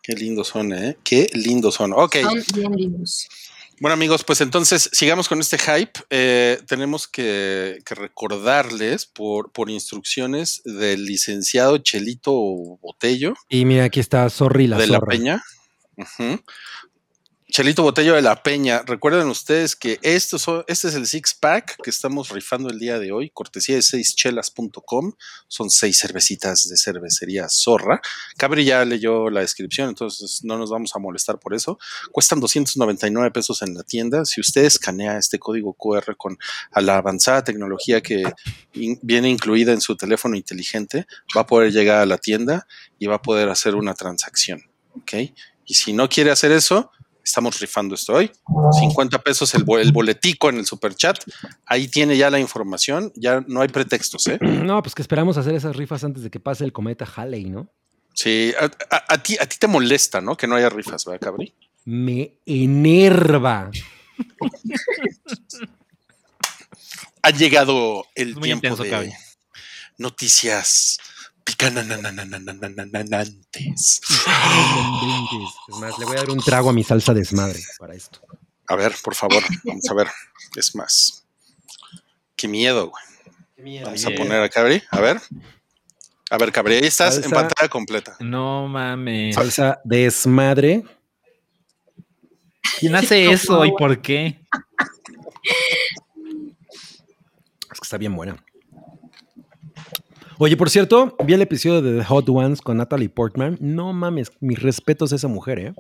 [SPEAKER 2] Qué lindos son, ¿eh? Qué lindos son. Ok.
[SPEAKER 5] Son bien lindos.
[SPEAKER 2] Bueno amigos, pues entonces sigamos con este hype. Eh, tenemos que, que recordarles por, por instrucciones del licenciado Chelito Botello
[SPEAKER 3] Y mira, aquí está Zorri la
[SPEAKER 2] de
[SPEAKER 3] zorra.
[SPEAKER 2] la Peña. Ujú. Chelito Botello de la Peña. Recuerden ustedes que estos son- este es el six pack que estamos rifando el día de hoy, cortesía de seischelas.com. Son seis cervecitas de cervecería Zorra. Cabri ya leyó la descripción, entonces no nos vamos a molestar por eso. Cuestan 299 pesos en la tienda. Si usted escanea este código QR con a la avanzada tecnología que in- viene incluida en su teléfono inteligente, va a poder llegar a la tienda y va a poder hacer una transacción. ¿ok? Y si no quiere hacer eso, estamos rifando esto hoy. 50 pesos el, bo- el boletico en el superchat. Ahí tiene ya la información. Ya no hay pretextos, ¿eh?
[SPEAKER 3] No, pues que esperamos hacer esas rifas antes de que pase el cometa Halley, ¿no?
[SPEAKER 2] Sí, a, a- a ti, a ti te molesta, ¿no? Que no haya rifas, ¿verdad, Cabri?
[SPEAKER 3] Me enerva.
[SPEAKER 2] Ha llegado el
[SPEAKER 4] Muy
[SPEAKER 2] tiempo
[SPEAKER 4] intenso,
[SPEAKER 2] de
[SPEAKER 4] Cabri.
[SPEAKER 2] noticias picanananananananananananantes.
[SPEAKER 3] Es más, le voy a dar un trago a mi salsa desmadre para esto.
[SPEAKER 2] A ver, por favor, vamos a ver. Es más. Qué miedo, güey. Vamos a
[SPEAKER 4] Oye.
[SPEAKER 2] poner a Cabri. A ver. A ver, Cabri, ahí estás en
[SPEAKER 3] Salsa.
[SPEAKER 2] pantalla completa.
[SPEAKER 4] No mames.
[SPEAKER 3] Salsa desmadre.
[SPEAKER 4] ¿Quién hace eso y por qué?
[SPEAKER 3] Es que está bien buena. Oye, por cierto, vi el episodio de The Hot Ones con Natalie Portman. No mames, mis respetos a esa mujer, ¿eh?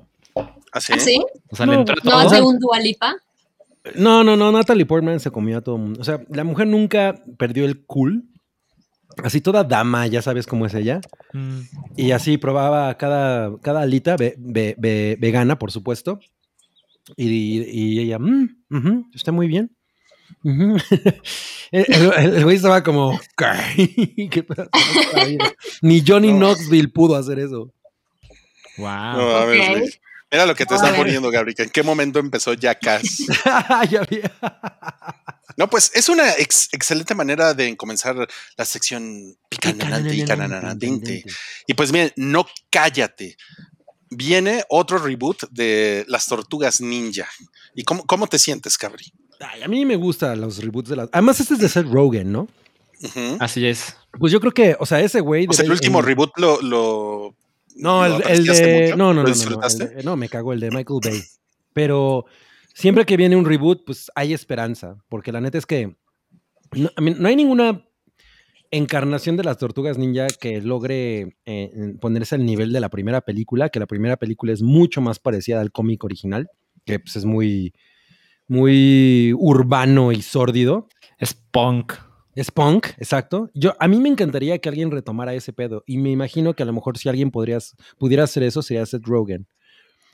[SPEAKER 2] Así.
[SPEAKER 5] ¿Ah, sí?
[SPEAKER 4] O sea, le
[SPEAKER 3] No,
[SPEAKER 4] entró a
[SPEAKER 5] ¿No
[SPEAKER 4] todo.
[SPEAKER 5] hace un Dualipa?
[SPEAKER 3] No, no, no, Natalie Portman se comió a todo el mundo. O sea, la mujer nunca perdió el cool. Así toda dama, ya sabes cómo es ella.
[SPEAKER 4] Mm.
[SPEAKER 3] Y así probaba cada, cada alita ve- ve- ve- vegana, por supuesto. Y, y ella, "Mm, ujú, está muy bien. Ujú". el, el- el güey estaba como, "Ok, ¿qué pedo con esta vida?". Ni Johnny
[SPEAKER 2] No.
[SPEAKER 3] Knoxville pudo hacer eso. Ah,
[SPEAKER 4] Wow.
[SPEAKER 2] No, a ver,
[SPEAKER 5] Ok.
[SPEAKER 2] güey. Mira lo que te
[SPEAKER 5] A
[SPEAKER 2] están
[SPEAKER 5] ver.
[SPEAKER 2] poniendo, Gabriel. ¿En qué momento empezó Jackass?
[SPEAKER 3] Ya vi.
[SPEAKER 2] No, pues es una ex- excelente manera de comenzar la sección picanante y cananante. Y pues bien, no cállate. Viene otro reboot de Las Tortugas Ninja. ¿Y cómo, cómo te sientes, Cabri?
[SPEAKER 3] Ay, a mí me gustan los reboots de las... Además, este es de Seth Rogen, ¿no?
[SPEAKER 2] Ujú.
[SPEAKER 4] Así es.
[SPEAKER 3] Pues yo creo que, o sea, ese güey...
[SPEAKER 2] O sea, el
[SPEAKER 3] debe-
[SPEAKER 2] último
[SPEAKER 3] en-
[SPEAKER 2] reboot lo... lo-
[SPEAKER 3] No,
[SPEAKER 2] lo
[SPEAKER 3] el, el
[SPEAKER 2] apreciaste
[SPEAKER 3] de.
[SPEAKER 2] mucho,
[SPEAKER 3] No, no, no,
[SPEAKER 2] ¿Lo
[SPEAKER 3] no,
[SPEAKER 2] disfrutaste?
[SPEAKER 3] No, el de- no, me cago el de Michael Bay. Pero siempre que viene un reboot, pues hay esperanza. Porque la neta es que no, I mean, no hay ninguna encarnación de las tortugas ninja que logre eh, ponerse al nivel de la primera película, que la primera película es mucho más parecida al cómic original, que pues es muy, muy urbano y sórdido.
[SPEAKER 4] Es punk.
[SPEAKER 3] Es punk, exacto. Yo, a mí me encantaría que alguien retomara ese pedo. Y me imagino que a lo mejor si alguien podrías, pudiera hacer eso sería Seth Rogen.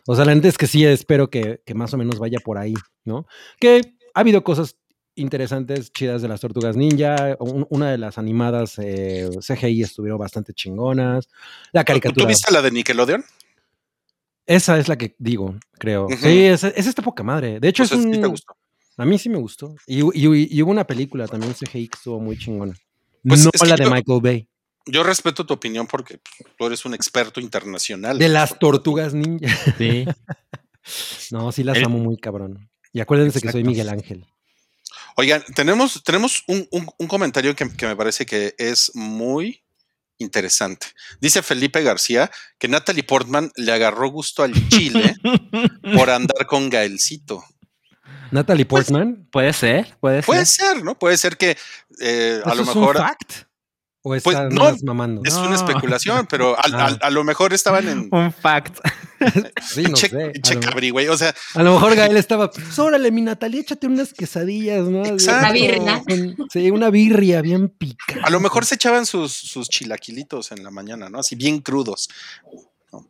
[SPEAKER 3] O sea, la neta es que sí espero que, que más o menos vaya por ahí, ¿no? Que ha habido cosas interesantes, chidas de las tortugas ninja. un- una de las animadas eh, CGI estuvieron bastante chingonas. La
[SPEAKER 2] Ah, ¿Tú- ¿Tú
[SPEAKER 3] caricatura.
[SPEAKER 2] viste la de Nickelodeon?
[SPEAKER 3] Esa es la que digo, creo.
[SPEAKER 2] Ujú.
[SPEAKER 3] Sí, esa, esa está poca madre. De hecho,
[SPEAKER 2] O sea,
[SPEAKER 3] es
[SPEAKER 2] sí te
[SPEAKER 3] un-
[SPEAKER 2] gustó.
[SPEAKER 3] a mí sí me gustó. Y, y- y hubo una película también CGI que estuvo muy chingona.
[SPEAKER 2] Pues
[SPEAKER 3] no
[SPEAKER 2] es que
[SPEAKER 3] la de
[SPEAKER 2] yo-
[SPEAKER 3] Michael Bay.
[SPEAKER 2] Yo respeto tu opinión porque tú eres un experto internacional.
[SPEAKER 3] De las tortugas ninja.
[SPEAKER 4] Sí.
[SPEAKER 3] No, sí las
[SPEAKER 4] El-
[SPEAKER 3] amo muy cabrón. Y acuérdense que soy
[SPEAKER 2] Exacto.
[SPEAKER 3] Miguel Ángel.
[SPEAKER 2] Oigan, tenemos, tenemos un, un- un comentario que, que me parece que es muy interesante. Dice Felipe García que Natalie Portman le agarró gusto al chile por andar con Gaelcito.
[SPEAKER 3] Natalie
[SPEAKER 2] Pues,
[SPEAKER 3] Portman.
[SPEAKER 4] Puede ser, puede ser.
[SPEAKER 3] Pues,
[SPEAKER 2] Puede ser, ¿no? Puede ser que eh, a
[SPEAKER 3] ¿eso
[SPEAKER 2] lo
[SPEAKER 3] ¿Es
[SPEAKER 2] mejor
[SPEAKER 3] un fact? ¿O
[SPEAKER 2] Pues,
[SPEAKER 3] estás
[SPEAKER 2] no,
[SPEAKER 3] más mamando?
[SPEAKER 2] es una
[SPEAKER 4] No.
[SPEAKER 2] especulación, pero al- al- a, lo mejor estaban en...
[SPEAKER 4] Un fact.
[SPEAKER 3] Ah. sí, no
[SPEAKER 2] Che-
[SPEAKER 3] sé. A
[SPEAKER 2] che
[SPEAKER 3] lo,
[SPEAKER 2] cabri, güey. O sea,
[SPEAKER 3] a lo mejor Gael estaba. "Pues, Órale, mi Natalie, échate unas quesadillas, ¿no?
[SPEAKER 2] Exacto.
[SPEAKER 5] Una birria.
[SPEAKER 3] Con- sí, una birria bien picante.
[SPEAKER 2] a lo mejor se echaban sus, sus chilaquilitos en la mañana, ¿no? Así bien crudos.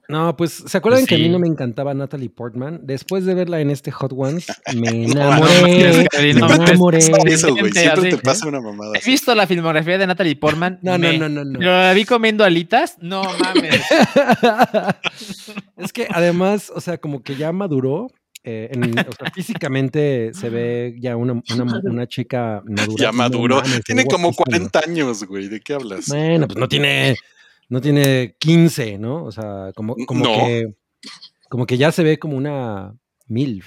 [SPEAKER 3] No, pues, ¿se acuerdan
[SPEAKER 4] Pues
[SPEAKER 3] que a mí
[SPEAKER 4] sí.
[SPEAKER 3] no me encantaba Natalie Portman? Después de verla en este Hot Ones, me
[SPEAKER 4] no
[SPEAKER 3] enamoré.
[SPEAKER 4] mames, Gael,
[SPEAKER 3] me
[SPEAKER 4] no mames.
[SPEAKER 3] enamoré.
[SPEAKER 2] Eso, güey.
[SPEAKER 4] gente,
[SPEAKER 2] Siempre
[SPEAKER 4] así,
[SPEAKER 2] te
[SPEAKER 4] ¿eh?
[SPEAKER 2] pasa una mamada.
[SPEAKER 4] He
[SPEAKER 2] así.
[SPEAKER 4] visto la filmografía de Natalie Portman.
[SPEAKER 3] No, no,
[SPEAKER 4] me-
[SPEAKER 3] no, no, no.
[SPEAKER 4] Pero la vi comiendo alitas. No mames.
[SPEAKER 3] es que además, o sea, como que ya maduró eh, en- o sea, físicamente se ve ya una, una- una chica madura.
[SPEAKER 2] Ya
[SPEAKER 3] No
[SPEAKER 2] maduro.
[SPEAKER 3] mames,
[SPEAKER 2] Tiene
[SPEAKER 3] qué
[SPEAKER 2] como
[SPEAKER 3] guapísima.
[SPEAKER 2] 40 años, güey. ¿De qué hablas?
[SPEAKER 3] Bueno, pues no tiene, no tiene 15, ¿no? O sea, como, como
[SPEAKER 2] No.
[SPEAKER 3] que como que ya se ve como una MILF.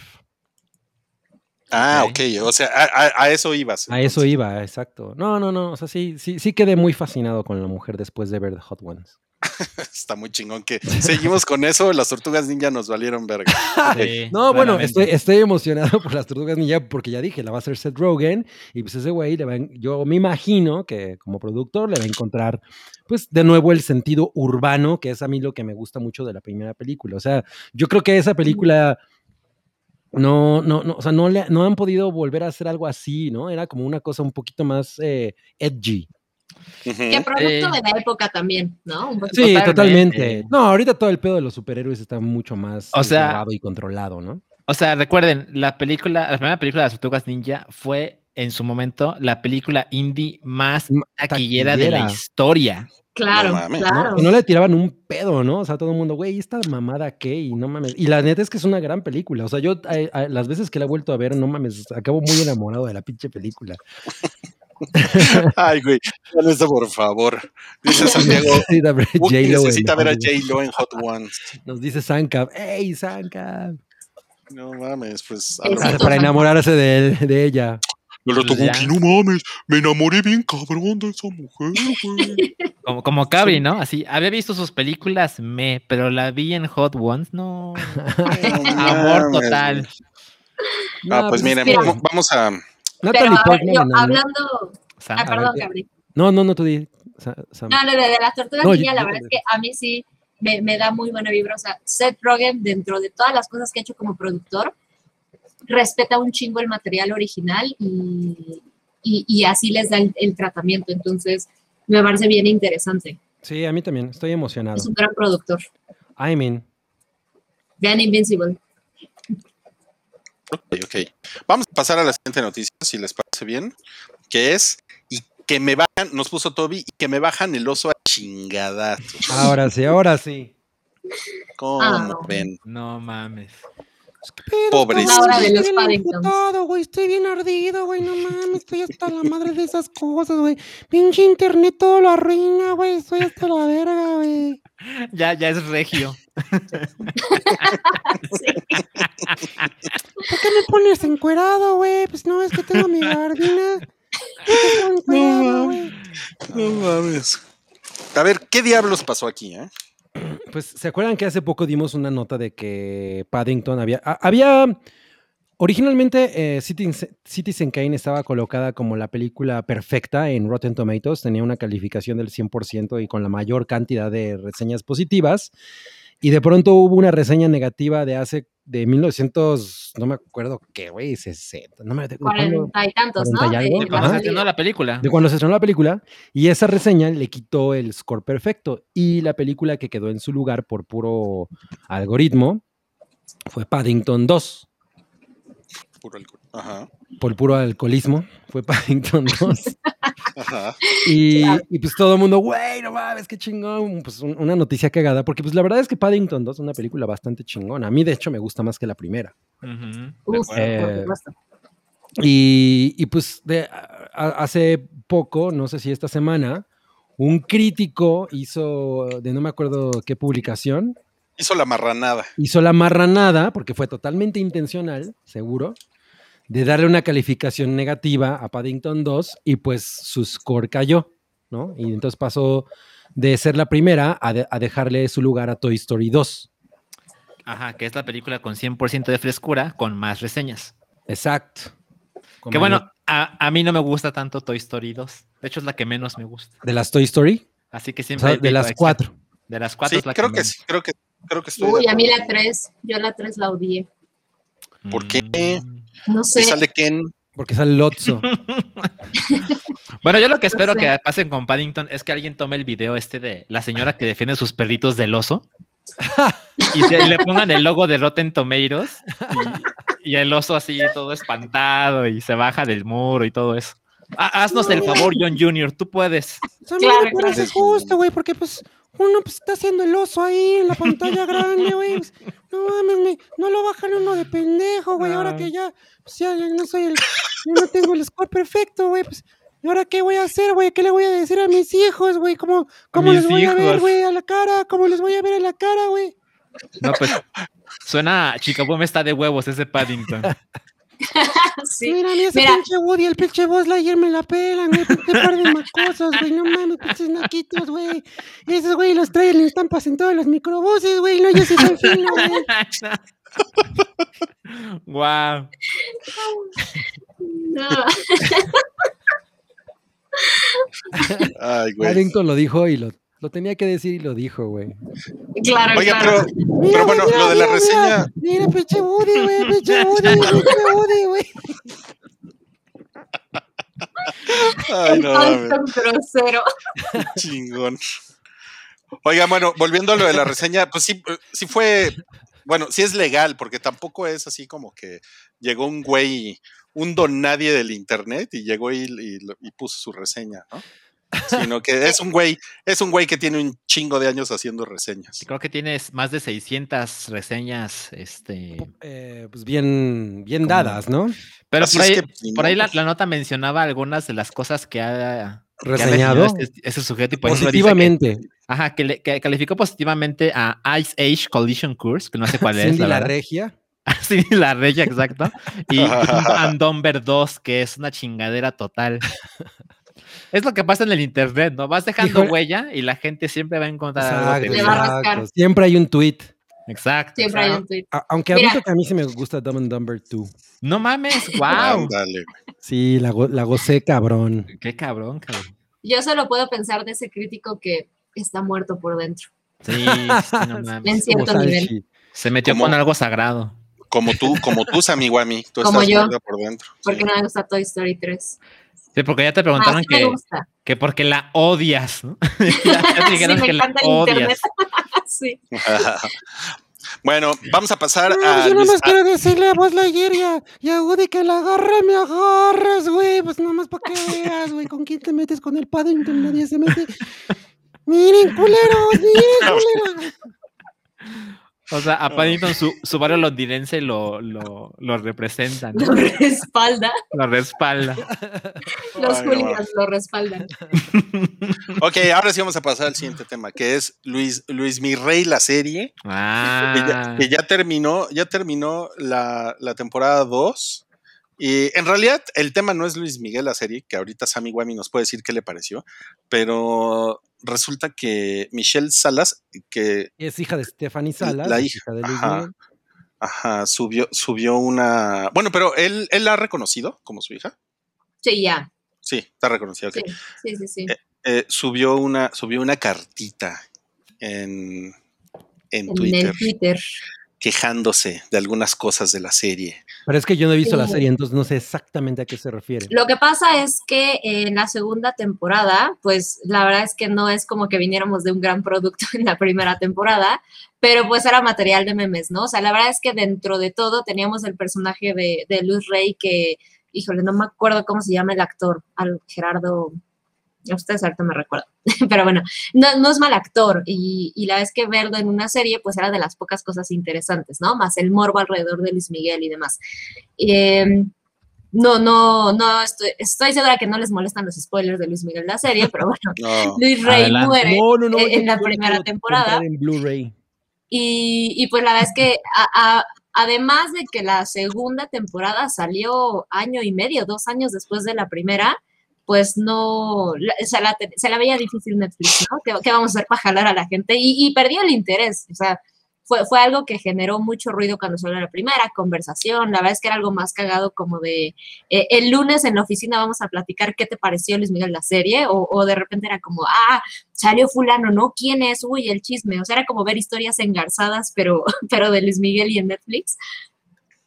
[SPEAKER 2] Ah, ok. O sea, a, a- a eso ibas.
[SPEAKER 3] A eso
[SPEAKER 2] entonces.
[SPEAKER 3] iba, exacto. No, no, no. O sea, sí, sí, sí quedé muy fascinado con la mujer después de ver The Hot Ones.
[SPEAKER 2] Está muy chingón que seguimos con eso. Las tortugas ninja nos valieron verga.
[SPEAKER 4] Sí,
[SPEAKER 3] No, bueno,
[SPEAKER 4] claramente.
[SPEAKER 3] estoy, estoy emocionado por las tortugas ninja porque ya dije, la va a hacer Seth Rogen y pues ese güey, le va a en- yo me imagino que como productor le va a encontrar pues de nuevo el sentido urbano, que es a mí lo que me gusta mucho de la primera película. O sea, yo creo que esa película no, no, no, o sea, no, le, no han podido volver a hacer algo así, ¿no? Era como una cosa un poquito más eh, edgy.
[SPEAKER 5] Que
[SPEAKER 2] Ujú.
[SPEAKER 5] producto
[SPEAKER 4] Eh.
[SPEAKER 5] de la época también, ¿no? Un poquito.
[SPEAKER 3] Sí, totalmente.
[SPEAKER 4] Totalmente.
[SPEAKER 3] No, ahorita todo el pedo de los superhéroes está mucho más
[SPEAKER 4] O sea-
[SPEAKER 3] llevado y controlado, ¿no?
[SPEAKER 4] O sea, recuerden, la película, la primera película de las Tortugas Ninja fue en su momento la película indie más
[SPEAKER 3] Ma-
[SPEAKER 4] taquillera, de la
[SPEAKER 3] taquillera.
[SPEAKER 4] historia.
[SPEAKER 5] Claro,
[SPEAKER 2] No mames, ¿no?
[SPEAKER 5] claro.
[SPEAKER 3] Que no le tiraban un pedo, ¿no? O sea, todo el mundo, güey, esta mamada qué, y no mames. Y la neta es que es una gran película. O sea, yo eh, eh, las veces que la he vuelto a ver, no mames, acabo muy enamorado de la pinche película.
[SPEAKER 2] Ay, güey. Con eso, por favor. Dice Santiago.
[SPEAKER 3] Sí, la-
[SPEAKER 2] Wookie
[SPEAKER 3] J-Lo en
[SPEAKER 2] necesita
[SPEAKER 3] Hot
[SPEAKER 2] ver a
[SPEAKER 3] Ones.
[SPEAKER 2] J-Lo en Hot Ones.
[SPEAKER 3] Nos dice Sankab, ¡Ey, Sankab!
[SPEAKER 2] No mames, pues.
[SPEAKER 5] Exacto.
[SPEAKER 2] hablamos.
[SPEAKER 3] Para enamorarse de él, de ella.
[SPEAKER 7] El
[SPEAKER 4] Pues ya.
[SPEAKER 7] no mames, me enamoré bien cabrón de esa mujer, güey.
[SPEAKER 4] Como, como Cabri, ¿no? Así, había visto sus películas, me, pero la vi en Hot Ones, no.
[SPEAKER 2] No
[SPEAKER 4] Amor
[SPEAKER 2] mames, güey.
[SPEAKER 4] total.
[SPEAKER 2] Ah, pues
[SPEAKER 5] pues,
[SPEAKER 2] miren,
[SPEAKER 5] mira.
[SPEAKER 2] vamos- vamos a.
[SPEAKER 5] Pero
[SPEAKER 3] Natalie
[SPEAKER 5] a ver,
[SPEAKER 3] Portman.
[SPEAKER 5] yo
[SPEAKER 3] en la-
[SPEAKER 5] hablando.
[SPEAKER 4] Sam,
[SPEAKER 5] Ah,
[SPEAKER 4] a ver,
[SPEAKER 5] perdón,
[SPEAKER 3] te-
[SPEAKER 5] Gabriel.
[SPEAKER 3] No, no, no, tú di. Sa- Sam.
[SPEAKER 5] No, no, lo de las tortugas
[SPEAKER 3] No,
[SPEAKER 5] ninja,
[SPEAKER 3] yo-
[SPEAKER 5] la
[SPEAKER 3] yo
[SPEAKER 5] verdad es
[SPEAKER 3] también.
[SPEAKER 5] que a mí sí me, me da muy buena vibra. O sea, Seth Rogen, dentro de todas las cosas que ha hecho como productor, respeta un chingo el material original y, y- y así les da el, el tratamiento. Entonces, me parece bien interesante.
[SPEAKER 3] Sí, a mí también, estoy emocionado.
[SPEAKER 5] Es un gran productor.
[SPEAKER 3] I mean,
[SPEAKER 5] Vean Invincible.
[SPEAKER 2] Ok, ok. Vamos a pasar a la siguiente noticia, si les parece bien, que es y que me bajan, nos puso Toby, y que me bajan el oso a chingadazos.
[SPEAKER 3] ahora sí, ahora sí.
[SPEAKER 2] ¿Cómo
[SPEAKER 5] Ah.
[SPEAKER 2] ven?
[SPEAKER 4] No mames.
[SPEAKER 2] Pobrecito.
[SPEAKER 5] La hora de los Paddingtons.
[SPEAKER 6] Todo, güey, estoy bien ardido, güey, no mames, estoy hasta la madre de esas cosas, güey. Pinche internet todo lo arruina, güey, estoy hasta la verga, güey.
[SPEAKER 4] Ya, ya es regio.
[SPEAKER 6] ¿Por qué me pones encuerado, güey? Pues no, es que tengo mi gardina.
[SPEAKER 2] No,
[SPEAKER 6] No, güey.
[SPEAKER 2] No mames. A ver, ¿qué diablos pasó aquí? Eh?
[SPEAKER 3] Pues, ¿se acuerdan que hace poco dimos una nota de que Paddington había. a- había. Originalmente, eh, Citizen, Citizen Kane estaba colocada como la película perfecta en Rotten Tomatoes. Tenía una calificación del 100% y con la mayor cantidad de reseñas positivas. Y de pronto hubo una reseña negativa de hace. de 1900. No me acuerdo qué, güey, 60. No me acuerdo. ¿cuándo?
[SPEAKER 5] Cuarenta y tantos, ¿no?
[SPEAKER 3] ¿Cuarenta y algo?
[SPEAKER 5] De
[SPEAKER 3] Ajá.
[SPEAKER 5] la
[SPEAKER 4] Cuando se
[SPEAKER 5] salida.
[SPEAKER 4] estrenó la película.
[SPEAKER 3] de cuando se estrenó la película y esa reseña le quitó el score perfecto y la película que quedó en su lugar por puro algoritmo fue Paddington 2.
[SPEAKER 2] Puro alcohol. Ajá.
[SPEAKER 3] Por puro alcoholismo fue Paddington 2.
[SPEAKER 2] Ajá.
[SPEAKER 3] Y, y pues todo el mundo, güey, no mames, qué chingón. Pues un- una noticia cagada, porque pues la verdad es que Paddington 2 es una película bastante chingona. A mí de hecho me gusta más que la primera.
[SPEAKER 4] Ujú.
[SPEAKER 5] Uf,
[SPEAKER 3] Eh,
[SPEAKER 5] por supuesto.
[SPEAKER 3] Y, y, pues de, a- a- hace poco, no sé si esta semana, un crítico hizo, de no me acuerdo qué publicación,
[SPEAKER 2] Hizo la marranada.
[SPEAKER 3] hizo la marranada, porque fue totalmente intencional, seguro, de darle una calificación negativa a Paddington 2 y pues su score cayó, ¿no? Y entonces pasó de ser la primera a, de- a dejarle su lugar a Toy Story 2.
[SPEAKER 4] Ajá, que es la película con 100% de frescura, con más reseñas.
[SPEAKER 3] Exacto. Con
[SPEAKER 4] que
[SPEAKER 3] mayor-
[SPEAKER 4] bueno, a, a mí no me gusta tanto Toy Story 2. De hecho, es la que menos me gusta.
[SPEAKER 3] De las Toy Story,
[SPEAKER 4] Así que
[SPEAKER 3] o
[SPEAKER 4] siempre.
[SPEAKER 3] sea,
[SPEAKER 4] hay
[SPEAKER 3] de las
[SPEAKER 4] Pixar.
[SPEAKER 3] cuatro.
[SPEAKER 4] De las cuatro
[SPEAKER 2] Sí,
[SPEAKER 4] es la
[SPEAKER 2] creo que
[SPEAKER 4] menos.
[SPEAKER 2] sí, creo que creo que estoy. de
[SPEAKER 5] Uy, a mí
[SPEAKER 2] acuerdo.
[SPEAKER 5] la tres. Yo la tres la odié.
[SPEAKER 2] ¿Por qué?
[SPEAKER 4] Mm.
[SPEAKER 5] No sé.
[SPEAKER 2] Y sale Ken.
[SPEAKER 3] Porque sale Lotso.
[SPEAKER 4] Bueno, yo lo que espero
[SPEAKER 5] sé.
[SPEAKER 4] que pasen con Paddington es que alguien tome el video este de la señora que defiende sus perritos del oso y se- le pongan el logo de Rotten Tomatoes y, y el oso así todo espantado y se baja del muro y todo eso. Ha- haznos el favor, John Jr., tú puedes.
[SPEAKER 6] O sea, a mí no
[SPEAKER 5] Claro,
[SPEAKER 6] me parece
[SPEAKER 2] claro.
[SPEAKER 6] justo, güey, porque pues uno pues, está haciendo el oso ahí en la pantalla grande, güey. pues, no mames, me- no lo bajan uno de pendejo, güey. Ahora que ya, pues ya, ya no soy el, ya no tengo el score perfecto, güey. Pues, ¿y ahora qué voy a hacer, güey? ¿Qué le voy a decir a mis hijos, güey? ¿Cómo, cómo
[SPEAKER 4] mis
[SPEAKER 6] les voy a ver,
[SPEAKER 4] hijos.
[SPEAKER 6] güey, a la cara? ¿Cómo les voy a ver a la cara, güey?
[SPEAKER 4] No, pues suena a chica me está de huevos ese Paddington.
[SPEAKER 5] Sí.
[SPEAKER 6] Mira, mira ese
[SPEAKER 5] Mira.
[SPEAKER 6] pinche Woody, el pinche Buzz Lightyear me la pelan, güey. Pinche par de macosos, güey. No mames, pinches naquitos, güey. Y esos, güey, los traen en estampas en todos los microbuses, güey. No, yo sí soy fino, güey.
[SPEAKER 4] wow.
[SPEAKER 5] No.
[SPEAKER 2] Ay, güey.
[SPEAKER 3] Paddington lo dijo y lo, lo tenía que decir y lo dijo, güey.
[SPEAKER 5] Claro,
[SPEAKER 2] Oye,
[SPEAKER 5] claro.
[SPEAKER 2] pero, pero
[SPEAKER 6] güey,
[SPEAKER 2] bueno, lo de la
[SPEAKER 6] mira,
[SPEAKER 2] reseña.
[SPEAKER 6] Mira, mira, pinche Woody, güey. Pinche Woody, pinche Woody, güey.
[SPEAKER 2] Ay, no,
[SPEAKER 5] Ay,
[SPEAKER 2] mames.
[SPEAKER 5] tan grosero.
[SPEAKER 2] Chingón. Oiga, bueno, volviendo a lo de la reseña, pues sí, eh, sí fue, bueno, sí es legal, porque tampoco es así como que llegó un güey, un don nadie del internet y llegó y, y lo- y puso su reseña, ¿no? Sino que es un güey, es un güey que tiene un chingo de años haciendo reseñas.
[SPEAKER 4] Creo que tienes más de 600 reseñas, este...
[SPEAKER 3] Eh, pues bien, bien dadas, ¿no?
[SPEAKER 4] Pero
[SPEAKER 2] Así
[SPEAKER 4] por
[SPEAKER 2] es
[SPEAKER 4] ahí,
[SPEAKER 2] que, pues,
[SPEAKER 4] por ahí la,
[SPEAKER 2] no,
[SPEAKER 4] la nota mencionaba algunas de las cosas que ha... que ha
[SPEAKER 3] Reseñado
[SPEAKER 4] reseñado Ese, ese sujeto y por ejemplo dice que-
[SPEAKER 3] positivamente.
[SPEAKER 4] ajá, que, le- que calificó positivamente a Ice Age Collision Course, que no sé cuál es.
[SPEAKER 3] Cindy
[SPEAKER 4] la
[SPEAKER 3] la
[SPEAKER 4] verdad.
[SPEAKER 3] regia.
[SPEAKER 4] Sí, la reya, exacto. Y Andomber 2, que es una chingadera total. Es lo que pasa en el internet, ¿no? Vas dejando
[SPEAKER 3] Híjole.
[SPEAKER 4] huella y la gente siempre va a encontrar algo que
[SPEAKER 3] Exacto,
[SPEAKER 5] Le
[SPEAKER 4] diga.
[SPEAKER 5] va a rascar.
[SPEAKER 3] exacto. pues, Siempre hay un tweet.
[SPEAKER 4] Exacto.
[SPEAKER 5] Siempre hay
[SPEAKER 4] exacto.
[SPEAKER 5] un tweet.
[SPEAKER 3] A- aunque
[SPEAKER 5] Mira.
[SPEAKER 3] admito que a mí sí me gusta Dumb and Dumber 2.
[SPEAKER 4] No mames, wow.
[SPEAKER 2] ándale, güey.
[SPEAKER 3] Sí, la, go- la gocé cabrón.
[SPEAKER 4] Qué cabrón, cabrón.
[SPEAKER 5] Yo solo puedo pensar de ese crítico que está muerto por dentro.
[SPEAKER 4] Sí, sí, no
[SPEAKER 5] En
[SPEAKER 4] mames.
[SPEAKER 3] Como
[SPEAKER 5] cierto nivel.
[SPEAKER 3] Sanchi.
[SPEAKER 4] Se metió
[SPEAKER 2] ¿Cómo?
[SPEAKER 4] con algo sagrado.
[SPEAKER 2] Como tú, como tú, Samiguami, tú
[SPEAKER 5] Como
[SPEAKER 2] estás
[SPEAKER 5] yo.
[SPEAKER 2] gorda por dentro.
[SPEAKER 5] Porque
[SPEAKER 2] Sí.
[SPEAKER 5] no me gusta Toy Story 3.
[SPEAKER 4] Sí, porque ya te
[SPEAKER 5] Ah,
[SPEAKER 4] preguntaron
[SPEAKER 5] sí me
[SPEAKER 4] que,
[SPEAKER 5] gusta.
[SPEAKER 4] que porque la odias, ¿no? ya te
[SPEAKER 5] Sí,
[SPEAKER 4] dijeron
[SPEAKER 5] me
[SPEAKER 4] que la
[SPEAKER 5] encanta el internet.
[SPEAKER 4] odias.
[SPEAKER 5] sí.
[SPEAKER 2] bueno, vamos a pasar
[SPEAKER 6] No, pues
[SPEAKER 2] a
[SPEAKER 6] yo nada
[SPEAKER 2] Luis-
[SPEAKER 6] más quiero decirle a Buzz Lightyear y a, y a Woody que la agarre, me agarres, güey. Pues nada más para que veas, güey. ¿Con quién te metes? Con el Paddington, nadie se mete. Miren, culeros, miren, culeros.
[SPEAKER 4] O sea, a Paddington su, su barrio londinense lo, lo, lo representa, ¿no?
[SPEAKER 5] Lo respalda.
[SPEAKER 4] lo respalda.
[SPEAKER 5] Los
[SPEAKER 2] Ay, no
[SPEAKER 5] Julians lo respaldan.
[SPEAKER 2] Ok, ahora sí vamos a pasar al siguiente tema, que es Luis, Luis Mi Rey, la serie,
[SPEAKER 4] Ah,
[SPEAKER 2] que, ya, que ya terminó, ya terminó la, la temporada 2. Y en realidad el tema no es Luis Miguel la serie, que ahorita Sammy Guami nos puede decir qué le pareció, pero resulta que Michelle Salas, que
[SPEAKER 3] Es hija de Stephanie Salas.
[SPEAKER 2] La
[SPEAKER 3] es
[SPEAKER 2] hija,
[SPEAKER 3] de Luis
[SPEAKER 2] ajá.
[SPEAKER 3] Miguel.
[SPEAKER 2] ajá, subió, subió una... Bueno, pero él, él la ha reconocido como su hija.
[SPEAKER 5] Sí, ya.
[SPEAKER 2] Sí, está reconocida. ok.
[SPEAKER 5] Sí, sí, sí. sí.
[SPEAKER 2] Eh, subió, una, subió una cartita en, en
[SPEAKER 5] en
[SPEAKER 2] Twitter.
[SPEAKER 5] el Twitter.
[SPEAKER 2] quejándose de algunas cosas de la serie.
[SPEAKER 3] Pero es que yo no he visto la
[SPEAKER 5] Sí.
[SPEAKER 3] serie, entonces no sé exactamente a qué se refiere.
[SPEAKER 5] Lo que pasa es que en la segunda temporada, pues la verdad es que no es como que viniéramos de un gran producto en la primera temporada, pero pues era material de memes, ¿no? O sea, la verdad es que dentro de todo teníamos el personaje de, de Luz Rey que, híjole, no me acuerdo cómo se llama el actor, al Gerardo, a ustedes ahorita me recuerdo, pero bueno, no, no es mal actor y, y la vez que verlo en una serie, pues era de las pocas cosas interesantes, ¿no? Más el morbo alrededor de Luis Miguel y demás. Em, no, no, no, estoy, estoy segura que no les molestan los spoilers de Luis Miguel la serie, pero bueno, Luis Rey
[SPEAKER 4] Adelante.
[SPEAKER 5] muere.
[SPEAKER 3] No, no, no.
[SPEAKER 5] en-
[SPEAKER 3] yo
[SPEAKER 5] en la
[SPEAKER 3] quiero
[SPEAKER 5] primera temporada.
[SPEAKER 3] comprar En Blu-ray.
[SPEAKER 5] Y, y, pues la verdad es que a- a- además de que la segunda temporada salió año y medio, dos años después de la primera, pues no, la- se la, te- se la veía difícil Netflix, ¿no? ¿Qué, qué vamos a hacer para jalar a la gente? Y, y perdió el interés, o sea, fue, fue algo que generó mucho ruido cuando salió la primera conversación, la verdad es que era algo más cagado como de, eh, el lunes en la oficina vamos a platicar qué te pareció Luis Miguel la serie, o, o de repente era como, ah, salió fulano, ¿no? ¿Quién es? Uy, el chisme. O sea, era como ver historias engarzadas, pero, pero de Luis Miguel y en Netflix.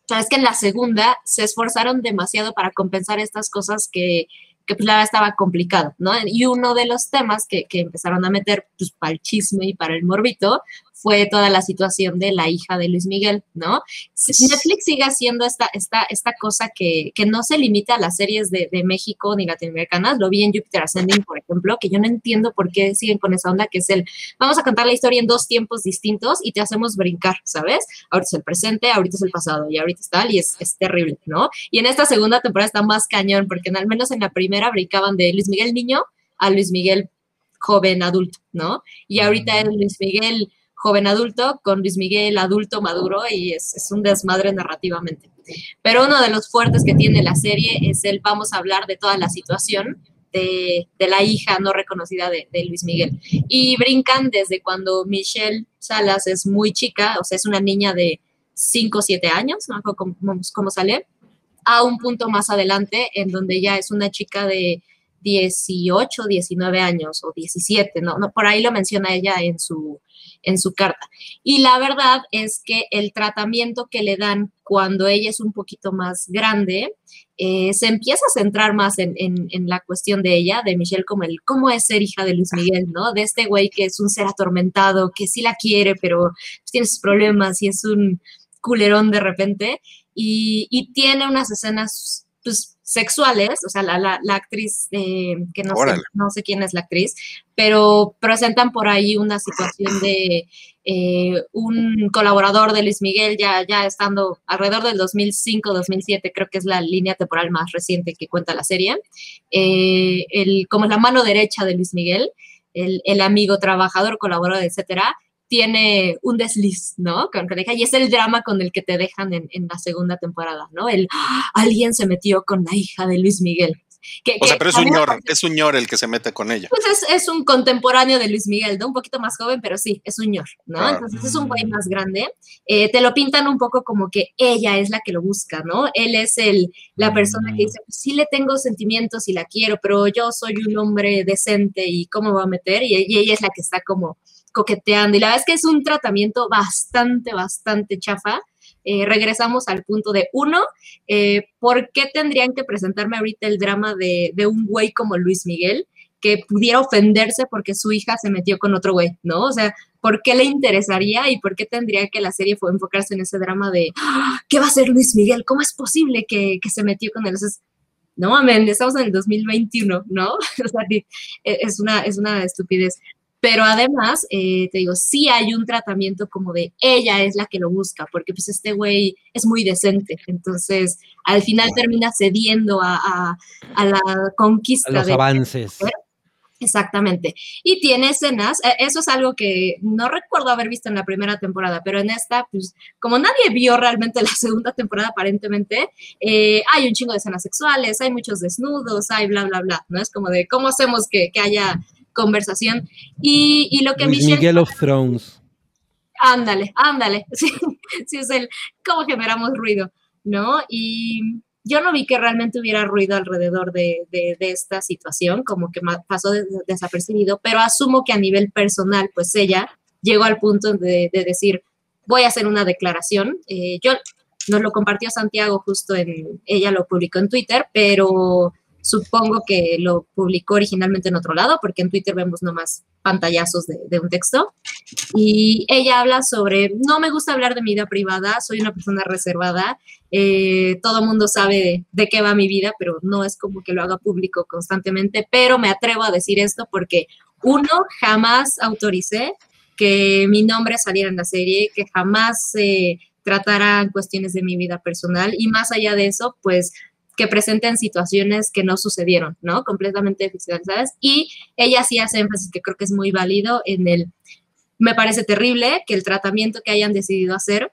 [SPEAKER 5] Sabes que en la segunda se esforzaron demasiado para compensar estas cosas que, que pues la verdad estaba complicado, ¿no? Y uno de los temas que, que empezaron a meter pues para el chisme y para el morbito fue toda la situación de la hija de Luis Miguel, ¿no? Si Netflix sigue haciendo esta, esta, esta cosa que, que no se limita a las series de, de México ni latinoamericanas. Lo vi en Jupiter Ascending, por ejemplo, que yo no entiendo por qué siguen con esa onda que es el vamos a contar la historia en dos tiempos distintos y te hacemos brincar, ¿sabes? Ahorita es el presente, ahorita es el pasado y ahorita es tal y es, es terrible, ¿no? Y en esta segunda temporada está más cañón porque en- al menos en la primera brincaban de Luis Miguel niño a Luis Miguel joven adulto, ¿no? Y ahorita es Luis Miguel joven adulto con Luis Miguel adulto maduro y es, es un desmadre narrativamente. Pero uno de los fuertes que tiene la serie es el vamos a hablar de toda la situación de, de la hija no reconocida de, de Luis Miguel. Y brincan desde cuando Michelle Salas es muy chica, o sea, es una niña de 5 o 7 años, no me acuerdo cómo, cómo- cómo sale, a un punto más adelante en donde ya es una chica de 18, 19 años o 17, ¿no? no por ahí lo menciona ella en su, en su carta. Y la verdad es que el tratamiento que le dan cuando ella es un poquito más grande, eh, se empieza a centrar más en, en- en la cuestión de ella, de Michelle, como el cómo es ser hija de Luis Miguel, ¿no? De este güey que es un ser atormentado, que sí la quiere, pero tiene sus problemas y es un culerón de repente. Y, y tiene unas escenas pues, sexuales, o sea, la, la- la actriz, eh, que no sé,
[SPEAKER 2] Órale.
[SPEAKER 5] no sé quién es la actriz, pero presentan por ahí una situación de eh, un colaborador de Luis Miguel, ya, ya estando alrededor del 2005-2007, creo que es la línea temporal más reciente que cuenta la serie, eh, el, como es la mano derecha de Luis Miguel, el, el amigo, trabajador, colaborador, etcétera, tiene un desliz, ¿no? Con que deja- y es el drama con el que te dejan en, en la segunda temporada, ¿no? El "Ah, alguien se metió con la hija de Luis Miguel. Que-
[SPEAKER 2] O sea,
[SPEAKER 5] que
[SPEAKER 2] pero es un
[SPEAKER 5] también
[SPEAKER 2] ñor, es un ñor el que se mete con ella.
[SPEAKER 5] pues es, es un contemporáneo de Luis Miguel, ¿no? Un poquito más joven, pero sí, es un ñor, ¿no?
[SPEAKER 2] Claro.
[SPEAKER 5] Entonces es un güey más grande. Eh, te lo pintan un poco como que ella es la que lo busca, ¿no? Él es el, la persona que dice, pues sí le tengo sentimientos y la quiero, pero yo soy un hombre decente y cómo me va a meter. Y, y ella es la que está como coqueteando. Y la verdad es que es un tratamiento bastante, bastante chafa. Eh, regresamos al punto de uno, eh, ¿por qué tendrían que presentarme ahorita el drama de, de un güey como Luis Miguel? que pudiera ofenderse porque su hija se metió con otro güey, ¿no? O sea, ¿por qué le interesaría y por qué tendría que la serie fue enfocarse en ese drama de "Ah, qué va a hacer Luis Miguel? ¿Cómo es posible que, que se metió con él? Entonces, no amén, estamos en el 2021, ¿no? O sea, di- e- es una, es una estupidez. Pero además, eh, te digo, sí hay un tratamiento como de ella es la que lo busca, porque pues este güey es muy decente. Entonces, al final termina cediendo a, a- a la
[SPEAKER 3] A
[SPEAKER 5] conquista
[SPEAKER 3] los
[SPEAKER 5] de,
[SPEAKER 3] avances.
[SPEAKER 5] Exactamente. Y tiene escenas, eh, eso es algo que no recuerdo haber visto en la primera temporada, pero en esta, pues como nadie vio realmente la segunda temporada aparentemente, eh, hay un chingo de escenas sexuales, hay muchos desnudos, hay bla, bla, bla, ¿no? Es como de cómo hacemos que, que haya conversación. Y, y lo que
[SPEAKER 3] Luis
[SPEAKER 5] Michelle...
[SPEAKER 3] Miguel of Thrones.
[SPEAKER 5] Ándale, ándale. Sí, sí es el cómo generamos ruido, ¿no? Y yo no vi que realmente hubiera ruido alrededor de, de- de esta situación, como que ma- pasó des- desapercibido, pero asumo que a nivel personal, pues ella llegó al punto de, de decir, voy a hacer una declaración. Eh, yo nos lo compartió Santiago justo en, ella lo publicó en Twitter, pero supongo que lo publicó originalmente en otro lado, porque en Twitter vemos nomás pantallazos de- de un texto y ella habla sobre, no me gusta hablar de mi vida privada, soy una persona reservada, eh, todo el mundo sabe de qué va mi vida, pero no es como que lo haga público constantemente, pero me atrevo a decir esto porque uno, jamás autoricé que mi nombre saliera en la serie, que jamás se trataran cuestiones de mi vida personal y más allá de eso, pues que presenten situaciones que no sucedieron, ¿no? Completamente ficcionalizadas. Y ella sí hace énfasis, que creo que es muy válido, en el me parece terrible que el tratamiento que hayan decidido hacer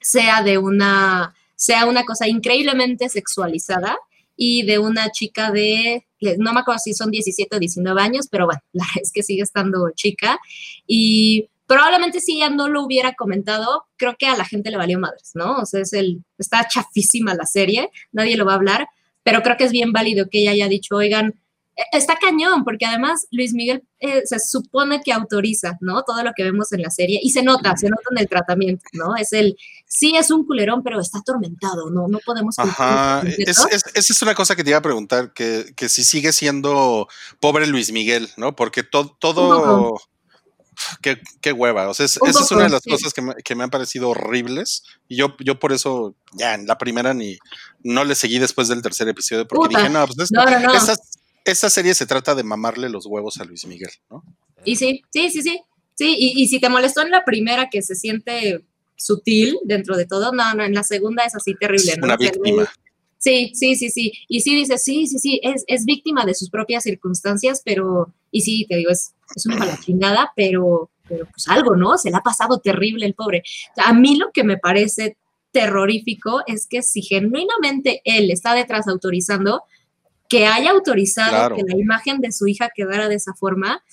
[SPEAKER 5] sea de una sea una cosa increíblemente sexualizada y de una chica de no me acuerdo si son 17 o 19 años, pero bueno, la verdad es que sigue estando chica y probablemente si ella no lo hubiera comentado, creo que a la gente le valió madres, ¿no? O sea, es el está chafísima la serie, nadie lo va a hablar, pero creo que es bien válido que ella haya dicho, "Oigan, eh, está cañón, porque además Luis Miguel eh, se supone que autoriza, ¿no? Todo lo que vemos en la serie y se nota, se nota en el tratamiento, ¿no? Es el, sí es un culerón, pero está atormentado, ¿no? No podemos...
[SPEAKER 2] Ajá,
[SPEAKER 5] culparlo,
[SPEAKER 2] es-
[SPEAKER 5] ¿no?
[SPEAKER 2] es- esa es una cosa que te iba a preguntar, que, que si sigue siendo pobre Luis Miguel, ¿no? Porque to- todo...
[SPEAKER 5] poco.
[SPEAKER 2] Qué, qué hueva, o sea, es-
[SPEAKER 5] Un
[SPEAKER 2] esa es
[SPEAKER 5] poco,
[SPEAKER 2] una de las
[SPEAKER 5] sí.
[SPEAKER 2] cosas que me, que me han parecido horribles y yo, yo por eso ya en la primera ni no le seguí después del tercer episodio porque
[SPEAKER 5] Puta.
[SPEAKER 2] dije, no, pues esta,
[SPEAKER 5] No, no, no.
[SPEAKER 2] esta- esta serie se trata de mamarle los huevos a Luis Miguel, ¿no?
[SPEAKER 5] Y sí, sí, sí, sí. Sí, y, y si te molestó en la primera que se siente sutil dentro de todo, no, no, en la segunda es así terrible. ¿no?
[SPEAKER 2] Una
[SPEAKER 5] O sea,
[SPEAKER 2] víctima.
[SPEAKER 5] Sí, sí, sí, sí. Y sí dice, sí, sí, sí, es, es víctima de sus propias circunstancias, pero, y sí, te digo, es, es una mala chingada, pero, pero pues algo, ¿no? Se le ha pasado terrible el pobre. A mí lo que me parece terrorífico es que si genuinamente él está detrás autorizando, que haya autorizado
[SPEAKER 2] Claro.
[SPEAKER 5] que la imagen de su hija quedara de esa forma,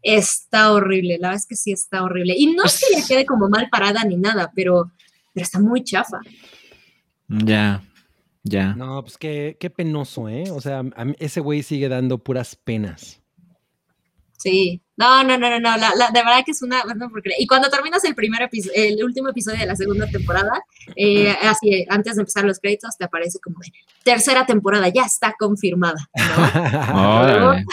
[SPEAKER 5] está horrible. La verdad es que sí está horrible. Y no es que le quede como mal parada ni nada, pero, pero está muy chafa.
[SPEAKER 4] Ya, ya.
[SPEAKER 3] No, pues qué, qué penoso, ¿eh? O sea, a mí- ese güey sigue dando puras penas.
[SPEAKER 5] Sí, no, no, no, no, no, la, la- de verdad que es una, no, porque- y cuando terminas el primer episo- el último episodio de la segunda temporada, eh, así, antes de empezar los créditos, te aparece como de, tercera temporada, ya está confirmada, ¿no?
[SPEAKER 4] Órale.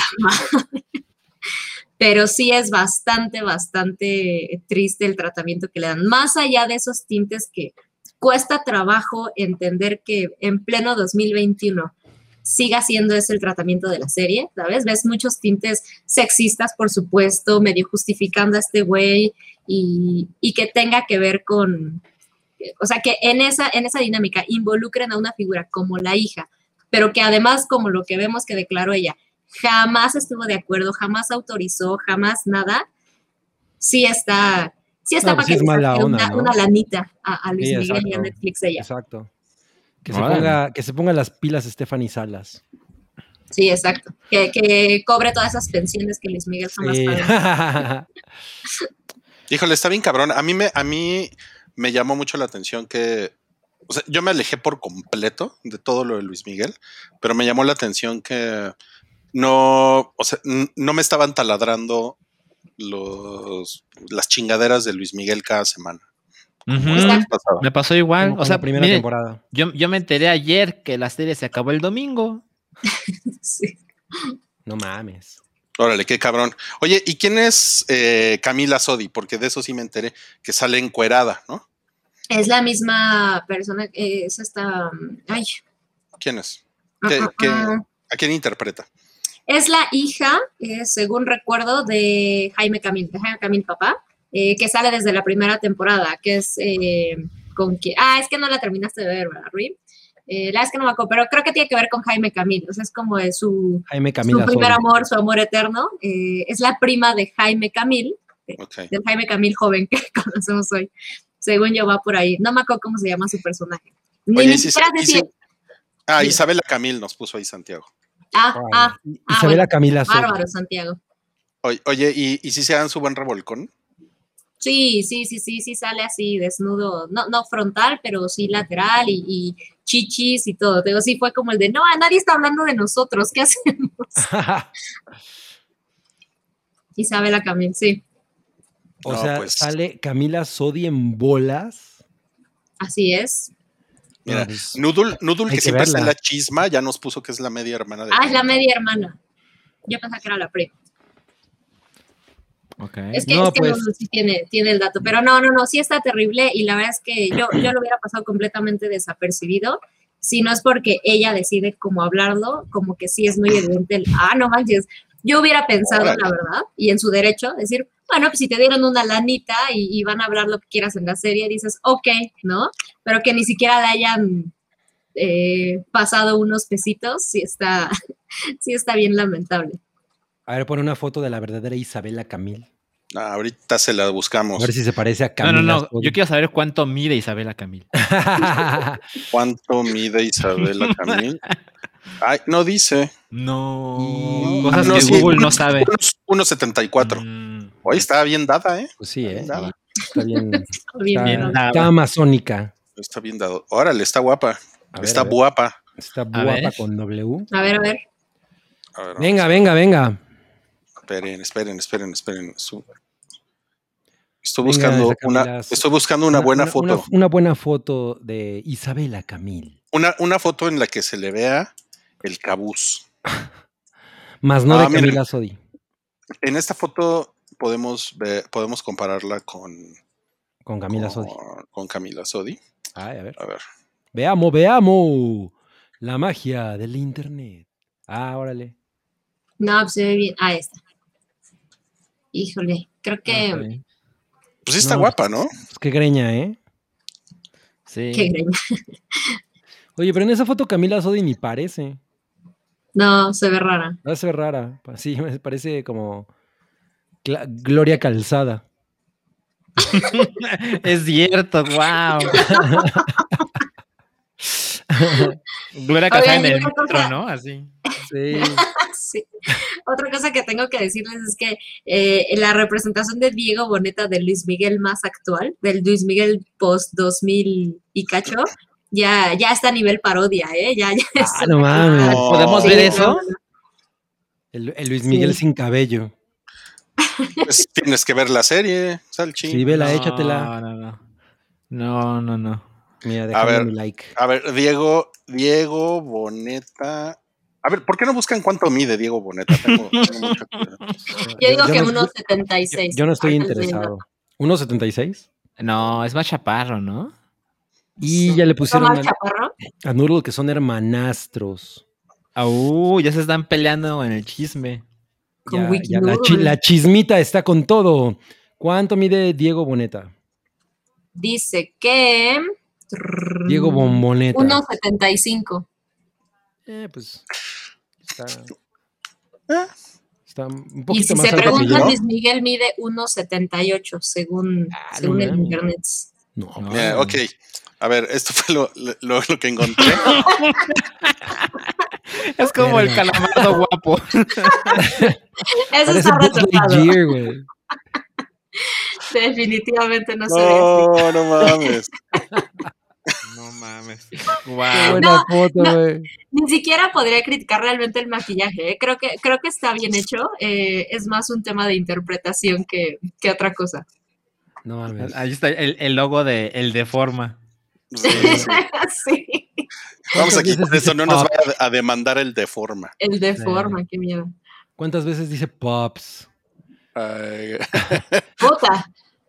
[SPEAKER 5] Pero sí es bastante, bastante triste el tratamiento que le dan, más allá de esos tintes que cuesta trabajo entender que en pleno 2021 siga siendo ese el tratamiento de la serie, ¿sabes? Ves muchos tintes sexistas, por supuesto, medio justificando a este güey y, y que tenga que ver con, o sea, que en esa, en esa dinámica involucren a una figura como la hija, pero que además, como lo que vemos que declaró ella, jamás estuvo de acuerdo, jamás autorizó, jamás nada, sí está, sí está
[SPEAKER 3] No, pues
[SPEAKER 5] para
[SPEAKER 3] sí
[SPEAKER 5] que
[SPEAKER 3] es
[SPEAKER 5] le
[SPEAKER 3] mala
[SPEAKER 5] saquen
[SPEAKER 3] onda,
[SPEAKER 5] una,
[SPEAKER 3] ¿no?
[SPEAKER 5] una lanita a, a Luis
[SPEAKER 3] Sí,
[SPEAKER 5] Miguel y a
[SPEAKER 3] exacto.
[SPEAKER 5] Netflix ella.
[SPEAKER 3] Exacto. Que se,
[SPEAKER 4] Órale.
[SPEAKER 3] ponga, que se ponga las pilas Stephanie Salas.
[SPEAKER 5] Sí, exacto. Que, que cobre todas esas pensiones que Luis Miguel jamás
[SPEAKER 3] Sí.
[SPEAKER 5] pagó.
[SPEAKER 2] Híjole, está bien cabrón. A mí me, a mí me llamó mucho la atención que. O sea, yo me alejé por completo de todo lo de Luis Miguel, pero me llamó la atención que no, o sea, n- no me estaban taladrando los las chingaderas de Luis Miguel cada semana.
[SPEAKER 4] Ujú.
[SPEAKER 5] Exacto.
[SPEAKER 2] Pasaba.
[SPEAKER 4] Me pasó igual.
[SPEAKER 5] Ah,
[SPEAKER 3] Como con
[SPEAKER 4] O sea,
[SPEAKER 3] la primera
[SPEAKER 4] miren,
[SPEAKER 3] temporada.
[SPEAKER 4] yo, yo me enteré ayer que la serie se acabó el domingo.
[SPEAKER 5] Sí.
[SPEAKER 3] No mames.
[SPEAKER 2] Órale, qué cabrón. Oye, ¿y quién es eh, Camila Sodi? Porque de eso sí me enteré, que sale encuerada, ¿no?
[SPEAKER 5] Es la misma persona, eh, es esta. mm, Ay.
[SPEAKER 2] ¿Quién es?
[SPEAKER 5] ah,
[SPEAKER 2] ¿Qué-
[SPEAKER 5] ah,
[SPEAKER 2] qué-
[SPEAKER 5] ah.
[SPEAKER 2] ¿A quién interpreta?
[SPEAKER 5] Es la hija, eh, según recuerdo, de Jaime Camil, de Jaime Camil Papá, eh, que sale desde la primera temporada, que es eh, con quien. Ah, es que no la terminaste de ver, ¿verdad, Rui? Eh, la es que no me acuerdo, pero creo que tiene que ver con Jaime Camil. O sea, es como de su,
[SPEAKER 3] Jaime
[SPEAKER 5] su
[SPEAKER 3] Camila.
[SPEAKER 5] primer
[SPEAKER 3] Sodi.
[SPEAKER 5] amor, su amor eterno. Eh, es la prima de Jaime Camil,
[SPEAKER 2] Ok.
[SPEAKER 5] del Jaime Camil joven que conocemos hoy. Según yo va por ahí. No me acuerdo cómo se llama su personaje. Ni,
[SPEAKER 2] Oye,
[SPEAKER 5] ni
[SPEAKER 2] y si-
[SPEAKER 5] siquiera
[SPEAKER 2] y
[SPEAKER 5] sé si-
[SPEAKER 2] si- Ah, Isabela Camil nos puso ahí Santiago.
[SPEAKER 5] Ah,
[SPEAKER 3] Órale.
[SPEAKER 5] ah, ah,
[SPEAKER 3] Isabela
[SPEAKER 5] bueno.
[SPEAKER 3] Camila. Sodi.
[SPEAKER 5] bárbaro, Santiago.
[SPEAKER 2] Oy- Oye, ¿y, y si se dan su buen revolcón?
[SPEAKER 5] Sí, sí, sí, sí, sí sale así desnudo. No, no frontal, pero sí lateral y, y chichis y todo. Te Digo, sí fue como el de, no, a nadie está hablando de nosotros. ¿Qué hacemos? Isabela Camil, sí,
[SPEAKER 3] o
[SPEAKER 2] No,
[SPEAKER 3] sea,
[SPEAKER 2] pues.
[SPEAKER 3] sale Camila Sodi en bolas.
[SPEAKER 5] así es.
[SPEAKER 2] Mira,
[SPEAKER 3] No, pues,
[SPEAKER 2] Noodle, Noodle
[SPEAKER 3] hay
[SPEAKER 2] que,
[SPEAKER 3] que
[SPEAKER 2] siempre está en
[SPEAKER 3] verla.
[SPEAKER 2] la chisma, ya nos puso que es la media hermana de.
[SPEAKER 5] Ah, es la media hermana. Yo pensaba que era la prima.
[SPEAKER 4] Ok.
[SPEAKER 5] Es que,
[SPEAKER 3] No,
[SPEAKER 5] es que
[SPEAKER 3] pues.
[SPEAKER 5] Lulu sí tiene, tiene el dato, pero no, no, no, sí está terrible y la verdad es que yo, yo lo hubiera pasado completamente desapercibido si no es porque ella decide cómo hablarlo, como que sí es muy evidente el, ah, no manches, yo hubiera pensado,
[SPEAKER 2] Órale.
[SPEAKER 5] la verdad, y en su derecho, decir, bueno, pues si te dieron una lanita y, y van a hablar lo que quieras en la serie, dices, ok, ¿no? Pero que ni siquiera le hayan eh, pasado unos pesitos, sí está, sí está bien lamentable.
[SPEAKER 3] A ver, pone una foto de la verdadera Isabela Camil.
[SPEAKER 2] Ah, ahorita se la
[SPEAKER 3] A
[SPEAKER 2] buscamos.
[SPEAKER 3] ver si se parece a
[SPEAKER 4] No,
[SPEAKER 3] Camila.
[SPEAKER 4] no, no.
[SPEAKER 3] Sodi.
[SPEAKER 4] Yo quiero saber cuánto mide Isabela Camil.
[SPEAKER 2] ¿Cuánto mide Isabela Camil? Ay, no dice.
[SPEAKER 4] No.
[SPEAKER 3] Y-
[SPEAKER 4] Cosas
[SPEAKER 2] No,
[SPEAKER 4] que
[SPEAKER 2] sí.
[SPEAKER 4] Google no sabe.
[SPEAKER 2] Unos- 1.74.
[SPEAKER 4] Mm.
[SPEAKER 2] Hoy está bien dada, ¿eh?
[SPEAKER 3] Pues sí, ¿eh?
[SPEAKER 2] Nada.
[SPEAKER 3] Está bien.
[SPEAKER 5] Obviamente.
[SPEAKER 4] Bien,
[SPEAKER 3] Está,
[SPEAKER 4] nada.
[SPEAKER 3] está amazónica.
[SPEAKER 2] Está bien dado. Órale, está guapa.
[SPEAKER 3] A ver,
[SPEAKER 2] está
[SPEAKER 3] a ver.
[SPEAKER 2] guapa.
[SPEAKER 3] Está
[SPEAKER 4] ver.
[SPEAKER 3] guapa con W.
[SPEAKER 5] A ver, a ver.
[SPEAKER 2] A ver,
[SPEAKER 3] Venga, venga, venga.
[SPEAKER 2] Esperen, esperen, esperen, esperen. Su- Estoy
[SPEAKER 3] Venga,
[SPEAKER 2] buscando
[SPEAKER 3] saca
[SPEAKER 2] una,
[SPEAKER 3] las-
[SPEAKER 2] estoy buscando una buena
[SPEAKER 3] Una,
[SPEAKER 2] foto.
[SPEAKER 3] una buena foto de Isabela Camil.
[SPEAKER 2] Una, una foto en la que se le vea el cabuz.
[SPEAKER 3] Más no
[SPEAKER 2] Ah,
[SPEAKER 3] de
[SPEAKER 2] mira.
[SPEAKER 3] Camila Sodi.
[SPEAKER 2] En esta foto podemos ver, podemos compararla con
[SPEAKER 3] Con Camila Sodi.
[SPEAKER 2] con- con Camila Sodi.
[SPEAKER 3] Ay, a ver.
[SPEAKER 2] A ver.
[SPEAKER 3] Veamos, veamos. La magia del internet. Ah, órale.
[SPEAKER 5] No, pues se ve bien. Ahí está. Híjole, creo
[SPEAKER 3] Ah,
[SPEAKER 5] que.
[SPEAKER 4] Ok.
[SPEAKER 2] Pues sí está
[SPEAKER 3] No,
[SPEAKER 2] guapa, ¿no?
[SPEAKER 3] Pues qué greña, ¿eh?
[SPEAKER 4] Sí.
[SPEAKER 5] que greña.
[SPEAKER 3] Oye, pero en esa foto Camila Sodi ni parece.
[SPEAKER 5] No, se ve rara.
[SPEAKER 3] Va a ser rara. Pa- Sí, me parece como Cla- Gloria Calzada.
[SPEAKER 4] es cierto, wow. Gloria Café en
[SPEAKER 5] Oigan, y
[SPEAKER 4] el
[SPEAKER 5] una cosa-
[SPEAKER 4] metro, ¿no? Así.
[SPEAKER 3] Sí.
[SPEAKER 5] Sí. Otra cosa que tengo que decirles es que eh, la representación de Diego Boneta de Luis Miguel más actual, del Luis Miguel post 2000 y cacho, ya, ya está a nivel parodia, ¿eh? Ya, ya es
[SPEAKER 3] Ah, no mames.
[SPEAKER 2] No.
[SPEAKER 4] ¿Podemos ver
[SPEAKER 5] Sí,
[SPEAKER 4] eso?
[SPEAKER 5] no, no.
[SPEAKER 3] El, el Luis Miguel sin cabello.
[SPEAKER 2] Pues tienes que ver la serie, Salchi.
[SPEAKER 3] Sí, vela,
[SPEAKER 5] Ah.
[SPEAKER 4] No,
[SPEAKER 3] échatela.
[SPEAKER 4] No, no. No, no, no.
[SPEAKER 3] Mira, déjame
[SPEAKER 2] ver.
[SPEAKER 3] mi like.
[SPEAKER 2] A ver, Diego, Diego Boneta. A ver, ¿por qué no buscan cuánto mide Diego Boneta? Tengo- tengo mucha
[SPEAKER 3] Ah.
[SPEAKER 2] curiosidad.
[SPEAKER 5] Yo digo que
[SPEAKER 3] no-
[SPEAKER 5] unos
[SPEAKER 3] yo-
[SPEAKER 5] 76.
[SPEAKER 3] yo no estoy
[SPEAKER 5] Ahorita les
[SPEAKER 3] interesado. ¿1.76?
[SPEAKER 4] No, es más chaparro, ¿no?
[SPEAKER 3] Y ya le
[SPEAKER 5] digo.
[SPEAKER 3] pusieron
[SPEAKER 5] Omar
[SPEAKER 3] a,
[SPEAKER 5] Chaparro.
[SPEAKER 3] a Nurul que son hermanastros.
[SPEAKER 4] Ah, Uh, ya se están peleando en el chisme.
[SPEAKER 5] Con
[SPEAKER 3] Ya-
[SPEAKER 5] Wiki
[SPEAKER 3] ya la, chi-
[SPEAKER 5] Noodle.
[SPEAKER 3] la chismita está con todo. ¿Cuánto mide Diego Boneta?
[SPEAKER 5] Dice que.
[SPEAKER 3] Diego
[SPEAKER 5] Mm.
[SPEAKER 3] Bomboneta.
[SPEAKER 5] 1.75.
[SPEAKER 3] Eh, pues. Está.
[SPEAKER 2] Ah.
[SPEAKER 3] Está un
[SPEAKER 5] ¿Eh? Y
[SPEAKER 3] poquito
[SPEAKER 5] si
[SPEAKER 3] más
[SPEAKER 5] se
[SPEAKER 3] alto que
[SPEAKER 5] preguntan,
[SPEAKER 3] yo.
[SPEAKER 5] Luis Miguel mide 1.78 según,
[SPEAKER 4] Ah, no
[SPEAKER 5] según el
[SPEAKER 4] mames.
[SPEAKER 5] internet.
[SPEAKER 3] No,
[SPEAKER 4] No.
[SPEAKER 3] pues,
[SPEAKER 2] Eh, ok, a ver, esto fue lo, lo- lo que encontré.
[SPEAKER 4] Es como el
[SPEAKER 3] Verga.
[SPEAKER 4] calamardo guapo.
[SPEAKER 5] Eso
[SPEAKER 3] Parece
[SPEAKER 5] está
[SPEAKER 3] Buzz
[SPEAKER 5] retratado.
[SPEAKER 3] Lightyear, güey.
[SPEAKER 5] Definitivamente no, se ve así.
[SPEAKER 2] No, no mames.
[SPEAKER 4] No mames.
[SPEAKER 3] Qué
[SPEAKER 4] Wow.
[SPEAKER 3] buena foto,
[SPEAKER 5] no.
[SPEAKER 3] güey.
[SPEAKER 5] Ni siquiera podría criticar realmente el maquillaje. ¿eh? Creo, que, creo que está bien hecho. eh, es más un tema de interpretación que, que otra cosa.
[SPEAKER 3] No mames.
[SPEAKER 4] Ahí está el, el logo de el de forma.
[SPEAKER 5] sí.
[SPEAKER 2] Vamos a quitar
[SPEAKER 3] ¿Cuántas veces
[SPEAKER 2] eso,
[SPEAKER 3] dice
[SPEAKER 2] no nos
[SPEAKER 3] pop?
[SPEAKER 2] vaya a demandar el de forma.
[SPEAKER 5] El de forma, qué miedo.
[SPEAKER 3] ¿Cuántas veces dice Pops?
[SPEAKER 2] Ay,
[SPEAKER 5] Puta.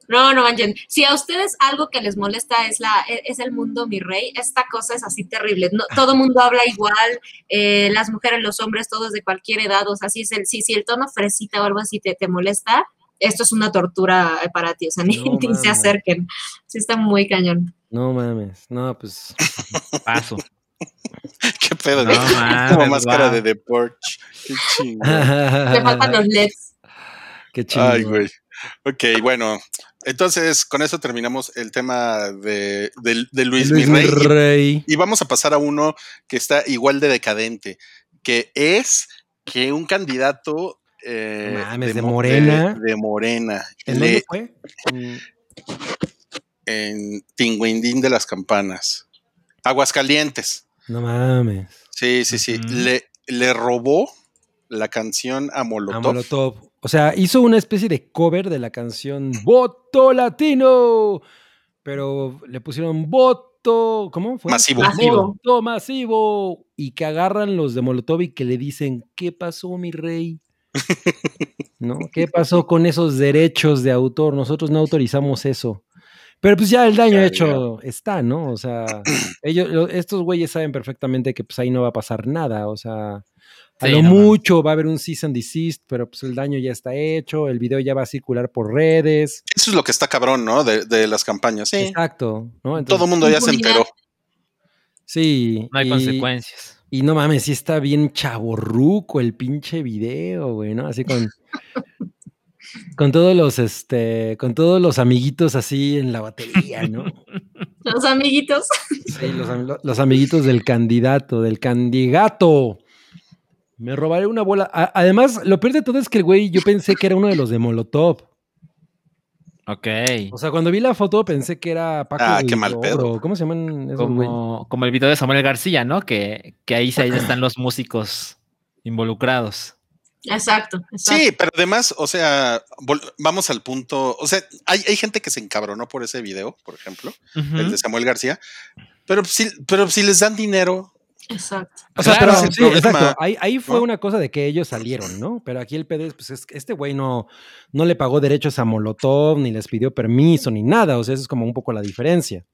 [SPEAKER 5] No, no manchen. Si a ustedes algo que les molesta es la e- es el mundo mi rey, esta cosa es así terrible. No,
[SPEAKER 3] Ah.
[SPEAKER 5] todo mundo habla igual, eh, las mujeres, los hombres, todos de cualquier edad, o sea, si es el si, si el tono fresita o algo así te, te molesta, esto es una tortura eh, para ti, o sea, ni,
[SPEAKER 3] No
[SPEAKER 5] ni
[SPEAKER 3] mames.
[SPEAKER 5] se acerquen. Sí está muy cañón.
[SPEAKER 3] No mames. No, pues.
[SPEAKER 4] Paso.
[SPEAKER 2] Qué pedo.
[SPEAKER 4] No
[SPEAKER 3] Ah,
[SPEAKER 4] mames,
[SPEAKER 2] Como máscara
[SPEAKER 4] guau.
[SPEAKER 2] de The Purge. Qué chingón.
[SPEAKER 3] Ah,
[SPEAKER 5] Le faltan los E LEDs.
[SPEAKER 3] Qué chido.
[SPEAKER 2] Ay, güey. Ok, bueno. Entonces, con eso terminamos el tema de, de- de Luis,
[SPEAKER 3] Luis
[SPEAKER 2] Mirrey.
[SPEAKER 3] mi rey.
[SPEAKER 2] Y vamos a pasar a uno que está igual de decadente, que es que un candidato eh,
[SPEAKER 3] No mames, de
[SPEAKER 2] mo-
[SPEAKER 3] Morena.
[SPEAKER 2] de, de Morena
[SPEAKER 3] ¿En
[SPEAKER 2] le-
[SPEAKER 3] dónde fue?
[SPEAKER 2] en Tinguindín de las Campanas, Aguascalientes.
[SPEAKER 3] No mames.
[SPEAKER 2] Sí, sí, sí.
[SPEAKER 4] Ujú.
[SPEAKER 2] le, le robó la canción a Molotov.
[SPEAKER 3] A Molotov. O sea, hizo una especie de cover de la canción Voto Latino. Pero le pusieron voto. ¿Cómo fue?
[SPEAKER 2] Masivo.
[SPEAKER 5] Masivo.
[SPEAKER 3] Voto masivo. Y que agarran los de Molotov y que le dicen: ¿Qué pasó, mi rey? ¿No? ¿Qué pasó con esos derechos de autor? Nosotros no autorizamos eso. Pero pues ya el daño
[SPEAKER 2] Ya,
[SPEAKER 3] hecho está, ¿no? O sea, ellos, lo- estos güeyes saben perfectamente que pues ahí no va a pasar nada. O sea, a
[SPEAKER 4] Sí,
[SPEAKER 3] lo
[SPEAKER 4] no mames.
[SPEAKER 3] mucho va a haber un cease and desist, pero pues el daño ya está hecho, el video ya va a circular por redes.
[SPEAKER 2] Eso es lo que está cabrón, ¿no? De, de las campañas. Sí.
[SPEAKER 3] Exacto, ¿no? Entonces,
[SPEAKER 2] Todo el mundo ya se
[SPEAKER 5] Impunidad.
[SPEAKER 2] enteró.
[SPEAKER 3] Sí.
[SPEAKER 4] No hay
[SPEAKER 3] y-
[SPEAKER 4] consecuencias.
[SPEAKER 3] Y no mames, sí está bien chaborruco el pinche video, güey, ¿no? Así con. Con todos los, este, con todos los amiguitos así en la batería, ¿no?
[SPEAKER 5] Los amiguitos.
[SPEAKER 3] Sí, los, am- lo- los amiguitos del candidato, del candidato. Me robaré una bola. A- además, lo peor de todo es que el güey, yo pensé que era uno de los de Molotov.
[SPEAKER 4] Ok.
[SPEAKER 3] O sea, cuando vi la foto pensé que era Paco.
[SPEAKER 2] Ah,
[SPEAKER 3] del
[SPEAKER 2] qué mal
[SPEAKER 3] Toro,
[SPEAKER 2] pedo.
[SPEAKER 3] ¿Cómo se llaman esos güeyes?
[SPEAKER 4] Como, como el video de Samuel García, ¿no? Que, que ahí, sí, ahí están los músicos involucrados.
[SPEAKER 5] Exacto, exacto.
[SPEAKER 2] Sí, pero además, o sea, vol- vamos al punto. O sea, hay, hay gente que se encabronó por ese video, por ejemplo, el de Samuel García. Pero si, pero si les dan dinero,
[SPEAKER 5] exacto.
[SPEAKER 3] O sea,
[SPEAKER 2] Claro,
[SPEAKER 3] pero
[SPEAKER 2] ese
[SPEAKER 3] sí,
[SPEAKER 2] problema,
[SPEAKER 3] exacto. Ahí, ahí fue
[SPEAKER 2] ¿no?
[SPEAKER 3] una cosa de que ellos salieron, ¿no? Pero aquí el PD, es, pues es que este güey no, no le pagó derechos a Molotov, ni les pidió permiso, ni nada. O sea, eso es como un poco la diferencia.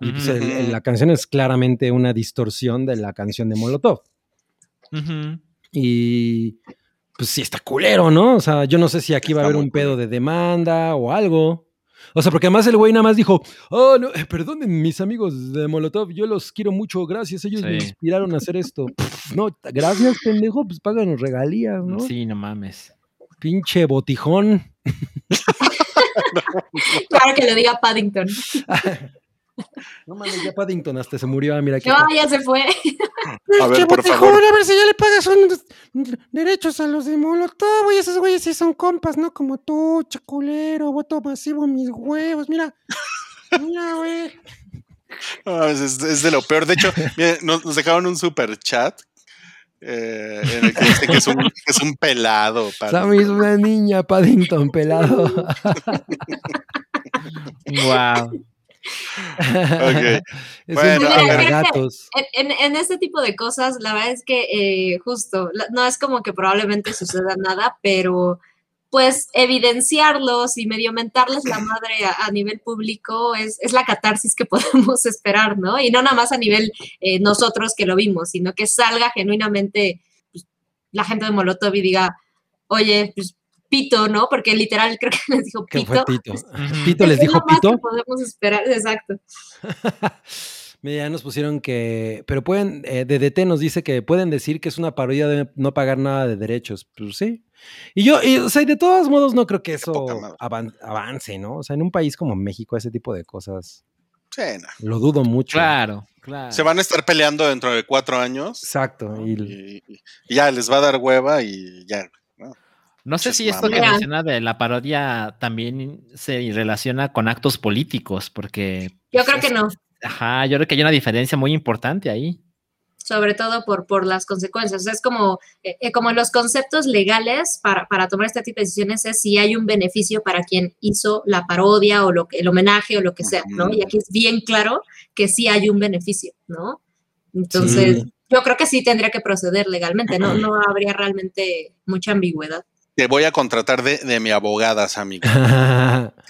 [SPEAKER 3] Y pues el- el- la canción es claramente una distorsión de la canción de Molotov.
[SPEAKER 4] Ujú.
[SPEAKER 3] Y pues sí está culero, ¿no? O sea, yo no sé si aquí va a
[SPEAKER 2] Está
[SPEAKER 3] haber
[SPEAKER 2] muy
[SPEAKER 3] un pedo de demanda o algo. O sea, porque además el güey nada más dijo, oh, no, eh, perdonen mis amigos de Molotov, yo los quiero mucho, gracias, ellos me
[SPEAKER 4] Sí.
[SPEAKER 3] inspiraron a hacer esto. Pff, no, gracias, pendejo, pues páganos regalías, ¿no?
[SPEAKER 4] Sí, no mames.
[SPEAKER 3] Pinche botijón.
[SPEAKER 5] Claro que lo diga Paddington.
[SPEAKER 3] No mames, ya Paddington hasta se murió, ah, mira aquí.
[SPEAKER 5] No, ya se fue.
[SPEAKER 2] A ver,
[SPEAKER 6] Pinche
[SPEAKER 2] por
[SPEAKER 6] botijón,
[SPEAKER 2] favor.
[SPEAKER 6] A ver si ya le pagas unos derechos a los de Molotov, güey. Esos güeyes sí son compas, ¿no? Como tú, chaculero, voto masivo, mis huevos. Mira, mira, güey.
[SPEAKER 2] No, Ah, es, es- es de lo peor. De hecho, miren, nos, nos dejaron un super chat eh, en el que dice que es un, que es un pelado. padre.
[SPEAKER 3] Sammy es una niña, Paddington pelado.
[SPEAKER 4] Wow.
[SPEAKER 2] Ok.
[SPEAKER 3] es
[SPEAKER 2] Bueno,
[SPEAKER 3] un
[SPEAKER 2] a ver.
[SPEAKER 3] gatos.
[SPEAKER 5] En, en, en este tipo de cosas, la verdad es que eh, justo, la- no es como que probablemente suceda nada, pero pues evidenciarlos y medio mentarles la madre a, a nivel público es, es la catarsis que podemos esperar, ¿no? Y no nada más a nivel eh, nosotros que lo vimos, sino que salga genuinamente pues, la gente de Molotov y diga, oye, pues pito, ¿no? Porque literal creo que les dijo
[SPEAKER 3] ¿Qué fue
[SPEAKER 5] pito.
[SPEAKER 3] Tito?
[SPEAKER 4] Ujú.
[SPEAKER 3] ¿Pito les
[SPEAKER 5] Es lo
[SPEAKER 3] dijo
[SPEAKER 5] más que
[SPEAKER 3] Pito?
[SPEAKER 5] podemos esperar, exacto.
[SPEAKER 3] Mira, ya nos pusieron que, pero pueden, eh, DDT nos dice que pueden decir que es una parodia de no pagar nada de derechos, pues sí. Y yo, y, o sea, y de todos modos no creo que eso
[SPEAKER 2] poca madre.
[SPEAKER 3] avan- avance, ¿no? O sea, en un país como México ese tipo de cosas,
[SPEAKER 2] Sí, no.
[SPEAKER 3] lo dudo mucho.
[SPEAKER 4] Claro, claro.
[SPEAKER 2] Se van a estar peleando dentro de cuatro años.
[SPEAKER 3] Exacto. Y,
[SPEAKER 2] Y, y ya les va a dar hueva y ya.
[SPEAKER 4] No sé
[SPEAKER 2] Muchas
[SPEAKER 4] si esto que
[SPEAKER 5] mamadas.
[SPEAKER 4] menciona de la parodia también se relaciona con actos políticos, porque.
[SPEAKER 5] Yo creo que no.
[SPEAKER 4] Ajá, yo creo que hay una diferencia muy importante ahí.
[SPEAKER 5] sobre todo por, por las consecuencias. O sea, es como, eh, eh, como los conceptos legales para, para tomar este tipo de decisiones es si hay un beneficio para quien hizo la parodia o lo que, el homenaje o lo que sea, ¿no? Y aquí es bien claro que sí hay un beneficio, ¿no? Entonces,
[SPEAKER 3] Sí.
[SPEAKER 5] yo creo que sí tendría que proceder legalmente, ¿no? No habría realmente mucha ambigüedad.
[SPEAKER 2] Te voy a contratar de, de mi abogada, Sammy.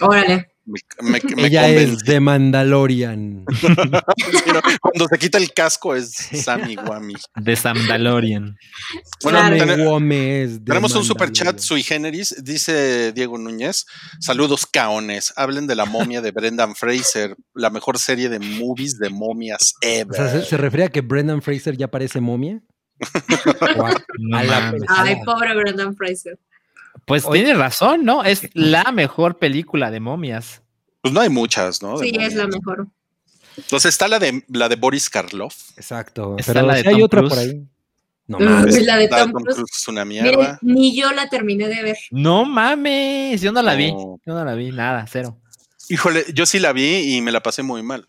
[SPEAKER 5] Órale.
[SPEAKER 2] Me, me- me
[SPEAKER 3] Ella es
[SPEAKER 2] convencí.
[SPEAKER 3] de Mandalorian.
[SPEAKER 2] Pero Cuando se quita el casco es Sammy Guami.
[SPEAKER 4] De Sandalorian.
[SPEAKER 2] Bueno,
[SPEAKER 5] Claro.
[SPEAKER 2] tene-
[SPEAKER 3] Gómez
[SPEAKER 2] tenemos un super chat sui generis, dice Diego Núñez. Saludos, caones. Hablen de la momia de Brendan Fraser, la mejor serie de movies de momias
[SPEAKER 3] O sea, ¿se,
[SPEAKER 2] ever.
[SPEAKER 3] se refiere a que Brendan Fraser ya parece momia? O a-
[SPEAKER 4] No
[SPEAKER 3] a la
[SPEAKER 4] mames.
[SPEAKER 3] persona.
[SPEAKER 5] Ay, pobre Brendan Fraser.
[SPEAKER 4] Pues
[SPEAKER 3] Oye.
[SPEAKER 4] tiene razón, ¿no? Es la mejor película de momias.
[SPEAKER 2] Pues no hay muchas, ¿no? De
[SPEAKER 5] Sí,
[SPEAKER 2] momias.
[SPEAKER 5] es la mejor.
[SPEAKER 2] Entonces está la de, la de Boris Karloff.
[SPEAKER 3] Exacto.
[SPEAKER 4] Está
[SPEAKER 3] Pero
[SPEAKER 4] la de
[SPEAKER 3] si hay
[SPEAKER 4] Tom
[SPEAKER 3] otra por
[SPEAKER 4] Cruise.
[SPEAKER 3] ahí. No
[SPEAKER 5] Uy,
[SPEAKER 3] mames.
[SPEAKER 5] Ah, la de Tom Cruise.
[SPEAKER 2] es una
[SPEAKER 5] Miren,
[SPEAKER 2] mierda.
[SPEAKER 5] ni yo la terminé de ver.
[SPEAKER 4] No mames, yo no la vi.
[SPEAKER 2] No.
[SPEAKER 4] Yo no la vi, nada, cero.
[SPEAKER 2] Híjole, yo sí la vi y me la pasé muy mal.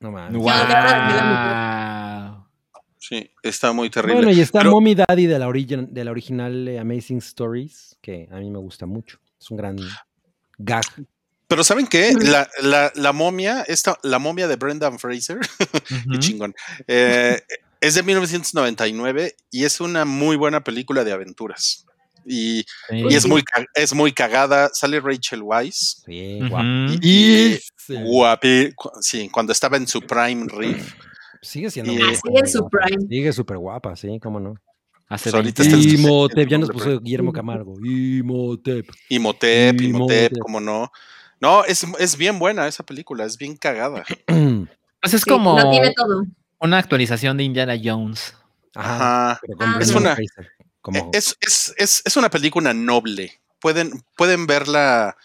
[SPEAKER 3] No mames.
[SPEAKER 4] Wow.
[SPEAKER 5] de verdad, me la
[SPEAKER 2] Sí, está muy terrible.
[SPEAKER 3] Bueno, y está
[SPEAKER 2] Pero-
[SPEAKER 3] Mommy Daddy de la, origi- de la original eh, Amazing Stories, que a mí me gusta mucho. Es un gran gag.
[SPEAKER 2] Pero ¿saben qué?
[SPEAKER 5] Mm.
[SPEAKER 2] La, la- la momia, esta, la momia de Brendan Fraser, qué chingón, eh, es de 1999 y es una muy buena película de aventuras. Y,
[SPEAKER 4] Sí.
[SPEAKER 5] Pues,
[SPEAKER 2] y es, muy, ca- es muy cagada, sale Rachel Weisz.
[SPEAKER 3] Sí,
[SPEAKER 4] Ujú.
[SPEAKER 3] guapo.
[SPEAKER 2] Y,
[SPEAKER 3] Sí.
[SPEAKER 2] guapi- cu- sí, cuando estaba en su prime riff.
[SPEAKER 3] Sigue siendo
[SPEAKER 2] Y-
[SPEAKER 3] muy
[SPEAKER 2] Ah,
[SPEAKER 5] sigue en su
[SPEAKER 3] guapa.
[SPEAKER 5] prime.
[SPEAKER 3] Sigue súper guapa, sí, cómo no.
[SPEAKER 4] Hace
[SPEAKER 2] Pues ahorita
[SPEAKER 4] 20
[SPEAKER 2] está en su-
[SPEAKER 4] años.
[SPEAKER 3] Imhotep, ya nos
[SPEAKER 2] nombre,
[SPEAKER 3] puso Guillermo Camargo. Imhotep.
[SPEAKER 2] Y Motep, y Motep,
[SPEAKER 3] Imhotep.
[SPEAKER 2] como no. No, es, es bien buena esa película, es bien cagada.
[SPEAKER 4] Pues es
[SPEAKER 5] Sí,
[SPEAKER 4] como
[SPEAKER 5] Lo tiene todo.
[SPEAKER 4] una actualización de Indiana Jones.
[SPEAKER 3] Ajá.
[SPEAKER 2] Ajá.
[SPEAKER 3] pero con
[SPEAKER 5] Ah.
[SPEAKER 3] Brendan
[SPEAKER 2] Es una-
[SPEAKER 3] Fraser, como-
[SPEAKER 2] E-, Es, es- es- es una película noble. Pueden, pueden verla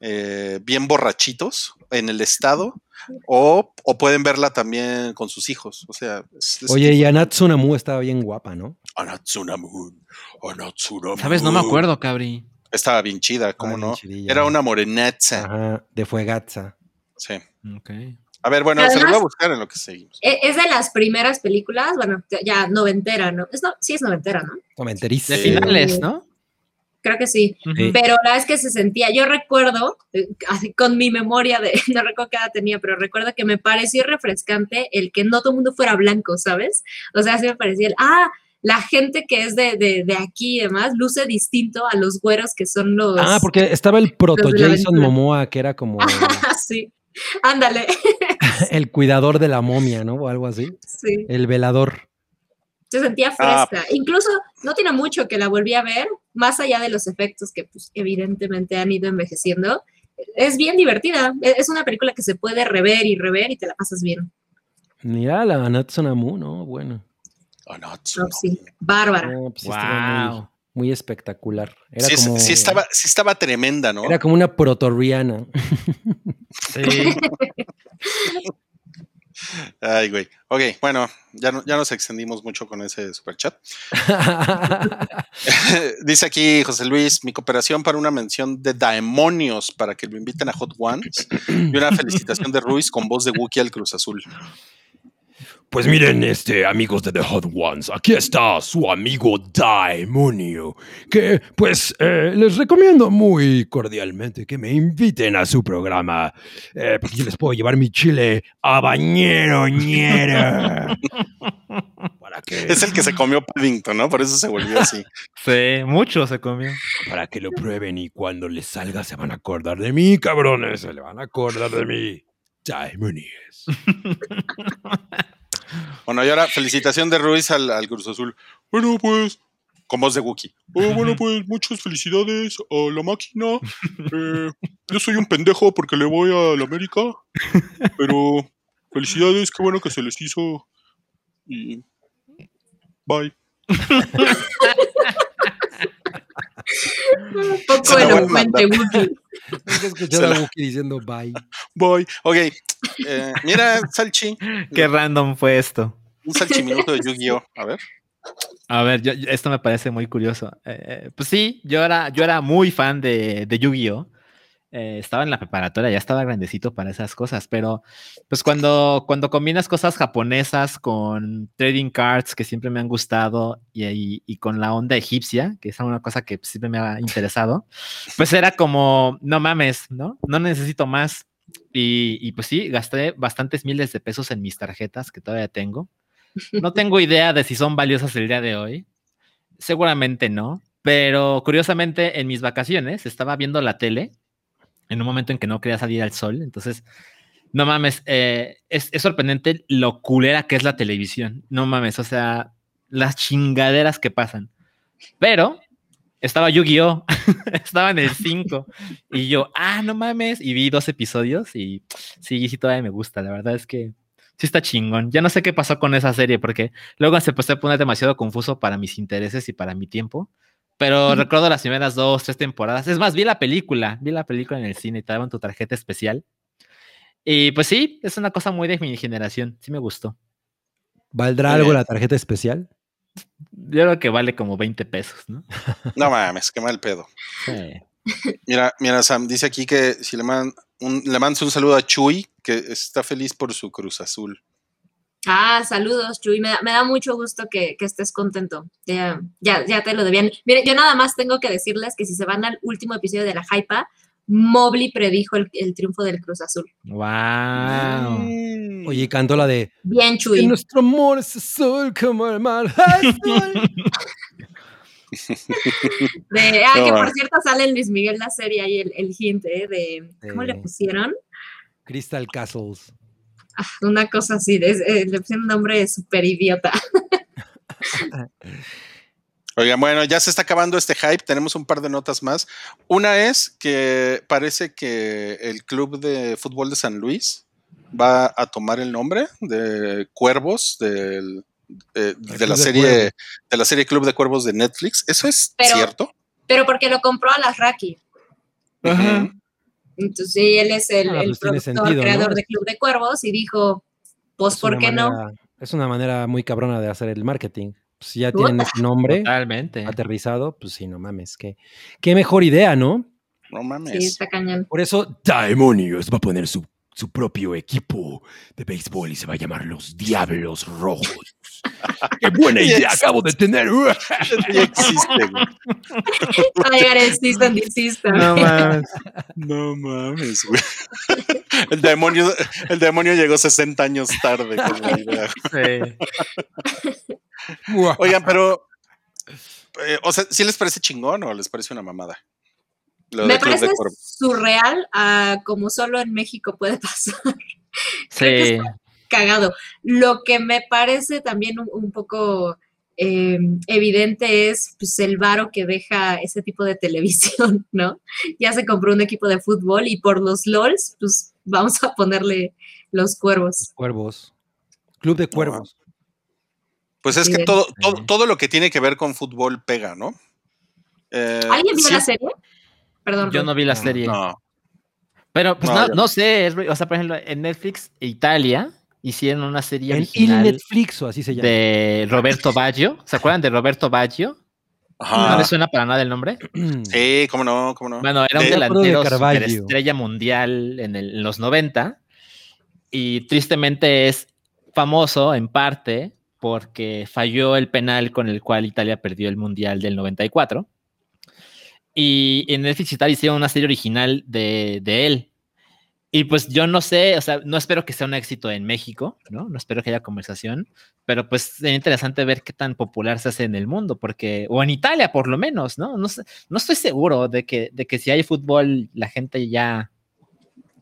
[SPEAKER 2] eh, bien borrachitos en el estado o, o pueden verla también con sus hijos. O sea, es- es-
[SPEAKER 3] Oye, y Anat Tsunamu estaba bien guapa, ¿no?
[SPEAKER 2] Anatsuna Moon, Anatsuna Moon.
[SPEAKER 4] ¿Sabes? No me acuerdo, cabri.
[SPEAKER 2] Estaba bien chida, ¿cómo
[SPEAKER 3] Ah, bien
[SPEAKER 2] no?
[SPEAKER 3] chidilla,
[SPEAKER 2] Era
[SPEAKER 3] ¿no?
[SPEAKER 2] una morenetza.
[SPEAKER 3] Ajá, de Fuegatza.
[SPEAKER 2] Sí.
[SPEAKER 4] Ok.
[SPEAKER 2] A ver, bueno,
[SPEAKER 5] Pero
[SPEAKER 2] se lo voy a
[SPEAKER 5] además-
[SPEAKER 2] buscar en lo que seguimos.
[SPEAKER 5] E- Es de las primeras películas, bueno, ya noventera, ¿no? Es no- sí es noventera, ¿no? Eh,
[SPEAKER 3] Comenterista.
[SPEAKER 4] De finales, ¿no?
[SPEAKER 5] Creo que sí.
[SPEAKER 4] Ujú.
[SPEAKER 5] Pero la verdad es que se sentía, yo recuerdo, eh, así con mi memoria de, no recuerdo qué edad tenía, pero recuerdo que me pareció refrescante el que no todo el mundo fuera blanco, ¿sabes? O sea, sí me parecía el, ah, la gente que es de, de, de aquí y demás luce distinto a los güeros que son los...
[SPEAKER 3] Ah, porque estaba el proto
[SPEAKER 5] Los de la
[SPEAKER 3] Jason
[SPEAKER 5] aventura.
[SPEAKER 3] Momoa, que era como
[SPEAKER 5] sí, ándale,
[SPEAKER 3] el cuidador de la momia, ¿no? O algo así.
[SPEAKER 5] sí.
[SPEAKER 3] El velador.
[SPEAKER 5] Se sentía
[SPEAKER 2] Ah,
[SPEAKER 5] fresca. Incluso no tiene mucho que la volví a ver, más allá de los efectos que pues, evidentemente han ido envejeciendo. Es bien divertida. e- Es una película que se puede rever y rever y te la pasas bien.
[SPEAKER 3] Mira, la Natsunamu, ¿no? Bueno.
[SPEAKER 2] Oh, no,
[SPEAKER 5] No, Ah, sí. Bárbara.
[SPEAKER 3] No, pues sí estaba muy,
[SPEAKER 4] Wow.
[SPEAKER 3] muy espectacular. Era
[SPEAKER 2] Sí, es-
[SPEAKER 3] como,
[SPEAKER 2] sí estaba, sí estaba tremenda, ¿no?
[SPEAKER 3] Era como una proto-Rihanna.
[SPEAKER 4] Sí.
[SPEAKER 2] Ay, güey. Ok, bueno, ya, no- ya nos extendimos mucho con ese superchat. Dice aquí José Luis, mi cooperación para una mención de Daemonios para que lo inviten a Hot Ones y una felicitación de Ruiz con voz de Wookiee al Cruz Azul.
[SPEAKER 7] Pues miren, este, amigos de The Hot Ones, aquí está su amigo Daimonio, que pues eh, les recomiendo muy cordialmente que me inviten a su programa, eh, porque yo les puedo llevar mi chile a bañero, ñera. Para que,
[SPEAKER 2] Es el que se comió Paddington, ¿no? Por eso se volvió así.
[SPEAKER 4] Sí, mucho se comió.
[SPEAKER 7] para que lo prueben y cuando les salga se van a acordar de mí, cabrones, se le van a acordar de mí. Daimonios.
[SPEAKER 2] Bueno, y ahora felicitación de Ruiz al, al Cruz Azul. Bueno, pues, con voz de Wookiee. Oh, bueno, pues, muchas felicidades a la máquina. Eh, yo soy un pendejo porque le voy a la América, pero felicidades, qué bueno que se les hizo. Y bye.
[SPEAKER 5] Un
[SPEAKER 2] Se
[SPEAKER 5] poco
[SPEAKER 2] la voy a
[SPEAKER 5] elocuente, Wookiee.
[SPEAKER 3] Nunca he
[SPEAKER 2] Se
[SPEAKER 3] escuchado
[SPEAKER 2] la-
[SPEAKER 3] a Wookiee diciendo bye.
[SPEAKER 2] Voy. Ok. eh, mira, Salchi.
[SPEAKER 4] Qué random fue esto.
[SPEAKER 2] Un salchiminuto de Yu-Gi-Oh. A ver.
[SPEAKER 4] A ver, yo- yo- esto me parece muy curioso. Eh, pues sí, yo era, yo era muy fan de, de Yu-Gi-Oh! Eh, estaba en la preparatoria, ya estaba grandecito para esas cosas, pero pues cuando, cuando combinas cosas japonesas con trading cards que siempre me han gustado y, y- y con la onda egipcia, que es una cosa que siempre me ha interesado, pues era como, no mames, ¿no? No necesito más. Y, y pues sí, gasté bastantes miles de pesos en mis tarjetas que todavía tengo. No tengo idea de si son valiosas el día de hoy. Seguramente no. Pero curiosamente, en mis vacaciones estaba viendo la tele en un momento en que no quería salir al sol. Entonces, no mames, eh, es, es sorprendente lo culera que es la televisión. No mames, o sea, las chingaderas que pasan. Pero estaba Yu-Gi-Oh! estaba en el 5. y yo, ah, no mames. Y vi dos episodios y sí, sí, todavía me gusta. La verdad es que sí está chingón. Ya no sé qué pasó con esa serie porque luego se empezó a poner demasiado confuso para mis intereses y para mi tiempo. Pero recuerdo las primeras dos, tres temporadas. Es más, vi la película, vi la película en el cine y te daban tu tarjeta especial. Y pues sí, es una cosa muy de mi generación. Sí me gustó.
[SPEAKER 3] ¿Valdrá
[SPEAKER 2] Muy
[SPEAKER 3] algo
[SPEAKER 2] bien.
[SPEAKER 3] la tarjeta especial?
[SPEAKER 4] Yo creo que vale como 20 pesos, ¿no?
[SPEAKER 2] No mames, qué mal pedo.
[SPEAKER 4] Sí.
[SPEAKER 2] Mira, mira, Sam, dice aquí que si le man- un, le mandas un saludo a Chuy, que está feliz por su Cruz Azul.
[SPEAKER 5] Ah, saludos, Chuy. Me da, me da mucho gusto que, que estés contento. Ya, ya, ya te lo debían. Mire, yo nada más tengo que decirles que si se van al último episodio de la Hypa, Mobley predijo el, el triunfo del Cruz Azul.
[SPEAKER 4] Wow.
[SPEAKER 2] Mm.
[SPEAKER 3] Oye, y cantó la de
[SPEAKER 5] Bien,
[SPEAKER 3] "Que
[SPEAKER 5] Chuy.
[SPEAKER 3] nuestro amor es azul como el mar azul".
[SPEAKER 5] De- ah,
[SPEAKER 2] No,
[SPEAKER 5] que por
[SPEAKER 2] mames.
[SPEAKER 5] cierto sale en Luis Miguel la serie ahí el, el hint, ¿eh? De, ¿Cómo le
[SPEAKER 3] Sí.
[SPEAKER 5] pusieron?
[SPEAKER 3] Crystal Castles.
[SPEAKER 5] Ah, una cosa así, de- es- eh, le pusieron un nombre súper idiota.
[SPEAKER 2] Oigan, bueno, ya se está acabando este hype. Tenemos un par de notas más. Una es que parece que el club de fútbol de San Luis va a tomar el nombre de Cuervos del- eh, de
[SPEAKER 3] Club
[SPEAKER 2] la
[SPEAKER 3] de
[SPEAKER 2] serie
[SPEAKER 3] Cuervos.
[SPEAKER 2] de la serie Club de Cuervos de Netflix. ¿Eso es
[SPEAKER 5] Pero-
[SPEAKER 2] cierto?
[SPEAKER 5] Pero porque lo compró a las Raki.
[SPEAKER 2] Ujú.
[SPEAKER 5] Entonces, sí, él es el,
[SPEAKER 3] Ah,
[SPEAKER 5] el
[SPEAKER 3] pues tiene
[SPEAKER 5] productor,
[SPEAKER 3] sentido, ¿no?
[SPEAKER 5] creador de Club de Cuervos y dijo, pues,
[SPEAKER 3] Es
[SPEAKER 5] ¿por
[SPEAKER 3] una
[SPEAKER 5] qué no?
[SPEAKER 3] manera- Es una manera muy cabrona de hacer el marketing. Pues si ya
[SPEAKER 5] Puta.
[SPEAKER 3] tienen ese nombre
[SPEAKER 4] Totalmente.
[SPEAKER 3] aterrizado, pues sí, no mames. Qué, qué mejor idea, ¿no?
[SPEAKER 2] No
[SPEAKER 5] Sí,
[SPEAKER 2] mames.
[SPEAKER 5] está cañón.
[SPEAKER 3] Por eso
[SPEAKER 7] Daimonios va a poner su su propio equipo de béisbol y se va a llamar los Diablos Rojos. ¡Qué buena
[SPEAKER 2] Y
[SPEAKER 7] idea
[SPEAKER 2] es-
[SPEAKER 7] acabo de tener!
[SPEAKER 2] Ya existe, güey.
[SPEAKER 5] Oigan, insistan, insistan.
[SPEAKER 8] No mames.
[SPEAKER 2] No mames, güey. El demonio, el demonio llegó 60 años tarde con la idea.
[SPEAKER 8] Sí.
[SPEAKER 2] Oigan, pero. eh, o sea, ¿sí les parece chingón o les parece una mamada? Lo
[SPEAKER 5] Me
[SPEAKER 2] de Club de
[SPEAKER 5] parece
[SPEAKER 2] Cuervos.
[SPEAKER 5] surreal a como solo en México puede pasar.
[SPEAKER 8] Sí.
[SPEAKER 5] Cagado. Lo que me parece también un, un poco eh, evidente es pues, el varo que deja ese tipo de televisión, ¿no? Ya se compró un equipo de fútbol y por los LOLs, pues vamos a ponerle los cuervos.
[SPEAKER 3] Cuervos. Club de cuervos.
[SPEAKER 2] Pues es que
[SPEAKER 5] Bien.
[SPEAKER 2] todo, todo, todo lo que tiene que ver con fútbol pega, ¿no? Eh,
[SPEAKER 5] ¿Alguien vio
[SPEAKER 2] sí-
[SPEAKER 5] la serie? Perdón.
[SPEAKER 8] Yo
[SPEAKER 5] Ron.
[SPEAKER 8] no vi la serie.
[SPEAKER 2] No.
[SPEAKER 8] Pero pues
[SPEAKER 2] No,
[SPEAKER 8] no,
[SPEAKER 2] yo
[SPEAKER 8] no, sé, es- o sea, por ejemplo, en Netflix e Italia hicieron una serie
[SPEAKER 3] El Il
[SPEAKER 8] original
[SPEAKER 3] Netflix o así se llama.
[SPEAKER 8] de Roberto Baggio. ¿Se acuerdan de Roberto Baggio? No
[SPEAKER 2] Ajá.
[SPEAKER 8] les suena para nada el nombre.
[SPEAKER 2] Sí, cómo no, cómo no.
[SPEAKER 8] Bueno, era un
[SPEAKER 2] De-
[SPEAKER 8] delantero
[SPEAKER 3] Alfredo de Carvalho.
[SPEAKER 8] estrella mundial en, el- en los 90 y tristemente es famoso en parte porque falló el penal con el cual Italia perdió el mundial del 94. Y en Netflix y tal hicieron una serie original de, de él. Y pues yo no sé, o sea, no espero que sea un éxito en México, ¿no? No espero que haya conversación, pero pues sería interesante ver qué tan popular se hace en el mundo, porque, o en Italia por lo menos, ¿no? No sé, no estoy seguro de que, de que si hay fútbol, la gente ya,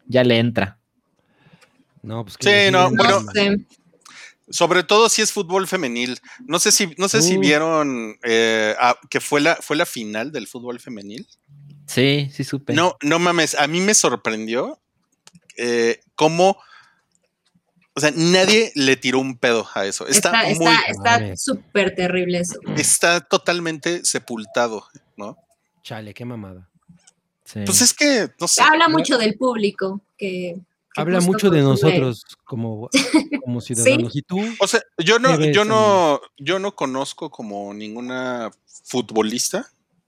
[SPEAKER 8] ya le entra.
[SPEAKER 3] No, pues
[SPEAKER 2] Sí, no,
[SPEAKER 5] No
[SPEAKER 2] bueno,
[SPEAKER 5] sé.
[SPEAKER 2] Sobre todo si es fútbol femenil. No sé si, no sé si
[SPEAKER 3] Uh.
[SPEAKER 2] vieron eh, ah, que fue la, fue la final del fútbol femenil.
[SPEAKER 8] Sí, sí supe.
[SPEAKER 2] No, no mames, a mí me sorprendió eh, cómo, o sea, nadie le tiró un pedo a eso. Está,
[SPEAKER 5] Está,
[SPEAKER 2] muy,
[SPEAKER 5] está, está
[SPEAKER 3] Madre.
[SPEAKER 5] súper terrible eso.
[SPEAKER 8] Mm.
[SPEAKER 2] está totalmente sepultado, ¿no?
[SPEAKER 3] Chale, qué mamada.
[SPEAKER 8] Sí.
[SPEAKER 2] Pues es que, no sé.
[SPEAKER 5] Habla mucho del público que... que
[SPEAKER 3] Habla
[SPEAKER 5] justo
[SPEAKER 3] mucho de
[SPEAKER 5] consume-
[SPEAKER 3] nosotros como, como ciudadanos. ¿Y tú?
[SPEAKER 2] O sea, yo no,
[SPEAKER 3] Debe
[SPEAKER 2] yo
[SPEAKER 3] ser.
[SPEAKER 2] no, yo no conozco como ninguna futbolista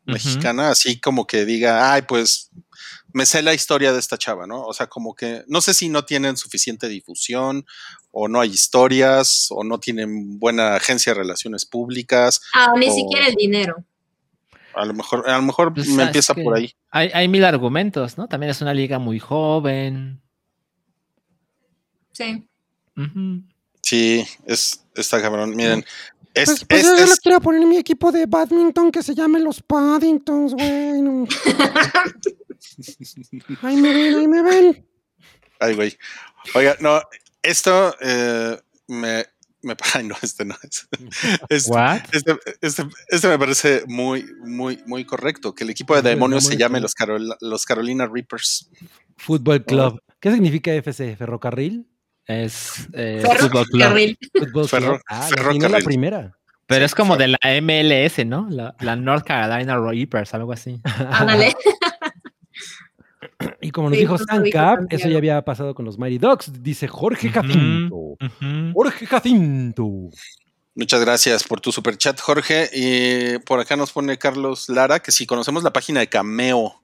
[SPEAKER 8] Ujú.
[SPEAKER 2] mexicana, así como que diga, ay, pues me sé la historia de esta chava, ¿no? O sea, como que no sé si no tienen suficiente difusión o no hay historias o no tienen buena agencia de relaciones públicas.
[SPEAKER 5] Ah, ni
[SPEAKER 3] Oh.
[SPEAKER 2] o-
[SPEAKER 5] siquiera el dinero.
[SPEAKER 2] A lo mejor, a lo mejor
[SPEAKER 8] Pues,
[SPEAKER 2] me
[SPEAKER 8] ¿sabes
[SPEAKER 2] empieza
[SPEAKER 8] qué?
[SPEAKER 2] por ahí.
[SPEAKER 8] Hay, hay mil argumentos, ¿no? También es una liga muy joven.
[SPEAKER 5] Sí.
[SPEAKER 8] Ujú.
[SPEAKER 2] Sí, es está cabrón. Miren, es,
[SPEAKER 6] Pues, pues
[SPEAKER 2] es-
[SPEAKER 6] yo, yo
[SPEAKER 2] es-
[SPEAKER 6] les quiero poner en mi equipo de badminton que se llame los Paddingtons, güey. no. Ahí me ven, ahí me ven.
[SPEAKER 2] Ay, güey. Oiga, no, esto eh, me, me. Ay, no, este no es. Este-
[SPEAKER 8] ¿What?
[SPEAKER 2] Este, este- este me parece muy, muy, muy correcto. Que el equipo de
[SPEAKER 3] Muy
[SPEAKER 2] demonios se
[SPEAKER 3] demonio,
[SPEAKER 2] llame
[SPEAKER 3] sí.
[SPEAKER 2] los, Carol- los Carolina Reapers.
[SPEAKER 3] Fútbol Club. ¿Qué significa FC? ¿Ferrocarril?
[SPEAKER 8] Es eh,
[SPEAKER 5] Ferro-
[SPEAKER 8] fútbol club.
[SPEAKER 5] Carril.
[SPEAKER 3] Fútbol
[SPEAKER 2] Ferro-
[SPEAKER 3] Club. Ah, la tiene la
[SPEAKER 2] ferrocarril.
[SPEAKER 3] primera.
[SPEAKER 8] Pero es como de la MLS, ¿no? La, la North Carolina Reapers, algo así.
[SPEAKER 5] Ándale.
[SPEAKER 3] Y como nos
[SPEAKER 5] Sí,
[SPEAKER 3] dijo
[SPEAKER 5] justo
[SPEAKER 3] Stan
[SPEAKER 5] dijo
[SPEAKER 3] Cap,
[SPEAKER 5] Santiago.
[SPEAKER 3] eso ya había pasado con los Mighty Ducks, dice Jorge Jacinto.
[SPEAKER 8] Ujú.
[SPEAKER 3] Jorge Jacinto.
[SPEAKER 2] Muchas gracias por tu super chat, Jorge. Y por acá nos pone Carlos Lara que si conocemos la página de Cameo.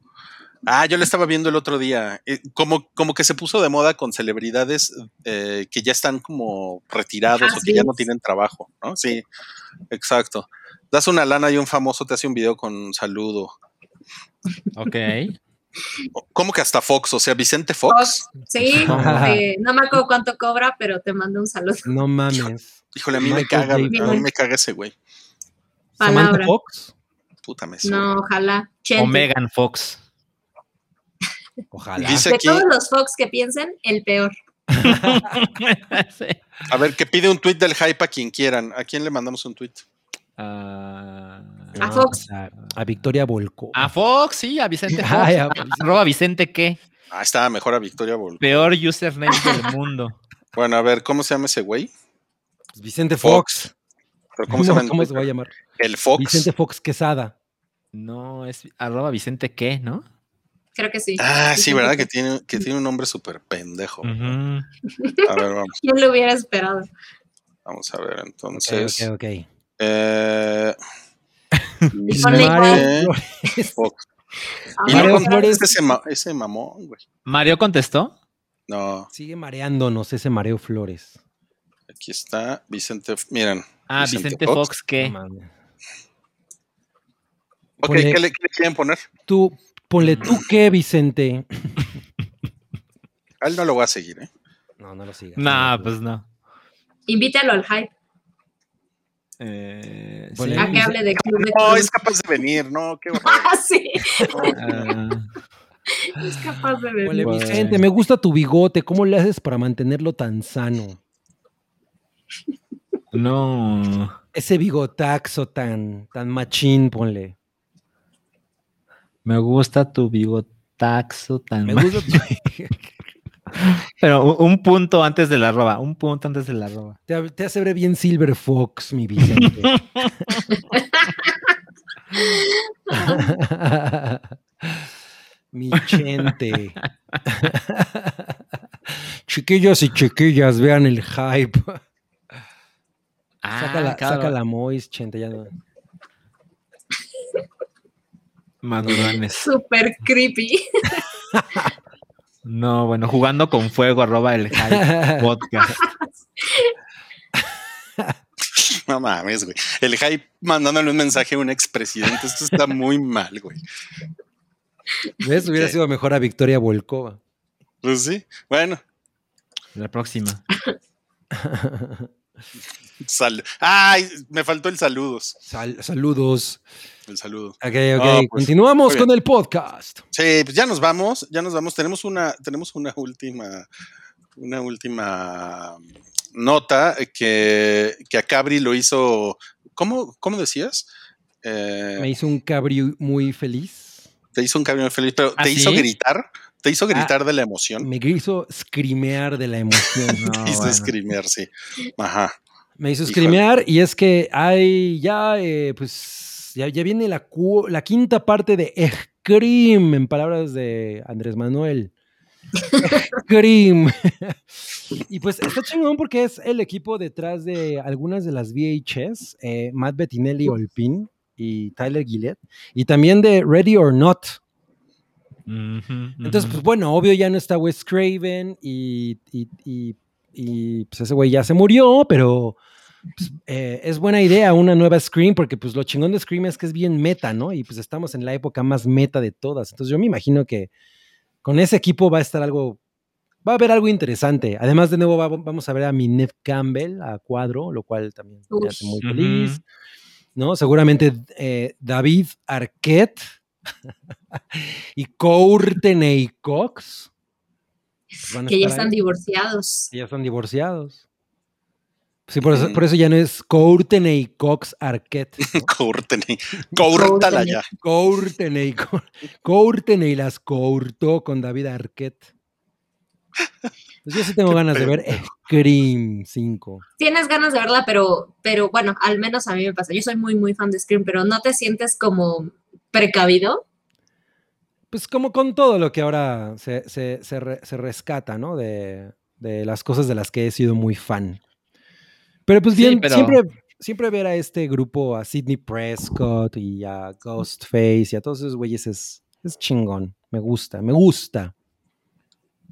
[SPEAKER 2] Ah, yo la estaba viendo el otro día. Eh, Como, como que se puso de moda con celebridades eh, que ya están como retirados
[SPEAKER 5] Ah,
[SPEAKER 2] o que ya
[SPEAKER 5] sí.
[SPEAKER 2] no tienen trabajo, ¿no? Sí, exacto. Das una lana y un famoso te hace un video con un saludo.
[SPEAKER 8] Ok.
[SPEAKER 2] ¿Cómo que hasta Fox? O sea, Vicente Fox.
[SPEAKER 5] Fox. Sí, eh, no me acuerdo cuánto cobra, pero te mando un saludo.
[SPEAKER 3] No mames.
[SPEAKER 2] Híjole, a mí me
[SPEAKER 3] Michael
[SPEAKER 2] caga, a
[SPEAKER 3] J.
[SPEAKER 2] mí
[SPEAKER 5] Fox.
[SPEAKER 2] me caga ese güey.
[SPEAKER 3] Samantha
[SPEAKER 5] Palabra.
[SPEAKER 3] Fox.
[SPEAKER 2] Puta me sobra.
[SPEAKER 5] No, ojalá. Chente.
[SPEAKER 8] O Megan Fox.
[SPEAKER 3] Ojalá.
[SPEAKER 2] Dice
[SPEAKER 5] De
[SPEAKER 2] aquí,
[SPEAKER 5] todos los Fox que piensen, el peor.
[SPEAKER 8] Sí.
[SPEAKER 2] a ver, que pide un tweet del hype a quien quieran. ¿A quién le mandamos un tweet?
[SPEAKER 8] Ah,
[SPEAKER 5] A Fox.
[SPEAKER 3] A, a Victoria Volco.
[SPEAKER 7] Ah.
[SPEAKER 8] A Fox, sí, a Vicente Fox.
[SPEAKER 3] Ay, a-
[SPEAKER 8] Arroba Vicente qué.
[SPEAKER 2] Ah, estaba mejor a Victoria Vol.
[SPEAKER 8] Peor username del mundo.
[SPEAKER 2] Bueno, a ver, ¿cómo se llama ese güey?
[SPEAKER 3] pues, Vicente Fox.
[SPEAKER 2] ¿Pero
[SPEAKER 3] No,
[SPEAKER 2] ¿Cómo, se llama en
[SPEAKER 3] va a
[SPEAKER 2] Twitter?
[SPEAKER 3] llamar?
[SPEAKER 2] El Fox.
[SPEAKER 3] Vicente Fox Quesada.
[SPEAKER 8] No, es arroba Vicente qué, ¿no?
[SPEAKER 5] Creo que sí.
[SPEAKER 2] Ah, sí,
[SPEAKER 5] Vicente
[SPEAKER 2] ¿verdad?
[SPEAKER 5] Fox.
[SPEAKER 2] Que tiene, que tiene un nombre súper pendejo.
[SPEAKER 8] Ujú.
[SPEAKER 2] A ver, vamos,
[SPEAKER 5] ¿Quién lo hubiera esperado?
[SPEAKER 2] vamos a ver.
[SPEAKER 3] Ok,
[SPEAKER 2] Entonces,
[SPEAKER 3] ok, ok.
[SPEAKER 2] eh,
[SPEAKER 5] ponle
[SPEAKER 2] igual.
[SPEAKER 3] Flores.
[SPEAKER 2] Fox.
[SPEAKER 5] Ah,
[SPEAKER 2] Y no
[SPEAKER 3] Mario
[SPEAKER 5] pero-
[SPEAKER 2] contesta
[SPEAKER 3] Flores.
[SPEAKER 2] ese, ma- ese mamón, güey.
[SPEAKER 8] Mario contestó.
[SPEAKER 2] No,
[SPEAKER 3] Sigue mareándonos ese mareo Flores.
[SPEAKER 2] aquí está Vicente. F- Miren.
[SPEAKER 4] Ah, Vicente, Fox,
[SPEAKER 3] No
[SPEAKER 4] que
[SPEAKER 3] mames.
[SPEAKER 2] Ok,
[SPEAKER 3] Pone-
[SPEAKER 2] ¿qué le, qué le quieren poner?
[SPEAKER 3] Tú, ponle tú qué, Vicente.
[SPEAKER 2] A él no lo voy a seguir, ¿eh?
[SPEAKER 3] No, no lo sigas.
[SPEAKER 4] No,
[SPEAKER 3] No,
[SPEAKER 4] pues no.
[SPEAKER 5] Invítalo al hype
[SPEAKER 4] Eh,
[SPEAKER 2] pues,
[SPEAKER 3] Ponle-
[SPEAKER 4] sí.
[SPEAKER 5] a que hable de club de
[SPEAKER 2] No,
[SPEAKER 5] Club.
[SPEAKER 2] es capaz de venir, no, qué horror.
[SPEAKER 5] Ah, sí,
[SPEAKER 4] Ah,
[SPEAKER 5] es capaz de ver.
[SPEAKER 3] Ponle,
[SPEAKER 4] Güey.
[SPEAKER 3] Vicente, me gusta tu bigote. ¿Cómo le haces para mantenerlo tan sano?
[SPEAKER 4] no.
[SPEAKER 3] Ese bigotaxo tan, tan machín, ponle.
[SPEAKER 4] Me gusta tu bigotaxo tan
[SPEAKER 3] Me
[SPEAKER 4] mal.
[SPEAKER 3] gusta tu-
[SPEAKER 4] Pero un- un punto antes de la arroba, un punto antes de la arroba.
[SPEAKER 3] te, te hace ver bien Silver Fox, mi Vicente. mi gente. Chiquillos y chiquillas, vean el hype.
[SPEAKER 2] Ah,
[SPEAKER 3] saca la,
[SPEAKER 4] claro.
[SPEAKER 3] saca la Mois, chente. Ya no.
[SPEAKER 4] Madurones.
[SPEAKER 5] Súper creepy.
[SPEAKER 4] No, bueno, jugando con fuego, arroba el hype podcast.
[SPEAKER 2] No mames, güey. El hype mandándole un mensaje a un expresidente. Esto está muy mal, güey.
[SPEAKER 3] ¿Ves? Hubiera
[SPEAKER 2] Sí.
[SPEAKER 3] sido mejor a Victoria Volkova.
[SPEAKER 2] Pues sí, bueno.
[SPEAKER 4] La próxima.
[SPEAKER 2] sal- Ay, me faltó el saludos.
[SPEAKER 3] Sal- saludos.
[SPEAKER 2] El saludo.
[SPEAKER 3] Ok, ok.
[SPEAKER 2] Ah, pues,
[SPEAKER 3] Continuamos
[SPEAKER 2] muy
[SPEAKER 3] con el podcast.
[SPEAKER 2] Sí, pues ya nos vamos, ya nos vamos. Tenemos una, tenemos una última, una última nota que, que a Cabri lo hizo. ¿Cómo, cómo decías? Eh,
[SPEAKER 3] Me hizo un cabrio muy feliz.
[SPEAKER 2] te hizo un Cabri muy feliz, pero
[SPEAKER 4] ¿Ah,
[SPEAKER 2] te hizo
[SPEAKER 4] sí? Ah.
[SPEAKER 2] gritar, te hizo gritar de la emoción.
[SPEAKER 3] Me hizo scrimear de la emoción.
[SPEAKER 4] No,
[SPEAKER 2] Te hizo
[SPEAKER 4] bueno.
[SPEAKER 2] escribir, sí. Ajá.
[SPEAKER 3] Me hizo
[SPEAKER 2] Híjole.
[SPEAKER 3] scrimear y es que hay ya, eh, pues, ya, ya viene la, cu- la quinta parte de Scream, en palabras de Andrés Manuel. Scream. y pues está chingón porque es el equipo detrás de algunas de las VHS, eh, Matt Bettinelli Olpin y Tyler Gillett, y también de Ready or Not,
[SPEAKER 4] Ujú, ujú.
[SPEAKER 3] entonces, pues bueno, obvio ya no está Wes Craven y, y- y- y, pues ese güey ya se murió, pero pues, eh, es buena idea una nueva Scream porque pues lo chingón de Scream es que es bien meta, ¿no? Y pues estamos en la época más meta de todas. Entonces yo me imagino que con ese equipo va a estar algo, va a haber algo interesante. Además de nuevo va- vamos a ver a Minev Campbell a cuadro, lo cual también me hace muy
[SPEAKER 4] Ujú.
[SPEAKER 3] pues, feliz. ¿no? Seguramente eh, David Arquette y Courtney Cox. pues, van a
[SPEAKER 5] Que ya
[SPEAKER 3] estar
[SPEAKER 5] están
[SPEAKER 3] ahí,
[SPEAKER 5] divorciados.
[SPEAKER 3] que ya están divorciados. Sí, por eso,
[SPEAKER 2] Ujú.
[SPEAKER 3] por eso ya no es Courtney Cox Arquette. ¿no?
[SPEAKER 2] Courtney, Courtala ya.
[SPEAKER 3] Courtney, Co- Courtney las courtó con David Arquette. Pues yo sí tengo ganas de ver Scream 5.
[SPEAKER 5] Tienes ganas de verla, pero, pero bueno, al menos a mí me pasa. Yo soy muy, muy fan de Scream, pero ¿no te sientes como precavido?
[SPEAKER 3] Pues como con todo lo que ahora se, se- se re- se rescata, ¿no? De, de las cosas de las que he sido muy fan. Pero pues
[SPEAKER 4] Sí,
[SPEAKER 3] bien,
[SPEAKER 4] pero-
[SPEAKER 3] siempre, siempre ver a este grupo, a Sidney Prescott y a Ghostface y a todos esos güeyes es, es chingón. Me gusta, me gusta.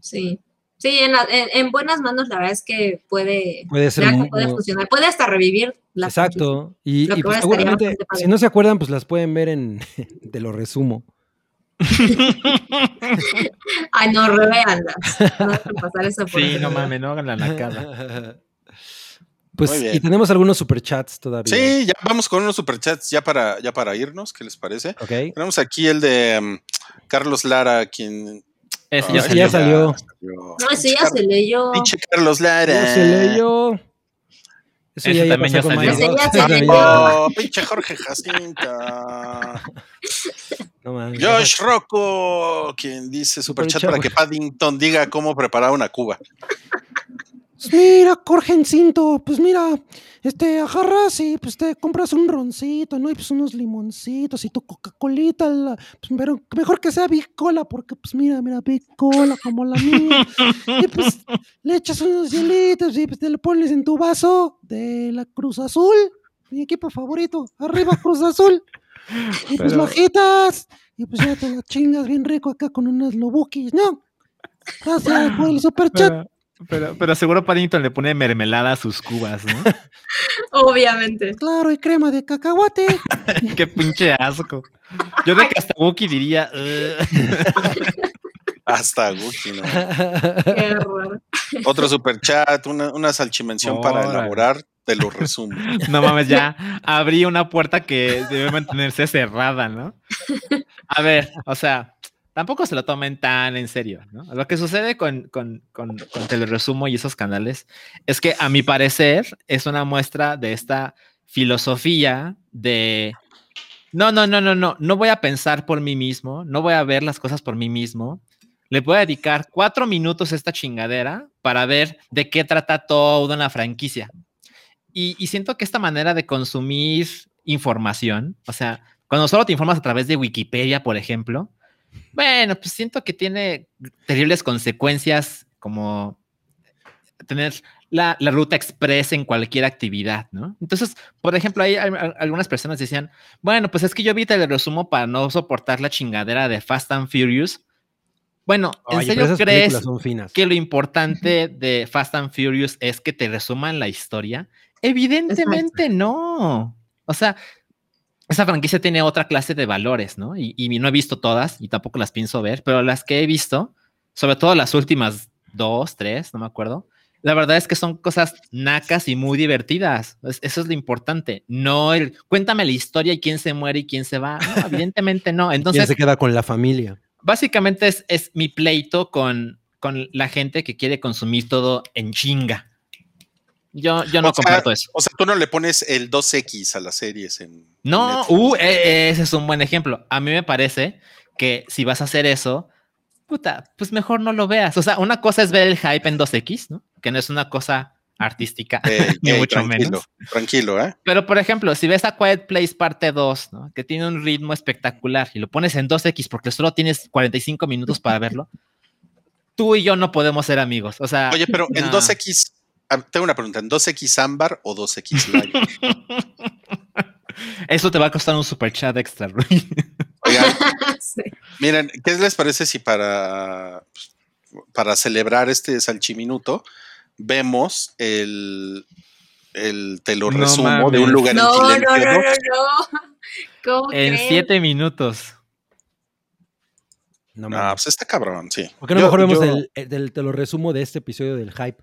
[SPEAKER 5] Sí. Sí, en, la- en- en buenas manos la verdad es que puede,
[SPEAKER 3] Puede ser
[SPEAKER 5] ya
[SPEAKER 3] muy-
[SPEAKER 5] puede
[SPEAKER 3] muy-
[SPEAKER 5] funcionar. Puede hasta revivir la franquicia.
[SPEAKER 3] Exacto. Y,
[SPEAKER 5] Lo
[SPEAKER 3] y,
[SPEAKER 5] que
[SPEAKER 3] pues,
[SPEAKER 5] ahora estaría
[SPEAKER 3] seguramente,
[SPEAKER 5] bastante padre.
[SPEAKER 3] si no se acuerdan, pues las pueden ver en, te lo resumo.
[SPEAKER 5] Ay, no, reveanla. No dejen pasar
[SPEAKER 4] Sí, no
[SPEAKER 5] esa oportunidad.
[SPEAKER 4] mames, no hagan la nacada.
[SPEAKER 2] Muy
[SPEAKER 3] Pues,
[SPEAKER 2] bien.
[SPEAKER 3] y tenemos algunos superchats todavía.
[SPEAKER 2] Sí, ya vamos con unos superchats ya para, ya para irnos, ¿qué les parece?
[SPEAKER 3] Ok.
[SPEAKER 2] Tenemos aquí el de mm, Carlos Lara, quien
[SPEAKER 4] Ese
[SPEAKER 2] Ay,
[SPEAKER 4] ya
[SPEAKER 3] Ese
[SPEAKER 4] salió.
[SPEAKER 3] ya salió.
[SPEAKER 2] salió.
[SPEAKER 5] No, eso Ah, ya se leyó.
[SPEAKER 2] Pinche Carlos Lara.
[SPEAKER 3] No se leyó. Eso
[SPEAKER 4] Ese
[SPEAKER 3] ya, ya
[SPEAKER 4] también
[SPEAKER 3] pasó
[SPEAKER 4] ya
[SPEAKER 3] con
[SPEAKER 4] salió.
[SPEAKER 3] Mario
[SPEAKER 5] Ese ya
[SPEAKER 3] Bros.
[SPEAKER 5] se
[SPEAKER 3] También
[SPEAKER 5] leyó.
[SPEAKER 2] Oh, pinche Jorge Jacinta.
[SPEAKER 3] No mames.
[SPEAKER 2] Josh Rocco, quien dice superchat
[SPEAKER 3] Superchat.
[SPEAKER 2] para que Paddington diga cómo preparar una cuba.
[SPEAKER 6] Pues mira, Corgencinto, pues mira, este, agarras y pues te compras un roncito, ¿no? Y pues unos limoncitos y tu Coca-Colita, la- pues, pero mejor que sea Big Cola, porque pues mira, mira, Big Cola como la mía. Y pues le echas unos hielitos y pues te lo pones en tu vaso de la Cruz Azul, mi equipo favorito, arriba Cruz Azul. Y pues
[SPEAKER 4] Pero-
[SPEAKER 6] lo agitas y pues ya te la chingas bien rico acá con unas lobukis, ¿no? Gracias por el super chat.
[SPEAKER 8] Pero, pero seguro Paddington le pone mermelada a sus cubas, ¿no?
[SPEAKER 5] Obviamente.
[SPEAKER 6] Claro, y crema de cacahuate.
[SPEAKER 8] Qué pinche asco. Yo de que hasta Wookie diría. "Ugh".
[SPEAKER 2] Hasta Guki, ¿no?
[SPEAKER 5] Qué horror.
[SPEAKER 2] Otro super chat, una, una salchimención para
[SPEAKER 8] Órale.
[SPEAKER 2] elaborar, te lo resumo.
[SPEAKER 8] No mames, ya abrí una puerta que debe mantenerse cerrada, ¿no? A ver, o sea, tampoco se lo tomen tan en serio, ¿no? Lo que sucede con, con, con, con Teleresumo y esos canales es que, a mi parecer, es una muestra de esta filosofía de... No, no, no, no, no, no voy a pensar por mí mismo, no voy a ver las cosas por mí mismo. Le voy a dedicar cuatro minutos a esta chingadera para ver de qué trata toda una franquicia. Y, y siento que esta manera de consumir información, o sea, cuando solo te informas a través de Wikipedia, por ejemplo, bueno, pues siento que tiene terribles consecuencias como tener la, la ruta express en cualquier actividad, ¿no? Entonces, por ejemplo, ahí hay, al- algunas personas decían, bueno, pues es que yo vi el resumo para no soportar la chingadera de Fast and Furious. Bueno, ¿en
[SPEAKER 3] Oye, pero
[SPEAKER 8] serio
[SPEAKER 3] esas
[SPEAKER 8] crees
[SPEAKER 3] películas son finas.
[SPEAKER 8] que lo importante de Fast and Furious es que te resuman la historia? Evidentemente no. O sea, esa franquicia tiene otra clase de valores, ¿no? Y, y no he visto todas y tampoco las pienso ver, pero las que he visto, sobre todo las últimas dos, tres, no me acuerdo, la verdad es que son cosas nacas y muy divertidas. Es- eso es lo importante. No el cuéntame la historia y quién se muere y quién se va. No, evidentemente no.
[SPEAKER 3] ¿Quién
[SPEAKER 8] Entonces,
[SPEAKER 3] se queda con la familia?
[SPEAKER 8] básicamente es, es mi pleito con, con la gente que quiere consumir todo en chinga. Yo, yo no
[SPEAKER 2] O sea,
[SPEAKER 8] comparto eso.
[SPEAKER 2] O sea, tú no le pones el 2X a las series en.
[SPEAKER 8] No,
[SPEAKER 2] Netflix.
[SPEAKER 8] uh, eh, eh, ese es un buen ejemplo. A mí me parece que si vas a hacer eso, puta, pues mejor no lo veas. O sea, una cosa es ver el hype en 2X, ¿no? Que no es una cosa artística,
[SPEAKER 2] Eh,
[SPEAKER 8] ni
[SPEAKER 2] eh,
[SPEAKER 8] mucho
[SPEAKER 2] tranquilo,
[SPEAKER 8] menos.
[SPEAKER 2] Tranquilo, ¿eh?
[SPEAKER 8] Pero, por ejemplo, si ves a Quiet Place parte 2, ¿no? que tiene un ritmo espectacular y lo pones en 2X porque solo tienes 45 minutos para verlo, tú y yo no podemos ser amigos. O sea,
[SPEAKER 2] Oye, pero en
[SPEAKER 8] Ah, No.
[SPEAKER 2] 2X. ah, Tengo una pregunta, ¿en 2X ámbar o 2X live?
[SPEAKER 8] eso te va a costar un super chat extra, Rui.
[SPEAKER 2] Oigan,
[SPEAKER 5] Sí.
[SPEAKER 2] miren, ¿qué les parece si para, para celebrar este salchiminuto vemos el, el te lo
[SPEAKER 8] No
[SPEAKER 2] resumo de un
[SPEAKER 8] mames.
[SPEAKER 2] lugar
[SPEAKER 5] No,
[SPEAKER 2] en Chile?
[SPEAKER 5] no, no, no,
[SPEAKER 2] ¿no?
[SPEAKER 5] no. ¿Cómo
[SPEAKER 8] En
[SPEAKER 5] crees?
[SPEAKER 8] 7 minutos.
[SPEAKER 3] No,
[SPEAKER 2] Ah,
[SPEAKER 3] mames.
[SPEAKER 2] pues está cabrón, sí.
[SPEAKER 3] ¿Por qué no
[SPEAKER 2] Yo-
[SPEAKER 3] mejor vemos
[SPEAKER 2] yo-
[SPEAKER 3] el, el- el- te lo resumo de este episodio del hype?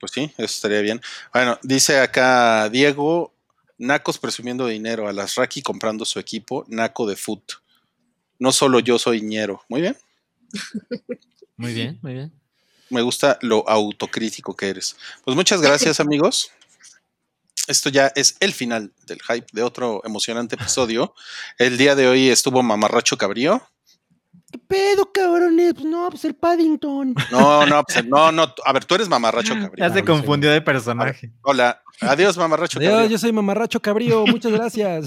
[SPEAKER 2] Pues sí, eso estaría bien. Bueno, dice acá Diego, Nacos presumiendo dinero, a las Raki comprando su equipo, Naco de Foot. No solo yo soy ñero. Muy bien,
[SPEAKER 8] Muy bien, muy bien.
[SPEAKER 2] me gusta lo autocrítico que eres. Pues muchas gracias, amigos. Esto ya es el final del hype de otro emocionante episodio. El día de hoy estuvo Mamarracho Cabrío.
[SPEAKER 6] ¿Qué pedo, cabrones? Pues no, pues el Paddington.
[SPEAKER 2] No, no, pues, no, no. A ver, tú eres Mamarracho
[SPEAKER 8] Ya
[SPEAKER 2] Cabrío.
[SPEAKER 8] se
[SPEAKER 3] Claro,
[SPEAKER 8] confundió de personaje.
[SPEAKER 2] Hola. Adiós, Mamarracho
[SPEAKER 3] Adiós,
[SPEAKER 2] Cabrío.
[SPEAKER 3] yo soy Mamarracho Cabrío, muchas gracias.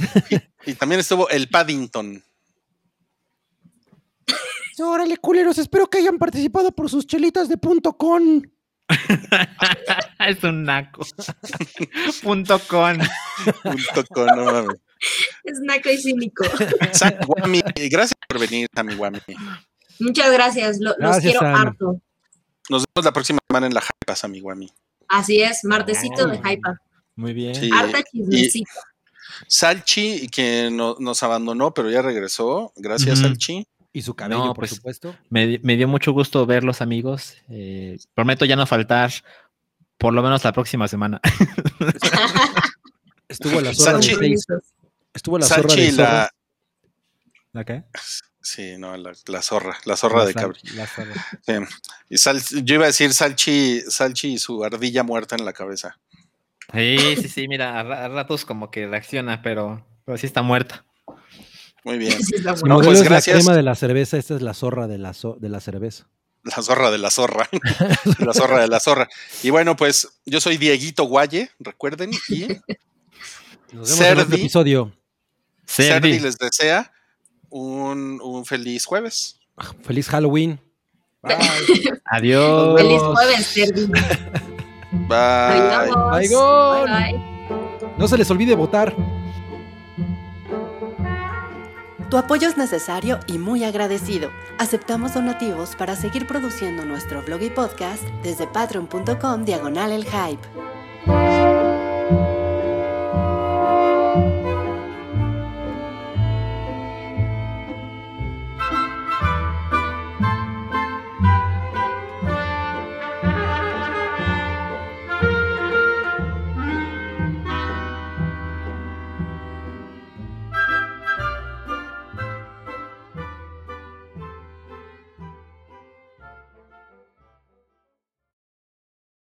[SPEAKER 2] Y también estuvo el Paddington.
[SPEAKER 6] Órale, culeros, espero que hayan participado por sus chelitas de punto con.
[SPEAKER 8] Ah, es un naco. Punto con.
[SPEAKER 2] Punto con, no mames.
[SPEAKER 5] Es naco y cínico.
[SPEAKER 2] Sammy Guami, gracias por venir, Sammy Guami.
[SPEAKER 5] Muchas gracias. lo- los
[SPEAKER 3] Gracias,
[SPEAKER 5] quiero
[SPEAKER 3] Sam.
[SPEAKER 5] harto.
[SPEAKER 2] Nos vemos la próxima semana en la Jaipa, Sammy Guami.
[SPEAKER 5] Así es, martesito de
[SPEAKER 8] Ah.
[SPEAKER 5] hypa.
[SPEAKER 8] Muy bien.
[SPEAKER 2] Sí.
[SPEAKER 5] Harta chismecito.
[SPEAKER 2] Salchi, que no- nos abandonó, pero ya regresó. Gracias,
[SPEAKER 8] Ujú.
[SPEAKER 2] Salchi.
[SPEAKER 3] Y su cabello,
[SPEAKER 8] No,
[SPEAKER 3] por
[SPEAKER 8] pues,
[SPEAKER 3] supuesto.
[SPEAKER 8] Me, di- me dio mucho gusto verlos, amigos. Eh, prometo ya no faltar por lo menos la próxima semana.
[SPEAKER 3] Estuvo la zorra
[SPEAKER 2] Salchi-
[SPEAKER 3] de seis.
[SPEAKER 5] Compromisos.
[SPEAKER 3] Estuvo la zorra
[SPEAKER 2] Salchi,
[SPEAKER 3] de
[SPEAKER 2] la.
[SPEAKER 3] zorras.
[SPEAKER 8] ¿La qué?
[SPEAKER 2] Sí, no, la, la zorra, la zorra de cabri.
[SPEAKER 8] cabra.
[SPEAKER 2] Y Sal- yo iba a decir Salchi, Salchi y su ardilla muerta en la cabeza.
[SPEAKER 8] Sí, sí, sí, mira, a ra- a ratos como que reacciona, pero, pero sí está muerta.
[SPEAKER 2] Muy bien.
[SPEAKER 5] Sí, está
[SPEAKER 3] Su
[SPEAKER 2] No,
[SPEAKER 5] bueno.
[SPEAKER 3] modelo
[SPEAKER 2] pues,
[SPEAKER 3] es la
[SPEAKER 2] gracias.
[SPEAKER 3] crema de la cerveza, esta es la zorra de la, zo- de la cerveza.
[SPEAKER 2] La zorra de la zorra. la zorra de la zorra. Y bueno, pues yo soy Dieguito Guaye, recuerden. Y
[SPEAKER 3] Nos vemos en otro
[SPEAKER 2] Cerdi.
[SPEAKER 3] episodio.
[SPEAKER 2] Serdi
[SPEAKER 8] Serdi.
[SPEAKER 2] les desea un, un feliz jueves.
[SPEAKER 3] Feliz Halloween.
[SPEAKER 2] Bye.
[SPEAKER 8] Adiós.
[SPEAKER 5] Feliz jueves, Sergio.
[SPEAKER 2] Bye.
[SPEAKER 5] Bye,
[SPEAKER 3] Bye, gol.
[SPEAKER 5] bye.
[SPEAKER 3] No se les olvide votar.
[SPEAKER 9] Tu apoyo es necesario y muy agradecido. Aceptamos donativos para seguir produciendo nuestro blog y podcast desde patreon.com diagonal el hype.